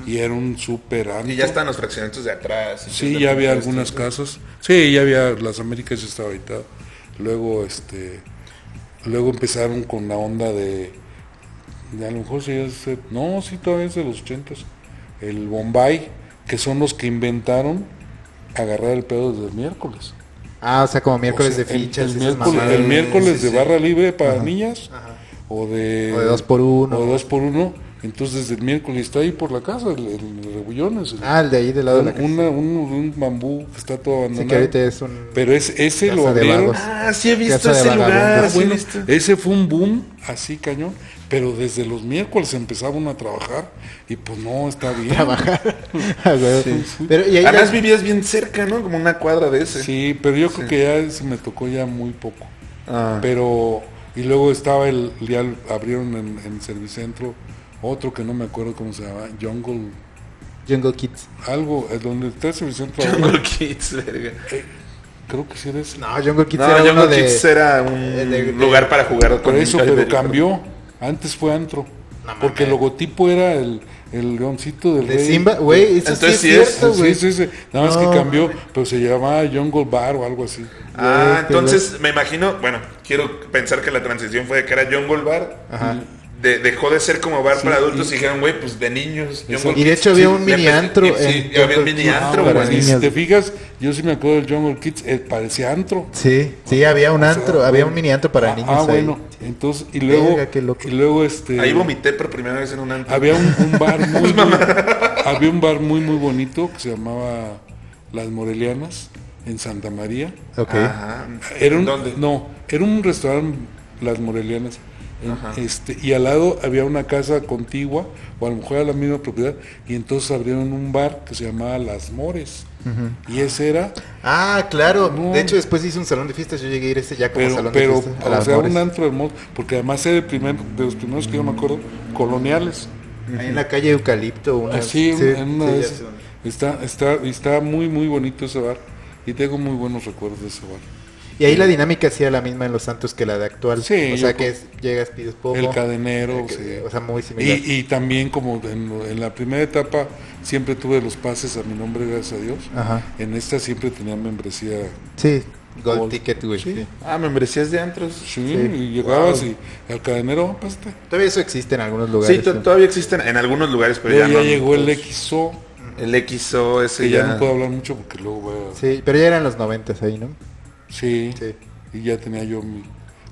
S3: Y era un súper antro.
S4: Y ya están los fraccionamientos de atrás. Este, y
S3: Sí,
S4: todo
S3: ya
S4: el-
S3: había algunas casas. Sí, ya había las Américas ya estaba habitado. Luego este luego empezaron con la onda de, de a lo mejor si es, eh, no, sí todavía es de los ochentas. El Bombay, que son los que inventaron agarrar el pedo desde el miércoles.
S1: Ah, o sea, como miércoles
S3: O sea,
S1: de
S3: el-
S1: fichas.
S3: El,
S1: y esas
S3: miércoles,
S1: mamadas.
S3: el miércoles
S4: sí,
S3: de
S4: sí.
S3: barra libre para niñas. O de,
S1: O de dos por uno.
S3: O de dos por uno. Entonces el miércoles está ahí por la casa, el, el Rebullones. el-
S1: Ah, el de ahí del lado de la casa.
S3: una, un, un bambú que está todo
S1: Sí,
S3: abandonado.
S1: que ahorita es un...
S3: Pero es, ese lo
S1: Casa de
S3: abrieron.
S1: vagos.
S4: Ah, sí he visto
S1: Casa de
S4: ese lugar.
S1: vagabundos.
S3: Ah,
S4: sí he
S3: Bueno,
S4: visto.
S3: ese fue un boom así cañón, pero desde los miércoles empezaban a trabajar y pues no está bien.
S1: Ah, güey. Pero, y ahí
S4: Además
S1: las-
S4: vivías bien cerca, ¿no? Como una cuadra de ese.
S3: Sí, pero yo creo que ya se me tocó ya muy poco.
S4: Ah.
S3: Pero y luego estaba el ya abrieron en, en Servicentro otro que no me acuerdo cómo se llamaba, Jungle
S1: Jungle Kids.
S3: algo, eh, donde está el Servicentro ahora,
S4: Jungle Kids, verga.
S3: creo que sí era ese.
S1: No, Jungle Kids
S4: No,
S1: era uno
S4: Jungle
S1: de...
S4: Kids era un
S1: de- de-
S4: lugar para jugar
S3: Por
S4: con
S3: eso,
S4: niños
S3: pero
S4: de-
S3: cambió. Antes fue antro. porque el logotipo era el, el leoncito del
S1: De
S3: rey.
S1: Simba, güey, eso
S4: Entonces
S1: sí
S4: sí
S1: es
S4: es,
S1: cierto,
S3: Sí,
S1: güey.
S3: sí, sí. Nada más
S1: No,
S3: que cambió, pero se llamaba Jungle Bar o algo así.
S4: Ah,
S1: Güey,
S4: entonces me imagino, bueno, quiero pensar que la transición fue de que era Jungle Bar. de- dejó de ser como bar para adultos y, dijeron, güey, pues de niños. Jungle
S1: Y de hecho
S4: Kids".
S1: había
S4: Sí,
S1: un
S4: ya
S1: mini
S4: empe-
S1: antro
S4: y- Sí,
S1: en
S4: ya había un
S1: Jungle
S4: mini
S1: Kids.
S4: antro,
S1: Ah, para
S4: güey.
S3: Y si
S1: niños.
S3: te fijas, yo sí me acuerdo del Jungle Kids, eh, parecía antro.
S1: Sí, sí, había un antro, había un mini antro para
S3: Ah,
S1: niños
S3: Ah,
S1: ahí.
S3: bueno. Entonces, y luego,
S1: Verga, qué loco.
S3: y luego este...
S4: Ahí vomité por primera vez en un antro.
S3: Había un, un bar muy, muy- había un bar muy muy bonito que se llamaba Las Morelianas en Santa María.
S1: Ok.
S3: Ah.
S4: Ajá.
S3: Era un,
S4: ¿Dónde?
S3: No, era un restaurante Las Morelianas. en- Este, y al lado había una casa contigua, o a lo mejor era la misma propiedad, y entonces abrieron un bar que se llamaba Las Mores. Y ese era,
S1: Ah, claro.
S3: No.
S1: De hecho, después hice un salón de fiestas. Yo llegué a ir a ese ya como
S3: pero,
S1: salón
S3: pero
S1: de
S3: o
S1: fiestas. a las
S3: sea,
S1: Mores.
S3: un antro hermoso, porque además era el primer, de los primeros que yo me acuerdo, coloniales.
S1: Ahí en la calle Eucalipto. Una...
S3: Así,
S1: Ah, sí,
S3: en Ah, una
S1: sí,
S3: de
S1: ya
S3: esas.
S1: sé dónde.
S3: Está, está, está muy, muy bonito ese bar. Y tengo muy buenos recuerdos de ese bar.
S1: Y ahí la dinámica sí era la misma en los santos que la de actual.
S3: Sí,
S1: o sea,
S3: yo
S1: que
S3: creo-
S1: es- llegas, pides poco.
S3: El cadenero. sí.
S1: O sea, muy similar.
S3: y, y también como en, en la primera etapa siempre tuve los pases a mi nombre, gracias a Dios.
S1: Ajá.
S3: En esta siempre tenía membresía.
S1: Sí, Gold,
S3: Gold.
S1: Ticket, güey.
S3: Sí.
S4: Ah, membresías de antros.
S3: Sí,
S1: Sí.
S3: y llegabas y al cadenero, "Ah, pásate.
S1: Todavía eso existe en algunos lugares.
S4: Sí, to-
S1: ¿no?
S4: todavía existen en algunos lugares, pero
S3: Luego
S4: ya,
S3: ya,
S4: no.
S3: llegó el XO,
S4: El XO,
S3: que
S4: ese
S3: ya,
S4: ya.
S3: no puedo hablar mucho porque luego va... Sí.
S1: Sí, pero ya eran los noventas ahí, ¿no? Sí.
S3: Y ya tenía yo mi,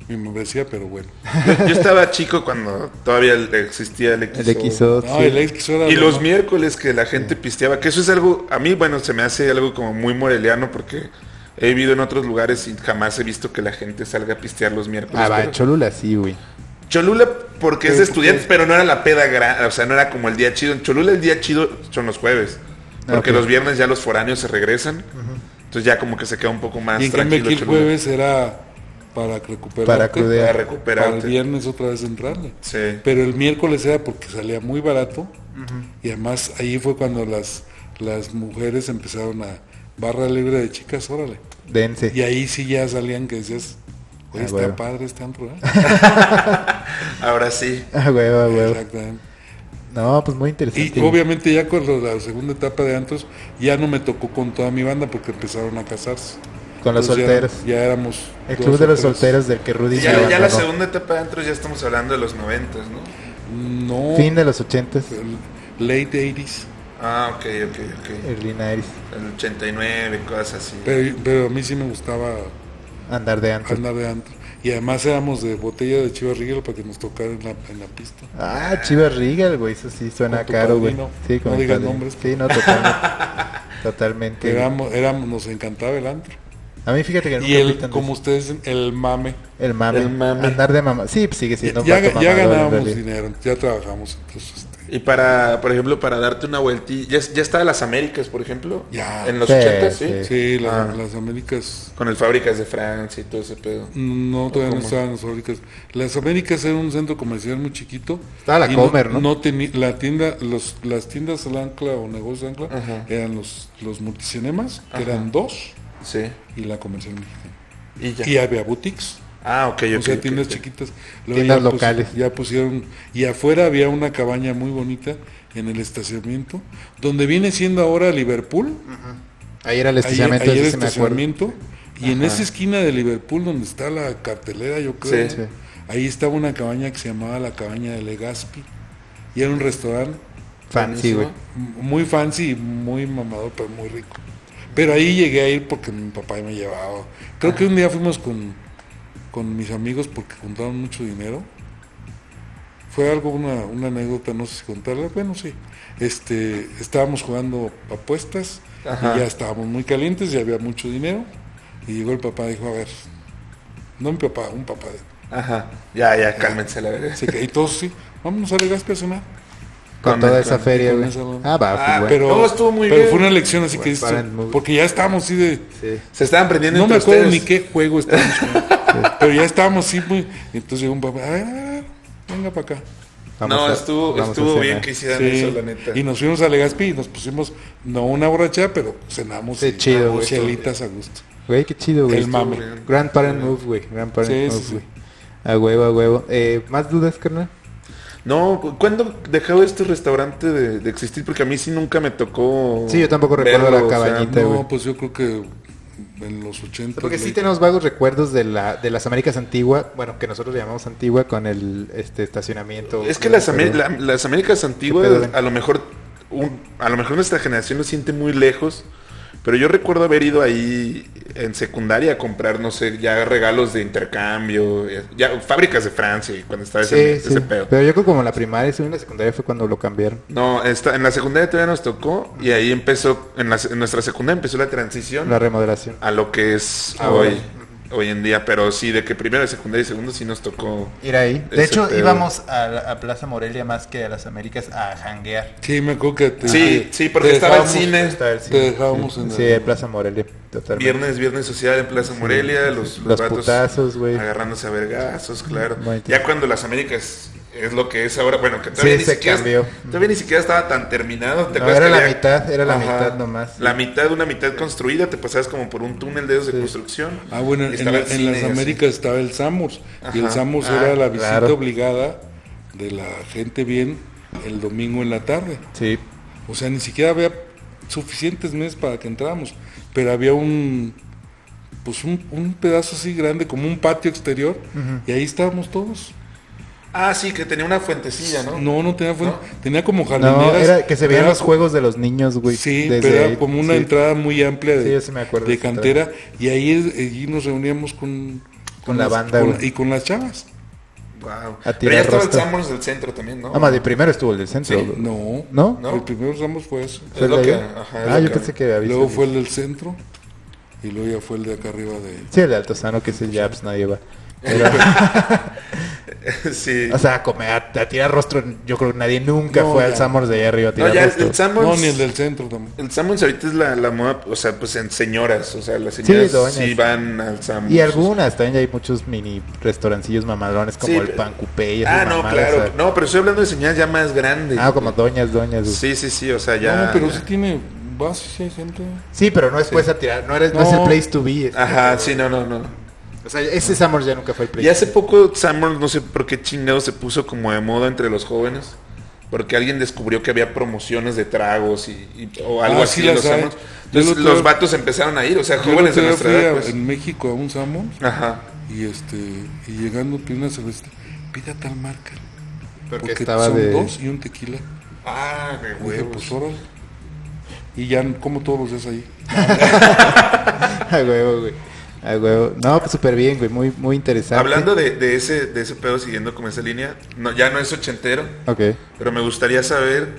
S3: mi membresía, pero bueno.
S1: Ah,
S4: Yo, yo estaba chico cuando todavía el- existía el XO.
S1: El XO.
S3: No,
S1: sí.
S3: el XO era...
S4: Y
S3: lo
S4: los
S3: más-
S4: miércoles que la gente pisteaba, que eso es algo, a mí, bueno, se me hace algo como muy moreliano porque he vivido en otros lugares y jamás he visto que la gente salga a pistear los miércoles.
S1: Ah, va,
S4: pero-
S1: en Cholula sí, güey.
S4: Cholula porque es
S3: Pero,
S4: de estudiantes, pero no era la peda gran, o sea, no era como el día chido. En Cholula el día chido son los jueves, porque
S3: Ah,
S1: ok.
S4: los viernes ya los foráneos se regresan. Entonces ya como que se queda un poco más
S3: Y en cambio
S4: tranquilo
S3: aquí el
S4: Cholula.
S3: jueves era para recuperar.
S1: Para crudear.
S4: Para
S3: Para el
S4: recuperarte.
S3: viernes otra vez entrarle.
S4: Sí.
S3: Pero el miércoles era porque salía muy barato. Y además ahí fue cuando las, las mujeres empezaron a barra libre de chicas, órale.
S1: Dense.
S3: Y ahí sí ya salían que decías, oye,
S1: Ah,
S3: está
S1: bueno.
S3: padre este antro, ¿eh?".
S4: Ahora sí.
S1: Ah, güey, ah, güey.
S3: Exactamente.
S1: No, pues muy
S3: Y
S1: interesante.
S3: obviamente ya con lo- la segunda etapa de antros ya no me tocó con toda mi banda porque empezaron a casarse.
S1: Con los
S3: Entonces ya-
S1: solteros.
S3: Ya, éramos...
S1: El
S3: dos
S1: club
S3: o
S1: de los
S3: tres.
S1: solteros del que Rudy se
S4: Ya, ya la
S1: abandonó.
S4: segunda etapa de antros ya estamos hablando de los noventas, ¿no?
S3: No.
S1: Fin de los ochentas.
S3: el late 80s.
S4: Ah, ok, ok, ok.
S1: El Linares.
S4: El 89, cosas así.
S3: Pero, pero a mí sí me gustaba
S1: Andar de antro.
S3: Ah, andar de antro. Y además éramos de botella de Chivas Regal para que nos tocara en la, en la pista.
S1: Ah, Chivas Regal, güey. Eso sí suena
S3: Con tu
S1: caro, güey.
S3: padrino.
S1: Sí, con
S3: No
S1: el
S3: digas
S1: padrino.
S3: nombres.
S1: Sí, no, totalmente. totalmente. güey.
S3: Éramos, éramos- nos encantaba el antro.
S1: A mí fíjate que nunca
S3: Y
S1: fui
S3: el,
S1: tan
S3: como ustedes dicen, el mame.
S1: El mame.
S4: El mame.
S1: Andar de mamá. Sí, pues sigue siendo un
S3: ya
S1: vato
S3: ya
S1: mamador, en
S3: ganábamos
S1: realidad.
S3: dinero, ya trabajamos. Entonces, este,
S4: Y para, por ejemplo, para darte una vueltilla, ya, ya está las Américas, por ejemplo.
S3: Ya.
S4: En los
S1: Sí,
S4: 80, ¿sí?
S1: sí.
S3: sí, la-
S4: Ah.
S3: las Américas
S4: Con el Fábricas de Francia y todo ese pedo.
S3: No, todavía
S4: ¿Cómo?
S3: no estaban las fábricas. Las Américas era un centro comercial muy chiquito.
S1: Estaba la
S3: Y
S1: Comer, ¿no?
S3: teni- la tienda, los, las tiendas al ancla o negocios ancla
S4: Ajá.
S3: eran los, los multicinemas, que
S4: Ajá.
S3: eran dos,
S4: Sí.
S3: y la comercial mexicana.
S4: Y ya.
S3: Y había boutiques,
S4: Ah, ok, ok.
S3: o sea,
S4: ok,
S3: tiendas
S4: ok.
S3: chiquitas.
S1: Tiendas
S3: pus-
S1: locales.
S3: ya pusieron, y afuera había una cabaña muy bonita en el estacionamiento, donde viene siendo ahora Liverpool.
S1: Ahí era el
S3: Ayer,
S1: estacionamiento,
S3: ayer
S1: ese sí me acuerdo.
S3: estacionamiento y en esa esquina de Liverpool donde está la cartelera, yo creo,
S4: Sí.
S1: Sí.
S3: ahí estaba una cabaña que se llamaba la cabaña de Legaspi y era un restaurante
S4: Ah,
S1: Fancy, güey.
S3: m- muy fancy y muy mamador, pero muy rico. Pero ahí llegué a ir porque mi papá me llevaba. Creo que un día fuimos con, con mis amigos porque juntaron mucho dinero. Fue algo, una, una anécdota, no sé si contarla. Bueno, sí. Este, estábamos jugando apuestas
S4: Ajá.
S3: y ya estábamos muy calientes y había mucho dinero. Y llegó el papá y dijo, a ver, no mi papá, un papá de
S4: Ajá. Ya, ya, cálmense la verga.
S3: se ca- Y todos sí, vámonos a Legazpi a cenar.
S1: Con,
S4: Con-
S1: toda
S4: con-
S1: esa feria,
S3: con
S1: güey.
S3: esa onda.
S1: Ah, va,
S4: Ah,
S1: güey.
S3: Pero,
S4: No, estuvo muy
S3: pero
S4: bien.
S3: fue una lección así que
S1: Bueno,
S3: dices,
S1: parent movie.
S3: porque ya estábamos así de,
S1: Sí.
S4: Se estaban prendiendo
S3: no me
S4: entre
S3: acuerdo
S4: ustedes.
S3: ni qué juego estábamos jugando, pero ya estábamos así muy, entonces llegó un papá, a ver, a ver, a ver, venga para acá.
S1: Vamos
S4: no,
S1: a-
S4: estuvo,
S1: vamos a
S4: estuvo
S1: cenar.
S4: bien que hicieran
S3: Sí,
S4: eso, la neta.
S3: Y nos fuimos a Legazpi y nos pusimos, no una borracha, pero cenamos
S1: Sí,
S3: y
S1: chido,
S3: tomamos
S1: güey.
S3: chelitas a gusto.
S1: Güey, qué chido, güey.
S3: El
S1: Estuvo
S3: mame.
S1: bien. Grandparent Move, güey. Grandparent
S3: Sí, sí,
S1: Move,
S3: sí.
S1: güey. A huevo, a huevo. Eh, ¿Más dudas, carnal?
S4: No, ¿cu- ¿cuándo dejaba este restaurante de, de existir? Porque a mí sí nunca me tocó.
S1: Sí, yo tampoco recuerdo la
S4: o sea,
S1: cabañita. Sí,
S3: No,
S1: güey.
S3: pues yo creo que en los 80.
S1: Porque sí
S3: late-
S1: tenemos vagos recuerdos de la de las Américas Antigua, bueno, que nosotros le llamamos Antigua con el este estacionamiento.
S4: Es que las, Amé-
S1: Américas
S4: la- las Américas
S1: ¿Qué pedo, güey?
S4: antiguas, a lo mejor, un- a lo mejor nuestra generación lo siente muy lejos, pero yo recuerdo haber ido ahí en secundaria a comprar, no sé, ya regalos de intercambio, ya, ya fábricas de Francia, y cuando estaba ese,
S1: Sí, sí.
S4: ese pedo.
S1: Pero yo creo como en la primaria, según la secundaria fue cuando lo cambiaron.
S4: No, esta- en la secundaria todavía nos tocó y ahí empezó, en, la- en nuestra secundaria empezó la transición
S1: La remodelación.
S4: a lo que es
S1: Ahora.
S4: hoy, hoy en día, pero sí, de que primero, secundaria y segundo sí nos tocó.
S1: Ir ahí. De
S4: Ese
S1: hecho,
S4: pedo.
S1: íbamos a, la- a Plaza Morelia más que a las Américas a janguear.
S3: Sí, me acuerdo que te-
S4: Sí,
S3: te-
S4: sí, porque
S3: te
S4: estaba el
S3: dejábamos-
S4: cine,
S1: Está el
S3: Te
S1: cine.
S3: dejábamos
S1: sí,
S3: en
S1: sí,
S3: el-
S1: en Plaza Morelia, totalmente.
S4: Viernes, viernes social en Plaza Morelia, los,
S1: Los
S4: vatos
S1: putazos, güey. Mm,
S4: agarrándose a vergazos, claro.
S1: Muy interesante.
S4: Ya cuando las Américas es lo que es ahora, bueno, que todavía
S1: Sí,
S4: ni
S1: se
S4: siquiera,
S1: cambió.
S4: todavía ni siquiera estaba tan terminado. ¿te
S1: No,
S4: acuerdas
S1: era
S4: que
S1: la
S4: había-
S1: mitad, era la mitad nomás.
S4: La mitad, una mitad construida, te pasabas como por un túnel de esos de construcción.
S3: Ah, bueno,
S4: y
S3: en,
S4: estaba
S3: la-
S4: el
S3: en
S4: cine y
S3: las
S4: así.
S3: Américas estaba el Samos y el
S4: Ajá.
S3: Samos
S1: Ah,
S3: era la visita
S1: claro.
S3: obligada de la gente bien el domingo en la tarde.
S1: Sí.
S3: O sea, ni siquiera había suficientes meses para que entráramos, pero había un pues un, un pedazo así grande como un patio exterior y ahí estábamos todos.
S4: Ah, sí, que tenía una fuentecilla, ¿no?
S3: No, no tenía fue-
S4: ¿No?
S3: tenía como jardineras.
S1: No, era que se
S3: pero
S1: veían
S3: era
S1: los juegos de los niños, güey.
S3: Sí,
S1: desde
S3: pero
S1: ahí.
S3: era como una
S1: Sí.
S3: entrada muy amplia de,
S1: Sí, yo sí me acuerdo
S3: de
S1: de esa
S3: cantera. Y ahí, es- allí nos reuníamos con,
S1: Con la
S3: las-
S1: banda,
S3: con-
S1: güey.
S3: y con las chavas.
S4: Wow.
S1: A tirar
S4: Pero ya estaba el
S1: rostro.
S4: Samuels del centro también, ¿no?
S1: Ah, más de primero estuvo el del centro.
S4: Sí.
S1: güey.
S3: No,
S1: ¿No?
S4: ¿No?
S3: El primero usamos fue eso.
S1: ¿Fue
S4: Es
S1: el
S4: lo
S1: de
S4: que-
S1: allá?
S4: ajá, es
S1: ah,
S4: lo
S1: yo
S4: que-
S1: pensé que había
S3: Luego
S1: sido-
S3: fue el del centro y luego ya fue el de acá arriba de...
S1: Sí, el de Altozano, que ese ya pues nadie va. Pero,
S4: sí.
S1: o sea, a, comer, a, a tirar rostro, yo creo que nadie nunca
S3: No,
S1: fue al
S3: ya.
S1: Summers de allá arriba a tirar
S4: No, ya el,
S1: rostro.
S4: el Samuels.
S3: No, ni el del centro también.
S4: El Samuels ahorita es la, la moda, o sea, pues en señoras, o sea, las señoras
S1: doñas.
S4: sí, van al Samuels.
S1: Y algunas, también ya hay muchos mini restaurancillos mamalones como
S4: Sí,
S1: el
S4: pero-
S1: pan cupé y esas
S4: Ah, no,
S1: mamadas,
S4: claro.
S1: o sea.
S4: No, pero estoy hablando de señoras ya más grandes.
S1: Ah, como doñas, doñas. güey.
S4: Sí, sí, sí, o sea, ya.
S3: no, pero
S4: ya.
S3: sí tiene... Va, sí, sí hay gente.
S1: Sí, pero no es pues a tirar, no, eres, no. es el
S3: No.
S1: place to be. es-
S4: Ajá, sí, no, no, no.
S1: O sea, ese Summers ya nunca fue el place
S4: Y
S1: to
S4: hace poco Samuels, no sé por qué chingado se puso como de moda entre los jóvenes. Porque alguien descubrió que había promociones de tragos y, y- o algo
S3: Ah,
S4: así
S3: sí las
S4: en los
S3: hay.
S4: Samuels.
S3: Yo
S4: Entonces
S3: el otro
S4: los
S3: día-
S4: vatos empezaron a ir, o sea,
S3: Yo el
S4: jóvenes de
S3: otro día
S4: nuestra
S3: fui
S4: edad,
S3: a-
S4: pues.
S3: en México a un Samos
S4: Ajá.
S3: y este y llegando pide una cervecita. Pida tal marca.
S1: be,
S3: Porque,
S1: Porque, estaba
S3: son
S1: de...
S3: dos y un tequila.
S4: Ah, de
S3: Dije,
S4: huevos.
S3: pues órale. Y ya como todos los días ahí.
S1: A huevo, güey. A Ah, huevo. No, pues súper bien, güey. Muy, muy interesante.
S4: Hablando de, de ese, de ese pedo, siguiendo con esa línea, no, ya no es ochentero,
S1: Ok.
S4: pero me gustaría saber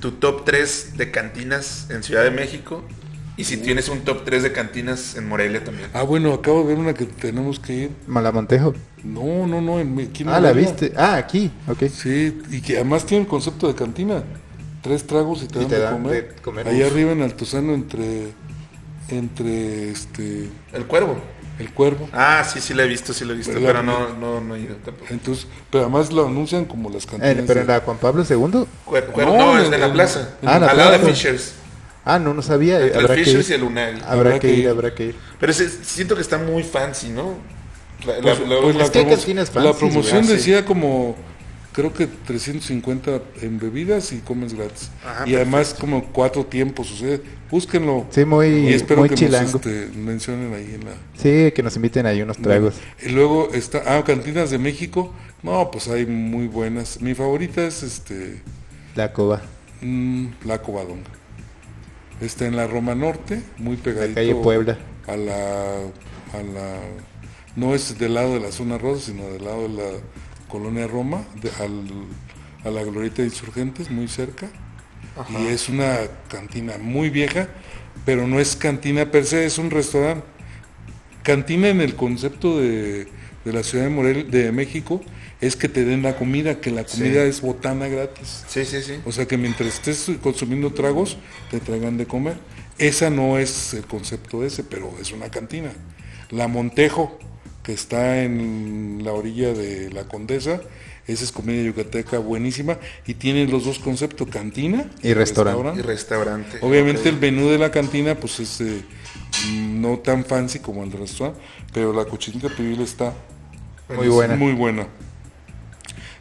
S4: tu top 3 de cantinas en Ciudad de México y si tienes un top 3 de cantinas en Morelia también.
S3: Ah, bueno, acabo de ver una que tenemos que ir.
S1: Malamontejo.
S3: No, no, no. En, aquí en
S1: Ah, la
S3: Morelia.
S1: viste. Ah, aquí. Ok.
S3: Sí, y que además tiene el concepto de cantina. Tres tragos y te
S1: Y
S3: dan,
S1: te
S3: de,
S1: dan
S3: comer.
S1: de comer.
S3: Allá
S1: Uf.
S3: arriba en Altozano entre entre este
S4: El Cuervo.
S3: el cuervo.
S4: Ah, sí, sí la he visto, sí la he visto,
S3: Pero la-
S4: pero no, no, no he ido tampoco.
S3: Entonces, pero además lo anuncian como las
S1: Eh,
S3: cantinas.
S1: pero en
S3: de-
S1: la Juan Pablo II.
S4: Cuer- cuervo,
S3: No,
S4: no, es
S3: en-
S4: de la
S3: en-
S4: plaza.
S1: Ah, la
S4: Al lado de
S1: plaza.
S4: Fishers.
S1: Ah, no, no sabía. eh,
S4: Entre
S1: Habrá que
S4: Fishers y el
S1: ir.
S4: Unal.
S1: Habrá que ir, habrá que ir.
S4: Pero sí, siento que está muy fancy, ¿no? La- la-
S3: Pues-
S4: la-
S3: pues la,
S1: es que hay
S3: promo-
S1: cantinas
S3: la
S1: fancies,
S3: promoción
S4: güey, ah,
S3: decía como creo que 350 en bebidas y comes gratis.
S4: Ajá,
S3: y además como cuatro tiempos, o sea, búsquenlo.
S1: Sí, muy,
S3: y espero
S1: muy
S3: que
S1: chilango.
S3: nos este, mencionen ahí en la
S1: Sí, que nos inviten ahí unos tragos.
S3: Y luego está, ah, Cantinas de México. No, pues hay muy buenas. Mi favorita es este
S1: La coba.
S3: mm, La Covadonga. Está en la Roma Norte, muy pegadito.
S1: calle Puebla.
S3: A la, a la, no es del lado de la zona rosa, sino del lado de la colonia Roma, de- al- a la glorieta de insurgentes, muy cerca. Y es una cantina muy vieja, pero no es cantina per se, es un restaurante. Cantina en el concepto de, de la ciudad de Morel, de México, es que te den la comida, que la comida es botana gratis.
S4: Sí, sí, sí.
S3: O sea que mientras estés consumiendo tragos, te traigan de comer. Esa no es el concepto ese, pero es una cantina. La Montejo, que está en la orilla de la Condesa, esa es comida yucateca buenísima y tiene los dos conceptos, cantina
S1: Y restaurante.
S4: Y restaurante.
S3: Obviamente
S4: Ok.
S3: el menú de la cantina pues es eh, mm, no tan fancy como el restaurante, pero la cochinita pibil está
S1: Muy buena.
S3: muy buena.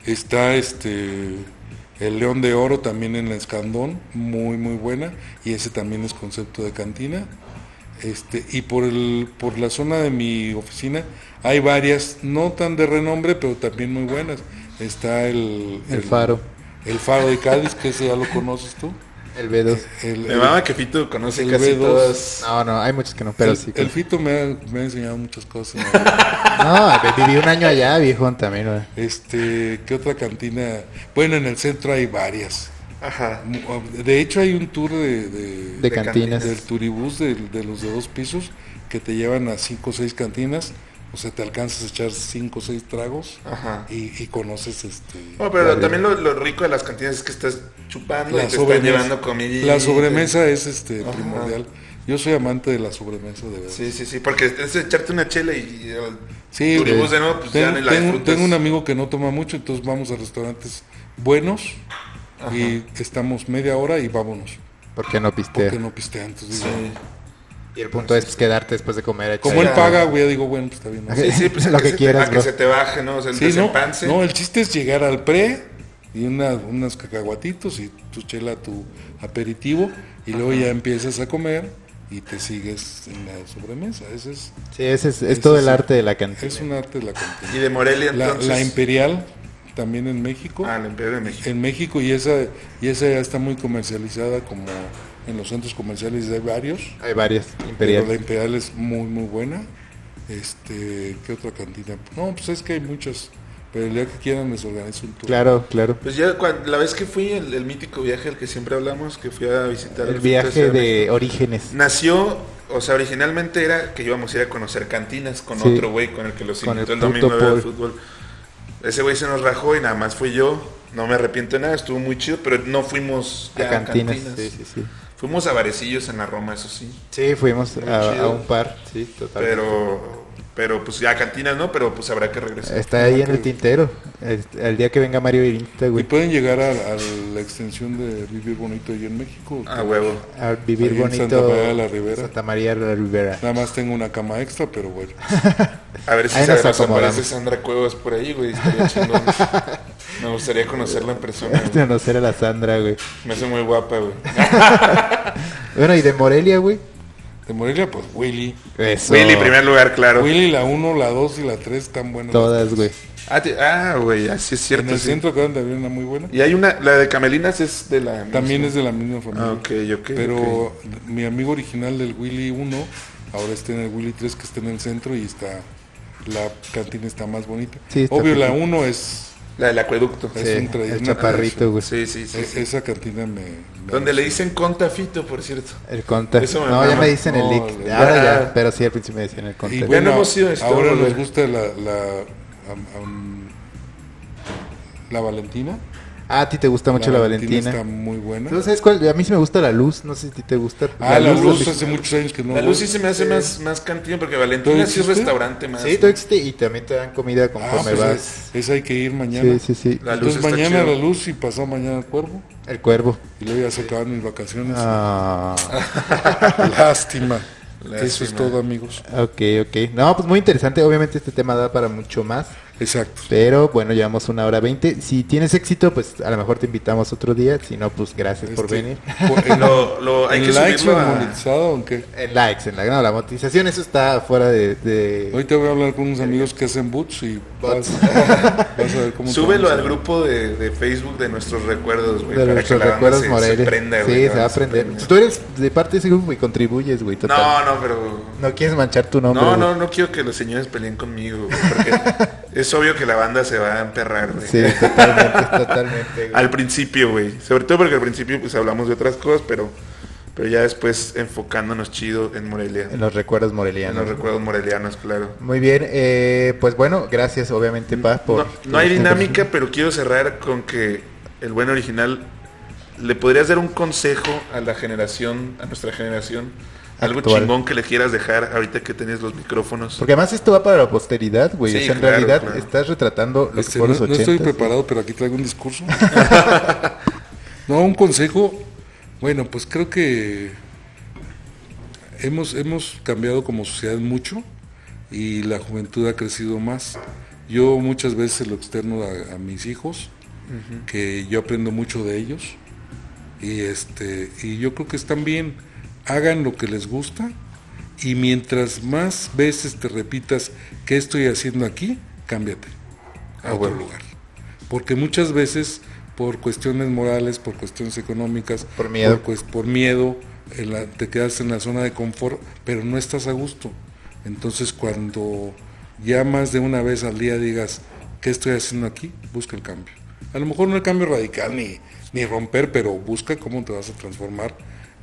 S3: Está este el León de Oro también en la Escandón, muy muy buena y ese también es concepto de cantina. Este, y por el por la zona de mi oficina hay varias no tan de renombre, pero también muy buenas. Está el
S1: El Faro.
S3: El Faro de Cádiz, que ese ya lo conoces tú.
S1: El B2.
S3: El-
S4: Me
S3: el-
S4: mama que Fito conoce
S3: el
S4: casi
S3: B2.
S4: todas.
S1: No, no, hay muchos que no, pero
S3: el,
S1: sí.
S3: el Fito me ha, me ha enseñado muchas cosas. ¿no?
S1: No, viví un año allá, viejón, también. güey.
S3: este, ¿qué otra cantina? Bueno, en el centro hay varias.
S4: Ajá.
S3: De hecho, hay un tour de, de-
S1: De
S4: De
S1: cantinas.
S3: del turibús del- de, los de dos pisos que te llevan a cinco o seis cantinas. O sea, te alcanzas a echar cinco o seis tragos
S4: Ajá.
S3: y, y conoces este.
S4: Bueno, pero lo- también lo, lo rico de las cantinas es que estás chupando y Oh, pues, te están llevando comida.
S3: la sobremesa es este primordial. Yo soy amante de la sobremesa, de verdad.
S4: Sí, sí, sí. Porque es echarte una chela y. el
S3: Sí,
S4: turibús
S3: güey.
S4: de nuevo, pues ya
S3: tengo,
S4: ni la
S3: tengo-
S4: disfrutas.
S3: tengo un amigo que no toma mucho, entonces vamos a restaurantes buenos y estamos media hora y vámonos.
S1: Porque no
S3: Porque
S1: pistea.
S3: no pistean. Entonces,
S4: Sí.
S3: digo,
S1: Y el punto es pues, quedarte después de comer. a
S3: como él
S1: echar-
S3: paga, güey, digo, bueno, pues está bien. ¿no?
S1: Ajá.
S4: Sí, sí, pues a
S1: Lo
S4: que
S1: que
S4: se te-
S1: quieras,
S4: A que
S1: bro.
S4: se te baje, ¿no? O sea, el
S3: Sí, no,
S4: desempance.
S3: no, el chiste es llegar al pre y una- unos cacahuatitos y tu chela, tu aperitivo y luego ya empiezas a comer y te sigues en la sobremesa. Ese es,
S1: Sí, ese es, es
S3: Ese
S1: todo
S3: sí.
S1: el arte de la cantina.
S3: es un arte de la cantina.
S4: Y de Morelia,
S3: La,
S4: entonces.
S3: la imperial también en México.
S4: Ah, la Imperio de México.
S3: en México y esa y esa ya está muy comercializada como en los centros comerciales hay varios
S1: Hay varias.
S3: pero
S1: Imperial.
S3: la Imperial es muy muy buena este qué otra cantina no pues es que hay muchas pero el día que quieran les organizo un tour
S1: Claro, claro.
S4: Pues ya cuan- la vez que fui, el, el mítico viaje al que siempre hablamos, que fui a visitar
S1: El
S4: Fito
S1: viaje
S4: Ciudad
S1: de
S3: Mm,
S1: orígenes.
S4: Nació, o sea, originalmente era que íbamos a ir a conocer cantinas con
S1: Sí.
S4: otro güey con el que los
S1: Con
S4: invitó
S1: el
S4: el, domingo
S1: puto
S4: a ver el
S1: Paul.
S4: fútbol. Ese güey se nos rajó y nada más fui yo. No me arrepiento de nada, estuvo muy chido, pero no fuimos ya
S1: A
S4: a
S1: cantinas.
S4: cantinas.
S1: Sí, sí, sí.
S4: Fuimos a Varecillos en la Roma, eso sí.
S1: Sí, fuimos
S4: Muy
S1: a,
S4: chido.
S1: a un par. Sí, totalmente.
S4: Pero, pero pues ya a cantinas no, pero pues habrá que regresar.
S1: Está ahí en el tintero. El, el día que venga Mario Virinta,
S3: y pues,
S1: güey.
S3: pueden llegar a, a la extensión de vivir bonito allí en México
S1: Ah.
S4: A Ah, huevo.
S1: A vivir
S3: Ahí en
S1: bonito.
S3: Santa María de la Ribera.
S1: Santa María de la Ribera.
S3: nada más tengo una cama extra pero bueno
S4: A ver si
S1: Ahí
S4: se
S1: nos
S4: nos
S1: acomodamos.
S4: aparece Sandra Cuevas por ahí, güey. Estaría chingón. me gustaría conocerla en persona. güey.
S1: Conocer Este, a la Sandra, güey.
S4: Me hace muy guapa, güey.
S1: Bueno, y de Morelia, güey.
S3: de Morelia pues Willy
S1: Eso.
S4: Willy, primer lugar, claro.
S3: Willy la 1 la 2 y la 3 están buenas
S1: Todas, güey.
S4: Ah, te- ah, güey, así es
S3: en
S4: cierto.
S3: el
S4: sí.
S3: centro acaban de abrir una muy buena
S4: Y hay una, la de Camelinas es de la...
S3: también es de la misma familia
S4: Ah, ok, ok.
S3: Pero
S4: ok.
S3: mi amigo original del Willy 1 Ahora está en el Willy 3 que está en el centro y está la cantina está más bonita.
S1: Sí, está
S3: Obvio, la
S1: perfecto.
S3: 1 es,
S4: La del acueducto.
S1: Sí,
S3: Es
S1: pues, eh,
S3: un tradicional.
S1: el chaparrito, güey.
S4: Sí, sí, sí.
S3: e-
S4: sí.
S3: esa cantina me... me-
S4: Donde le dicen contafito, por cierto.
S1: El conta.
S4: Eso me
S1: no, ya
S4: mama.
S1: me dicen el
S3: No,
S1: leak.
S3: güey.
S1: Ahora ya,
S4: Ah.
S1: pero sí, al principio me decían el
S3: Y
S1: conta.
S3: bueno,
S4: no hemos ido a este esto,
S3: ahora
S4: güey.
S3: nos gusta la... la am- am- la Valentina.
S1: Ah, a ti te gusta mucho la, Valentina.
S3: está muy buena.
S1: ¿Tú sabes cuál? A mí sí me gusta la luz. No sé si a ti te gusta.
S3: ah, la, luz,
S1: sí.
S3: hace muchos años que no.
S4: La
S3: voy.
S4: luz sí se me hace más, más cantina porque Valentina sí es
S3: existe?
S4: restaurante más.
S1: eh, Sí, todo existe y también te dan comida
S3: Ah,
S1: conforme
S3: pues
S1: vas.
S3: es- esa hay que ir mañana.
S1: Sí, sí, sí.
S4: La
S3: Entonces
S4: luz está
S3: mañana
S4: chido.
S3: la luz y pasado mañana el cuervo.
S1: El cuervo.
S3: Y luego ya se acaban mis vacaciones.
S1: Ah,
S3: Lástima. Eso es
S4: Lástima.
S3: todo, amigos.
S1: ok, ok. No, pues muy interesante. Obviamente este tema da para mucho más.
S3: Exacto.
S1: Pero bueno, llevamos una hora veinte. Si tienes éxito, pues a lo mejor te invitamos otro día. Si no, pues gracias por
S3: Este,
S1: venir.
S3: por-
S4: Y lo- lo- hay
S3: ¿El
S4: que
S3: like
S4: subirlo
S3: fue
S4: a-
S3: monetizado o qué?
S1: En likes, en la, no, la monetización, eso está fuera de... de-
S3: Ahorita voy a hablar con unos amigos que hacen boots y
S1: Bots.
S3: Vas, vas a ver cómo.
S4: Súbelo
S3: te
S4: al
S3: vamos
S4: grupo de, de Facebook de nuestros recuerdos, güey.
S1: de
S4: para que
S1: nuestros
S4: la banda
S1: recuerdos
S4: se- se
S1: Morelia.
S4: prenda, güey,
S1: sí, se
S4: la
S1: va a
S4: banda
S1: aprender.
S4: prenda.
S1: Tú eres de parte de ese grupo y contribuyes, güey, total.
S4: No, no, pero.
S1: No quieres manchar tu nombre.
S4: No,
S1: güey.
S4: no, no quiero que los señores peleen conmigo, güey, porque es obvio que la banda se va a emperrar, güey.
S1: Sí, totalmente, totalmente. güey.
S4: Al principio, güey. Sobre todo porque al principio pues hablamos de otras cosas, pero, pero ya después enfocándonos chido en Morelia.
S1: En los recuerdos
S4: En
S1: morelianos.
S4: los recuerdos morelianos, claro.
S1: Muy bien, eh, pues bueno, gracias obviamente, Paz, por...
S4: No, no hay dinámica, pero quiero cerrar con que el buen original le podrías dar un consejo a la generación, a nuestra generación, algo
S1: Actual. Pues,
S4: chingón que le quieras dejar ahorita que tenés los micrófonos.
S1: Porque además esto va para la posteridad, güey.
S4: Sí,
S1: o sea, en
S4: claro,
S1: realidad
S4: claro.
S1: estás retratando lo
S3: Este,
S1: que fue
S3: no,
S1: los
S3: no
S1: 80.
S3: estoy preparado, pero aquí traigo un discurso. no, un consejo. Bueno, pues creo que hemos, hemos cambiado como sociedad mucho y la juventud ha crecido más. Yo muchas veces lo externo a, a mis hijos, que yo aprendo mucho de ellos. Y, este, y yo creo que están bien, hagan lo que les gusta y mientras más veces te repitas qué estoy haciendo aquí, cámbiate a
S4: Ah,
S3: otro
S4: bueno.
S3: lugar. Porque muchas veces por cuestiones morales, por cuestiones económicas,
S1: Por miedo.
S3: por, cues- por miedo, en la- te quedas en la zona de confort, pero no estás a gusto. Entonces cuando ya más de una vez al día digas, ¿qué estoy haciendo aquí? Busca el cambio. A lo mejor no el cambio radical ni, ni romper, pero busca cómo te vas a transformar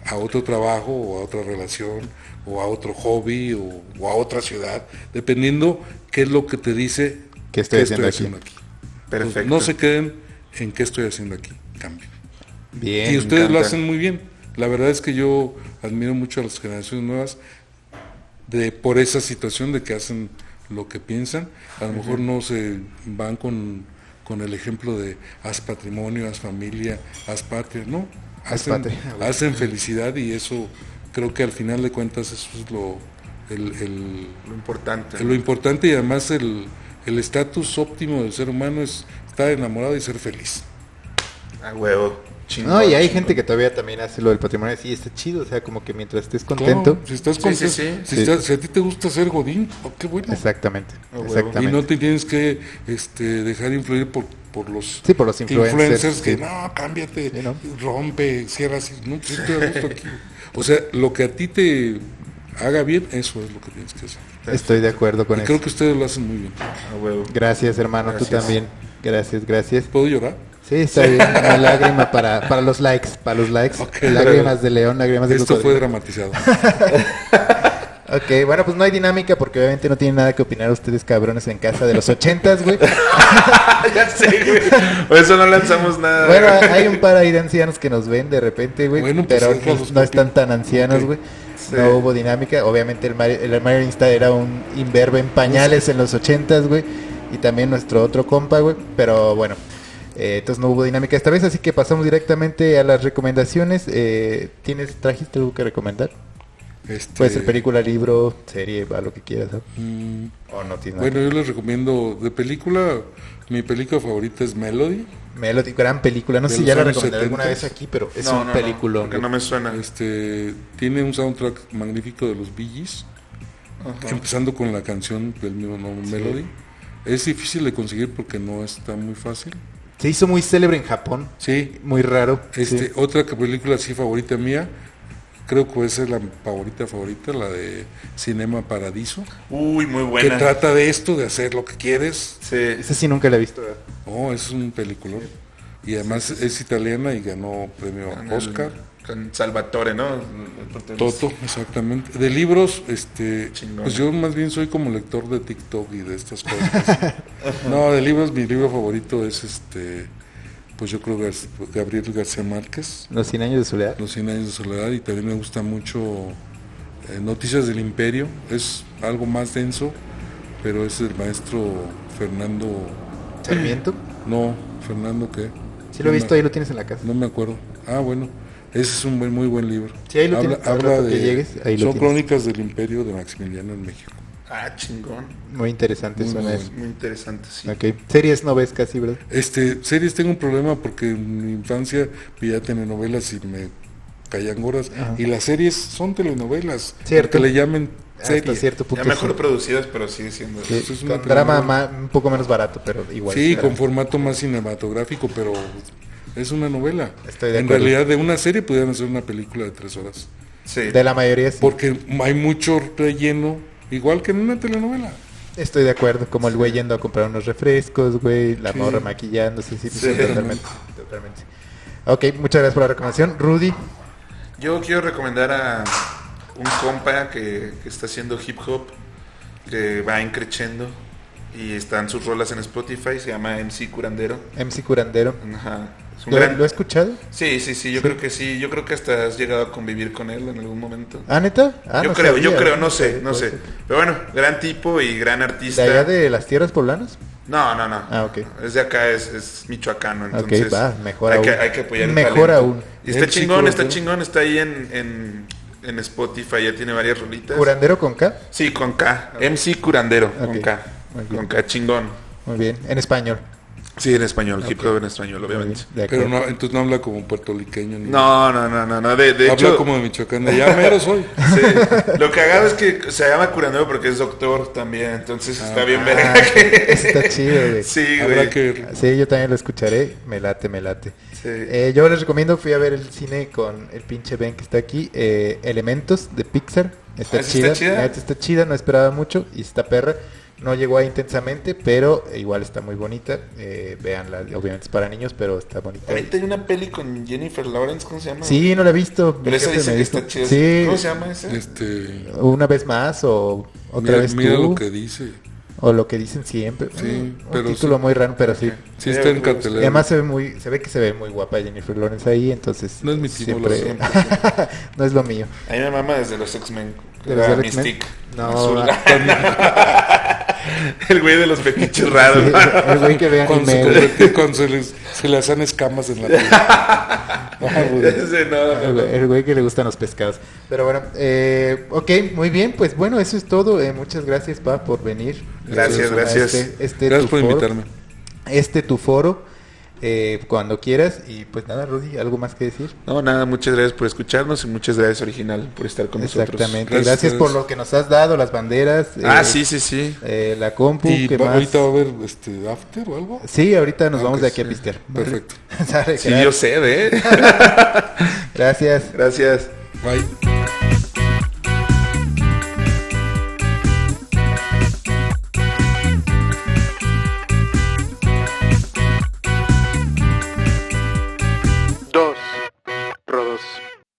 S3: a otro trabajo o a otra relación o a otro hobby o, o a otra ciudad, dependiendo qué es lo que te dice
S1: ¿Qué estoy haciendo aquí?
S3: aquí?
S1: pues,
S4: Perfecto.
S3: No se queden en qué estoy haciendo aquí. Cambien.
S1: Bien.
S3: Y ustedes lo
S4: encanta.
S3: hacen muy bien. La verdad es que yo admiro mucho a las generaciones nuevas de por esa situación de que hacen lo que piensan. A lo mejor no se van con, con el ejemplo de haz patrimonio, haz familia, haz patria. No,
S1: Haz
S3: hacen,
S1: patria.
S3: hacen felicidad y eso creo que al final de cuentas eso es lo, el- el,
S4: Lo importante.
S3: Este, lo importante y además el el estatus óptimo del ser humano es estar enamorado y ser feliz.
S4: A huevo. Chingón,
S1: No, y hay
S4: chingón.
S1: gente que todavía también hace lo del patrimonio así, está chido, o sea, como que mientras estés contento.
S3: Claro, si estás
S4: Sí,
S3: contento,
S4: sí, sí.
S3: Si,
S1: Sí.
S3: estás- si a ti te gusta ser godín, oh, qué bueno.
S1: Exactamente,
S4: huevo.
S1: exactamente.
S3: Y no te tienes que este, dejar influir por, por los
S1: Sí, por los influencers,
S3: que
S1: sí.
S3: no, cámbiate,
S1: Sí, ¿no?
S3: rompe, cierra así. No, pues, sí estoy a gusto aquí. O sea, lo que a ti te haga bien, eso es lo que tienes que hacer.
S1: Estoy de acuerdo con
S3: y
S1: eso.
S3: creo que ustedes lo hacen muy bien.
S4: A huevo.
S1: Gracias, hermano, tú
S4: Gracias.
S1: también. Gracias, gracias.
S3: ¿Puedo llorar?
S1: Sí, está bien. Una lágrima para, para los likes, para los likes.
S3: Ok.
S1: lágrimas de león, lágrimas de
S3: Esto fue
S1: cocodrilo.
S3: dramatizado.
S1: Ok, bueno, pues no hay dinámica porque obviamente no tienen nada que opinar ustedes cabrones en casa de los ochentas, güey.
S4: ya sé, güey. Por eso no lanzamos nada.
S1: Bueno, hay un par ahí de ancianos que nos ven de repente, güey.
S3: Bueno, pues,
S1: pero
S3: déjalos
S1: no, no
S3: contigo.
S1: están tan ancianos,
S3: Ok.
S1: güey. No hubo dinámica. Obviamente el Mario, el Mario Insta era un imberbe en pañales en los ochentas, güey. Y también nuestro otro compa, güey. Pero bueno. eh, entonces no hubo dinámica esta vez, así que pasamos directamente a las recomendaciones. Eh, ¿Tienes, trajiste algo que recomendar?
S3: Este,
S1: Puede ser película, libro, serie, a lo que quieras. ¿no? O no tienes nada.
S3: Bueno, yo les recomiendo de película, mi película favorita es Melody.
S1: Melody, gran película. No
S3: de
S1: sé si
S3: los
S1: ya la
S3: años
S1: recomendé alguna
S3: 70s.
S1: vez aquí, pero es
S4: No,
S1: un
S4: no,
S1: película.
S4: No, porque no me suena.
S3: Este tiene un soundtrack magnífico de los Bee Gees, empezando con la canción del mismo nombre, Melody. Es difícil de conseguir porque no está muy fácil.
S1: Se hizo muy célebre en Japón.
S3: Sí,
S1: Muy raro.
S3: este
S1: sí.
S3: otra que- película sí favorita mía Creo que esa es la favorita, favorita, la de Cinema Paradiso,
S4: Uy, muy buena.
S3: que trata de esto, de hacer lo que quieres.
S4: Sí.
S1: Ese sí nunca la he visto.
S3: Oh, es un peliculón. Y además es italiana y ganó premio Oscar.
S4: Con Salvatore, ¿no? El protagonista.
S3: Toto, exactamente. De libros, este,
S4: Chingón.
S3: pues yo más bien soy como lector de TikTok y de estas cosas. no, de libros, mi libro favorito es este, pues yo creo que es Gabriel García Márquez,
S1: Los 100 años de soledad.
S3: Los 100 años de soledad, y también me gusta mucho eh, Noticias del Imperio, es algo más denso, pero es el maestro Fernando,
S1: ¿Sarmiento?
S3: no, Fernando qué.
S1: Sí lo he
S3: No me-
S1: visto, ahí lo tienes en la casa.
S3: no me acuerdo. Ah, bueno. Ese es un buen, muy buen libro.
S1: Sí, ahí lo
S3: habla,
S1: tienes, al
S3: habla
S1: rato
S3: de,
S1: que llegues, ahí lo
S3: Son
S1: tienes.
S3: crónicas del imperio de Maximiliano en México.
S4: Ah, chingón.
S1: Muy interesante
S3: Muy
S1: suena
S3: bueno.
S1: eso.
S4: Muy interesante, sí.
S1: Ok. Series no ves casi, bro.
S3: Este, series tengo un problema porque en mi infancia veía telenovelas y me caían gordas. Y las series son telenovelas.
S1: Cierto.
S3: Que le llamen
S1: Hasta
S3: series.
S1: cierto punto.
S4: Ya mejor
S1: sí.
S4: producidas, pero sigue siendo.
S1: Sí,
S3: Eso es una
S1: con drama
S3: primera-
S1: ma- un poco menos barato, pero igual.
S3: Sí,
S1: claro.
S3: con formato más cinematográfico, pero es una novela.
S1: Estoy de
S3: en
S1: acuerdo.
S3: realidad de una serie pudieran hacer una película de tres horas.
S4: Sí.
S1: De la mayoría sí.
S3: Porque hay mucho relleno, igual que en una telenovela.
S1: Estoy de acuerdo, como el güey yendo a comprar unos refrescos, güey, la
S3: Sí.
S1: morra maquillándose, sí, sí,
S4: Sí.
S1: totalmente, totalmente. Ok, muchas gracias por la recomendación. Rudy,
S4: Yo quiero recomendar a un compa que, que está haciendo hip hop, que va increciendo y están sus rolas en Spotify, se llama MC Curandero.
S1: MC Curandero.
S4: Ajá. Es un
S1: ¿Lo,
S4: gran-
S1: lo he escuchado?
S4: Sí, sí, sí, yo creo que sí, yo creo que hasta has llegado a convivir con él en algún momento.
S1: ¿Ah, neta? Ah,
S4: yo
S1: no
S4: creo, yo
S1: sabía.
S4: creo, no sé, no
S1: Puede
S4: sé.
S1: ser.
S4: Pero bueno, gran tipo y gran
S1: ¿De
S4: artista.
S1: allá de las tierras poblanas?
S4: No, no, no.
S1: Ah, ok.
S4: Es de acá, es, es michoacano,
S1: Ok,
S4: entonces.
S1: va, mejor
S4: hay
S1: aún.
S4: Que, hay que apoyar el
S1: Mejor
S4: talento.
S1: aún.
S4: Y está
S3: El chico
S4: chingón, está
S3: Rodrigo.
S4: chingón, está ahí en, en, en Spotify, ya tiene varias rolitas.
S1: ¿Curandero con K?
S4: Sí, con K. MC Curandero, con
S1: Ok.
S4: K.
S1: Ok.
S4: Con K, chingón.
S1: Muy bien, en español.
S4: Sí, en español, hip hop en español, obviamente.
S1: De
S3: Pero
S1: acuerdo.
S3: no, entonces no habla como puertorriqueño. Ni
S4: No, no, no, no, no. De, de
S3: habla
S4: hecho,
S3: como de Michoacán. de Ya mero soy.
S4: sí. lo cagado es que se llama curandero porque es doctor también, entonces está bien verga
S1: Ah,
S4: que-
S1: está chido, güey.
S4: Sí, güey.
S3: Habrá que...
S1: Sí, yo también lo escucharé. Me late, me late.
S4: Sí.
S1: Eh, yo les recomiendo, fui a ver el cine con el pinche Ben que está aquí. eh, Elementos de Pixar. Está
S4: Ah, ¿esa
S1: chida.
S4: está chida?
S1: La neta está chida, no esperaba mucho. Y está perra. No llegó ahí intensamente, pero igual está muy bonita. Eh, véanla, obviamente es para niños, pero está bonita.
S4: Ahorita hay una peli con Jennifer Lawrence, ¿cómo se llama?
S1: Sí, no la he visto.
S4: Pero
S1: Mi
S4: esa
S1: jefe
S4: dice
S1: me
S4: que
S1: dijo.
S4: está chida.
S1: Sí.
S4: ¿Cómo se llama esa?
S3: Este,
S1: Una vez más o otra
S3: mira
S1: vez
S3: mira
S1: tú,
S3: lo que dice.
S1: o lo que dicen siempre.
S3: Sí,
S1: Un- un
S3: pero
S1: título
S3: sí.
S1: muy raro, pero sí.
S4: Eh,
S3: Sí está en
S1: Y
S3: cartelera.
S1: además se ve muy, se ve que se ve muy guapa Jennifer Lawrence ahí, entonces
S3: No es mi tipo, lo
S4: siento.
S1: no es lo mío.
S4: A mí me mama desde los X-Men.
S1: ¿De
S4: Era
S1: los X-Men?
S4: Mystique.
S1: No,
S4: Azul.
S1: va.
S4: El güey de los fetiches raros.
S1: Sí,
S4: ¿no?
S1: el güey que ve
S3: Cuando se,
S1: anime, güey.
S3: convierte- cuando se les, se le hacen escamas en la piel. Ah, güey.
S4: Ese, no, no,
S1: El
S4: no.
S1: güey- el güey que le gustan los pescados. Pero bueno, eh, ok, muy bien, pues bueno, eso es todo. eh, muchas gracias, Pa, por venir.
S4: Gracias,
S1: A
S4: gracias.
S1: Este, este
S3: Gracias
S1: tu
S3: por
S1: foro-
S3: invitarme.
S1: Este tu foro, eh, cuando quieras. Y pues nada, Rudy, ¿algo más que decir?
S4: No, nada, muchas gracias por escucharnos y muchas gracias, Original, por estar con nosotros.
S1: Exactamente.
S3: Gracias
S1: Gracias,
S3: a
S1: por
S3: ustedes.
S1: lo que nos has dado, las banderas.
S4: Ah,
S1: eh,
S4: sí, sí, sí.
S1: eh, la compu,
S3: Y
S1: ¿qué
S3: va-
S1: más?
S3: ahorita va a haber este, after o algo.
S1: Sí, ahorita nos
S3: Ah,
S1: vamos
S3: ok,
S1: de aquí a
S3: sí.
S1: pistear. ¿vale?
S3: Perfecto.
S1: Sale,
S4: Sí,
S1: gracias.
S4: yo sé, ¿eh?
S1: Gracias.
S4: Gracias.
S3: Bye.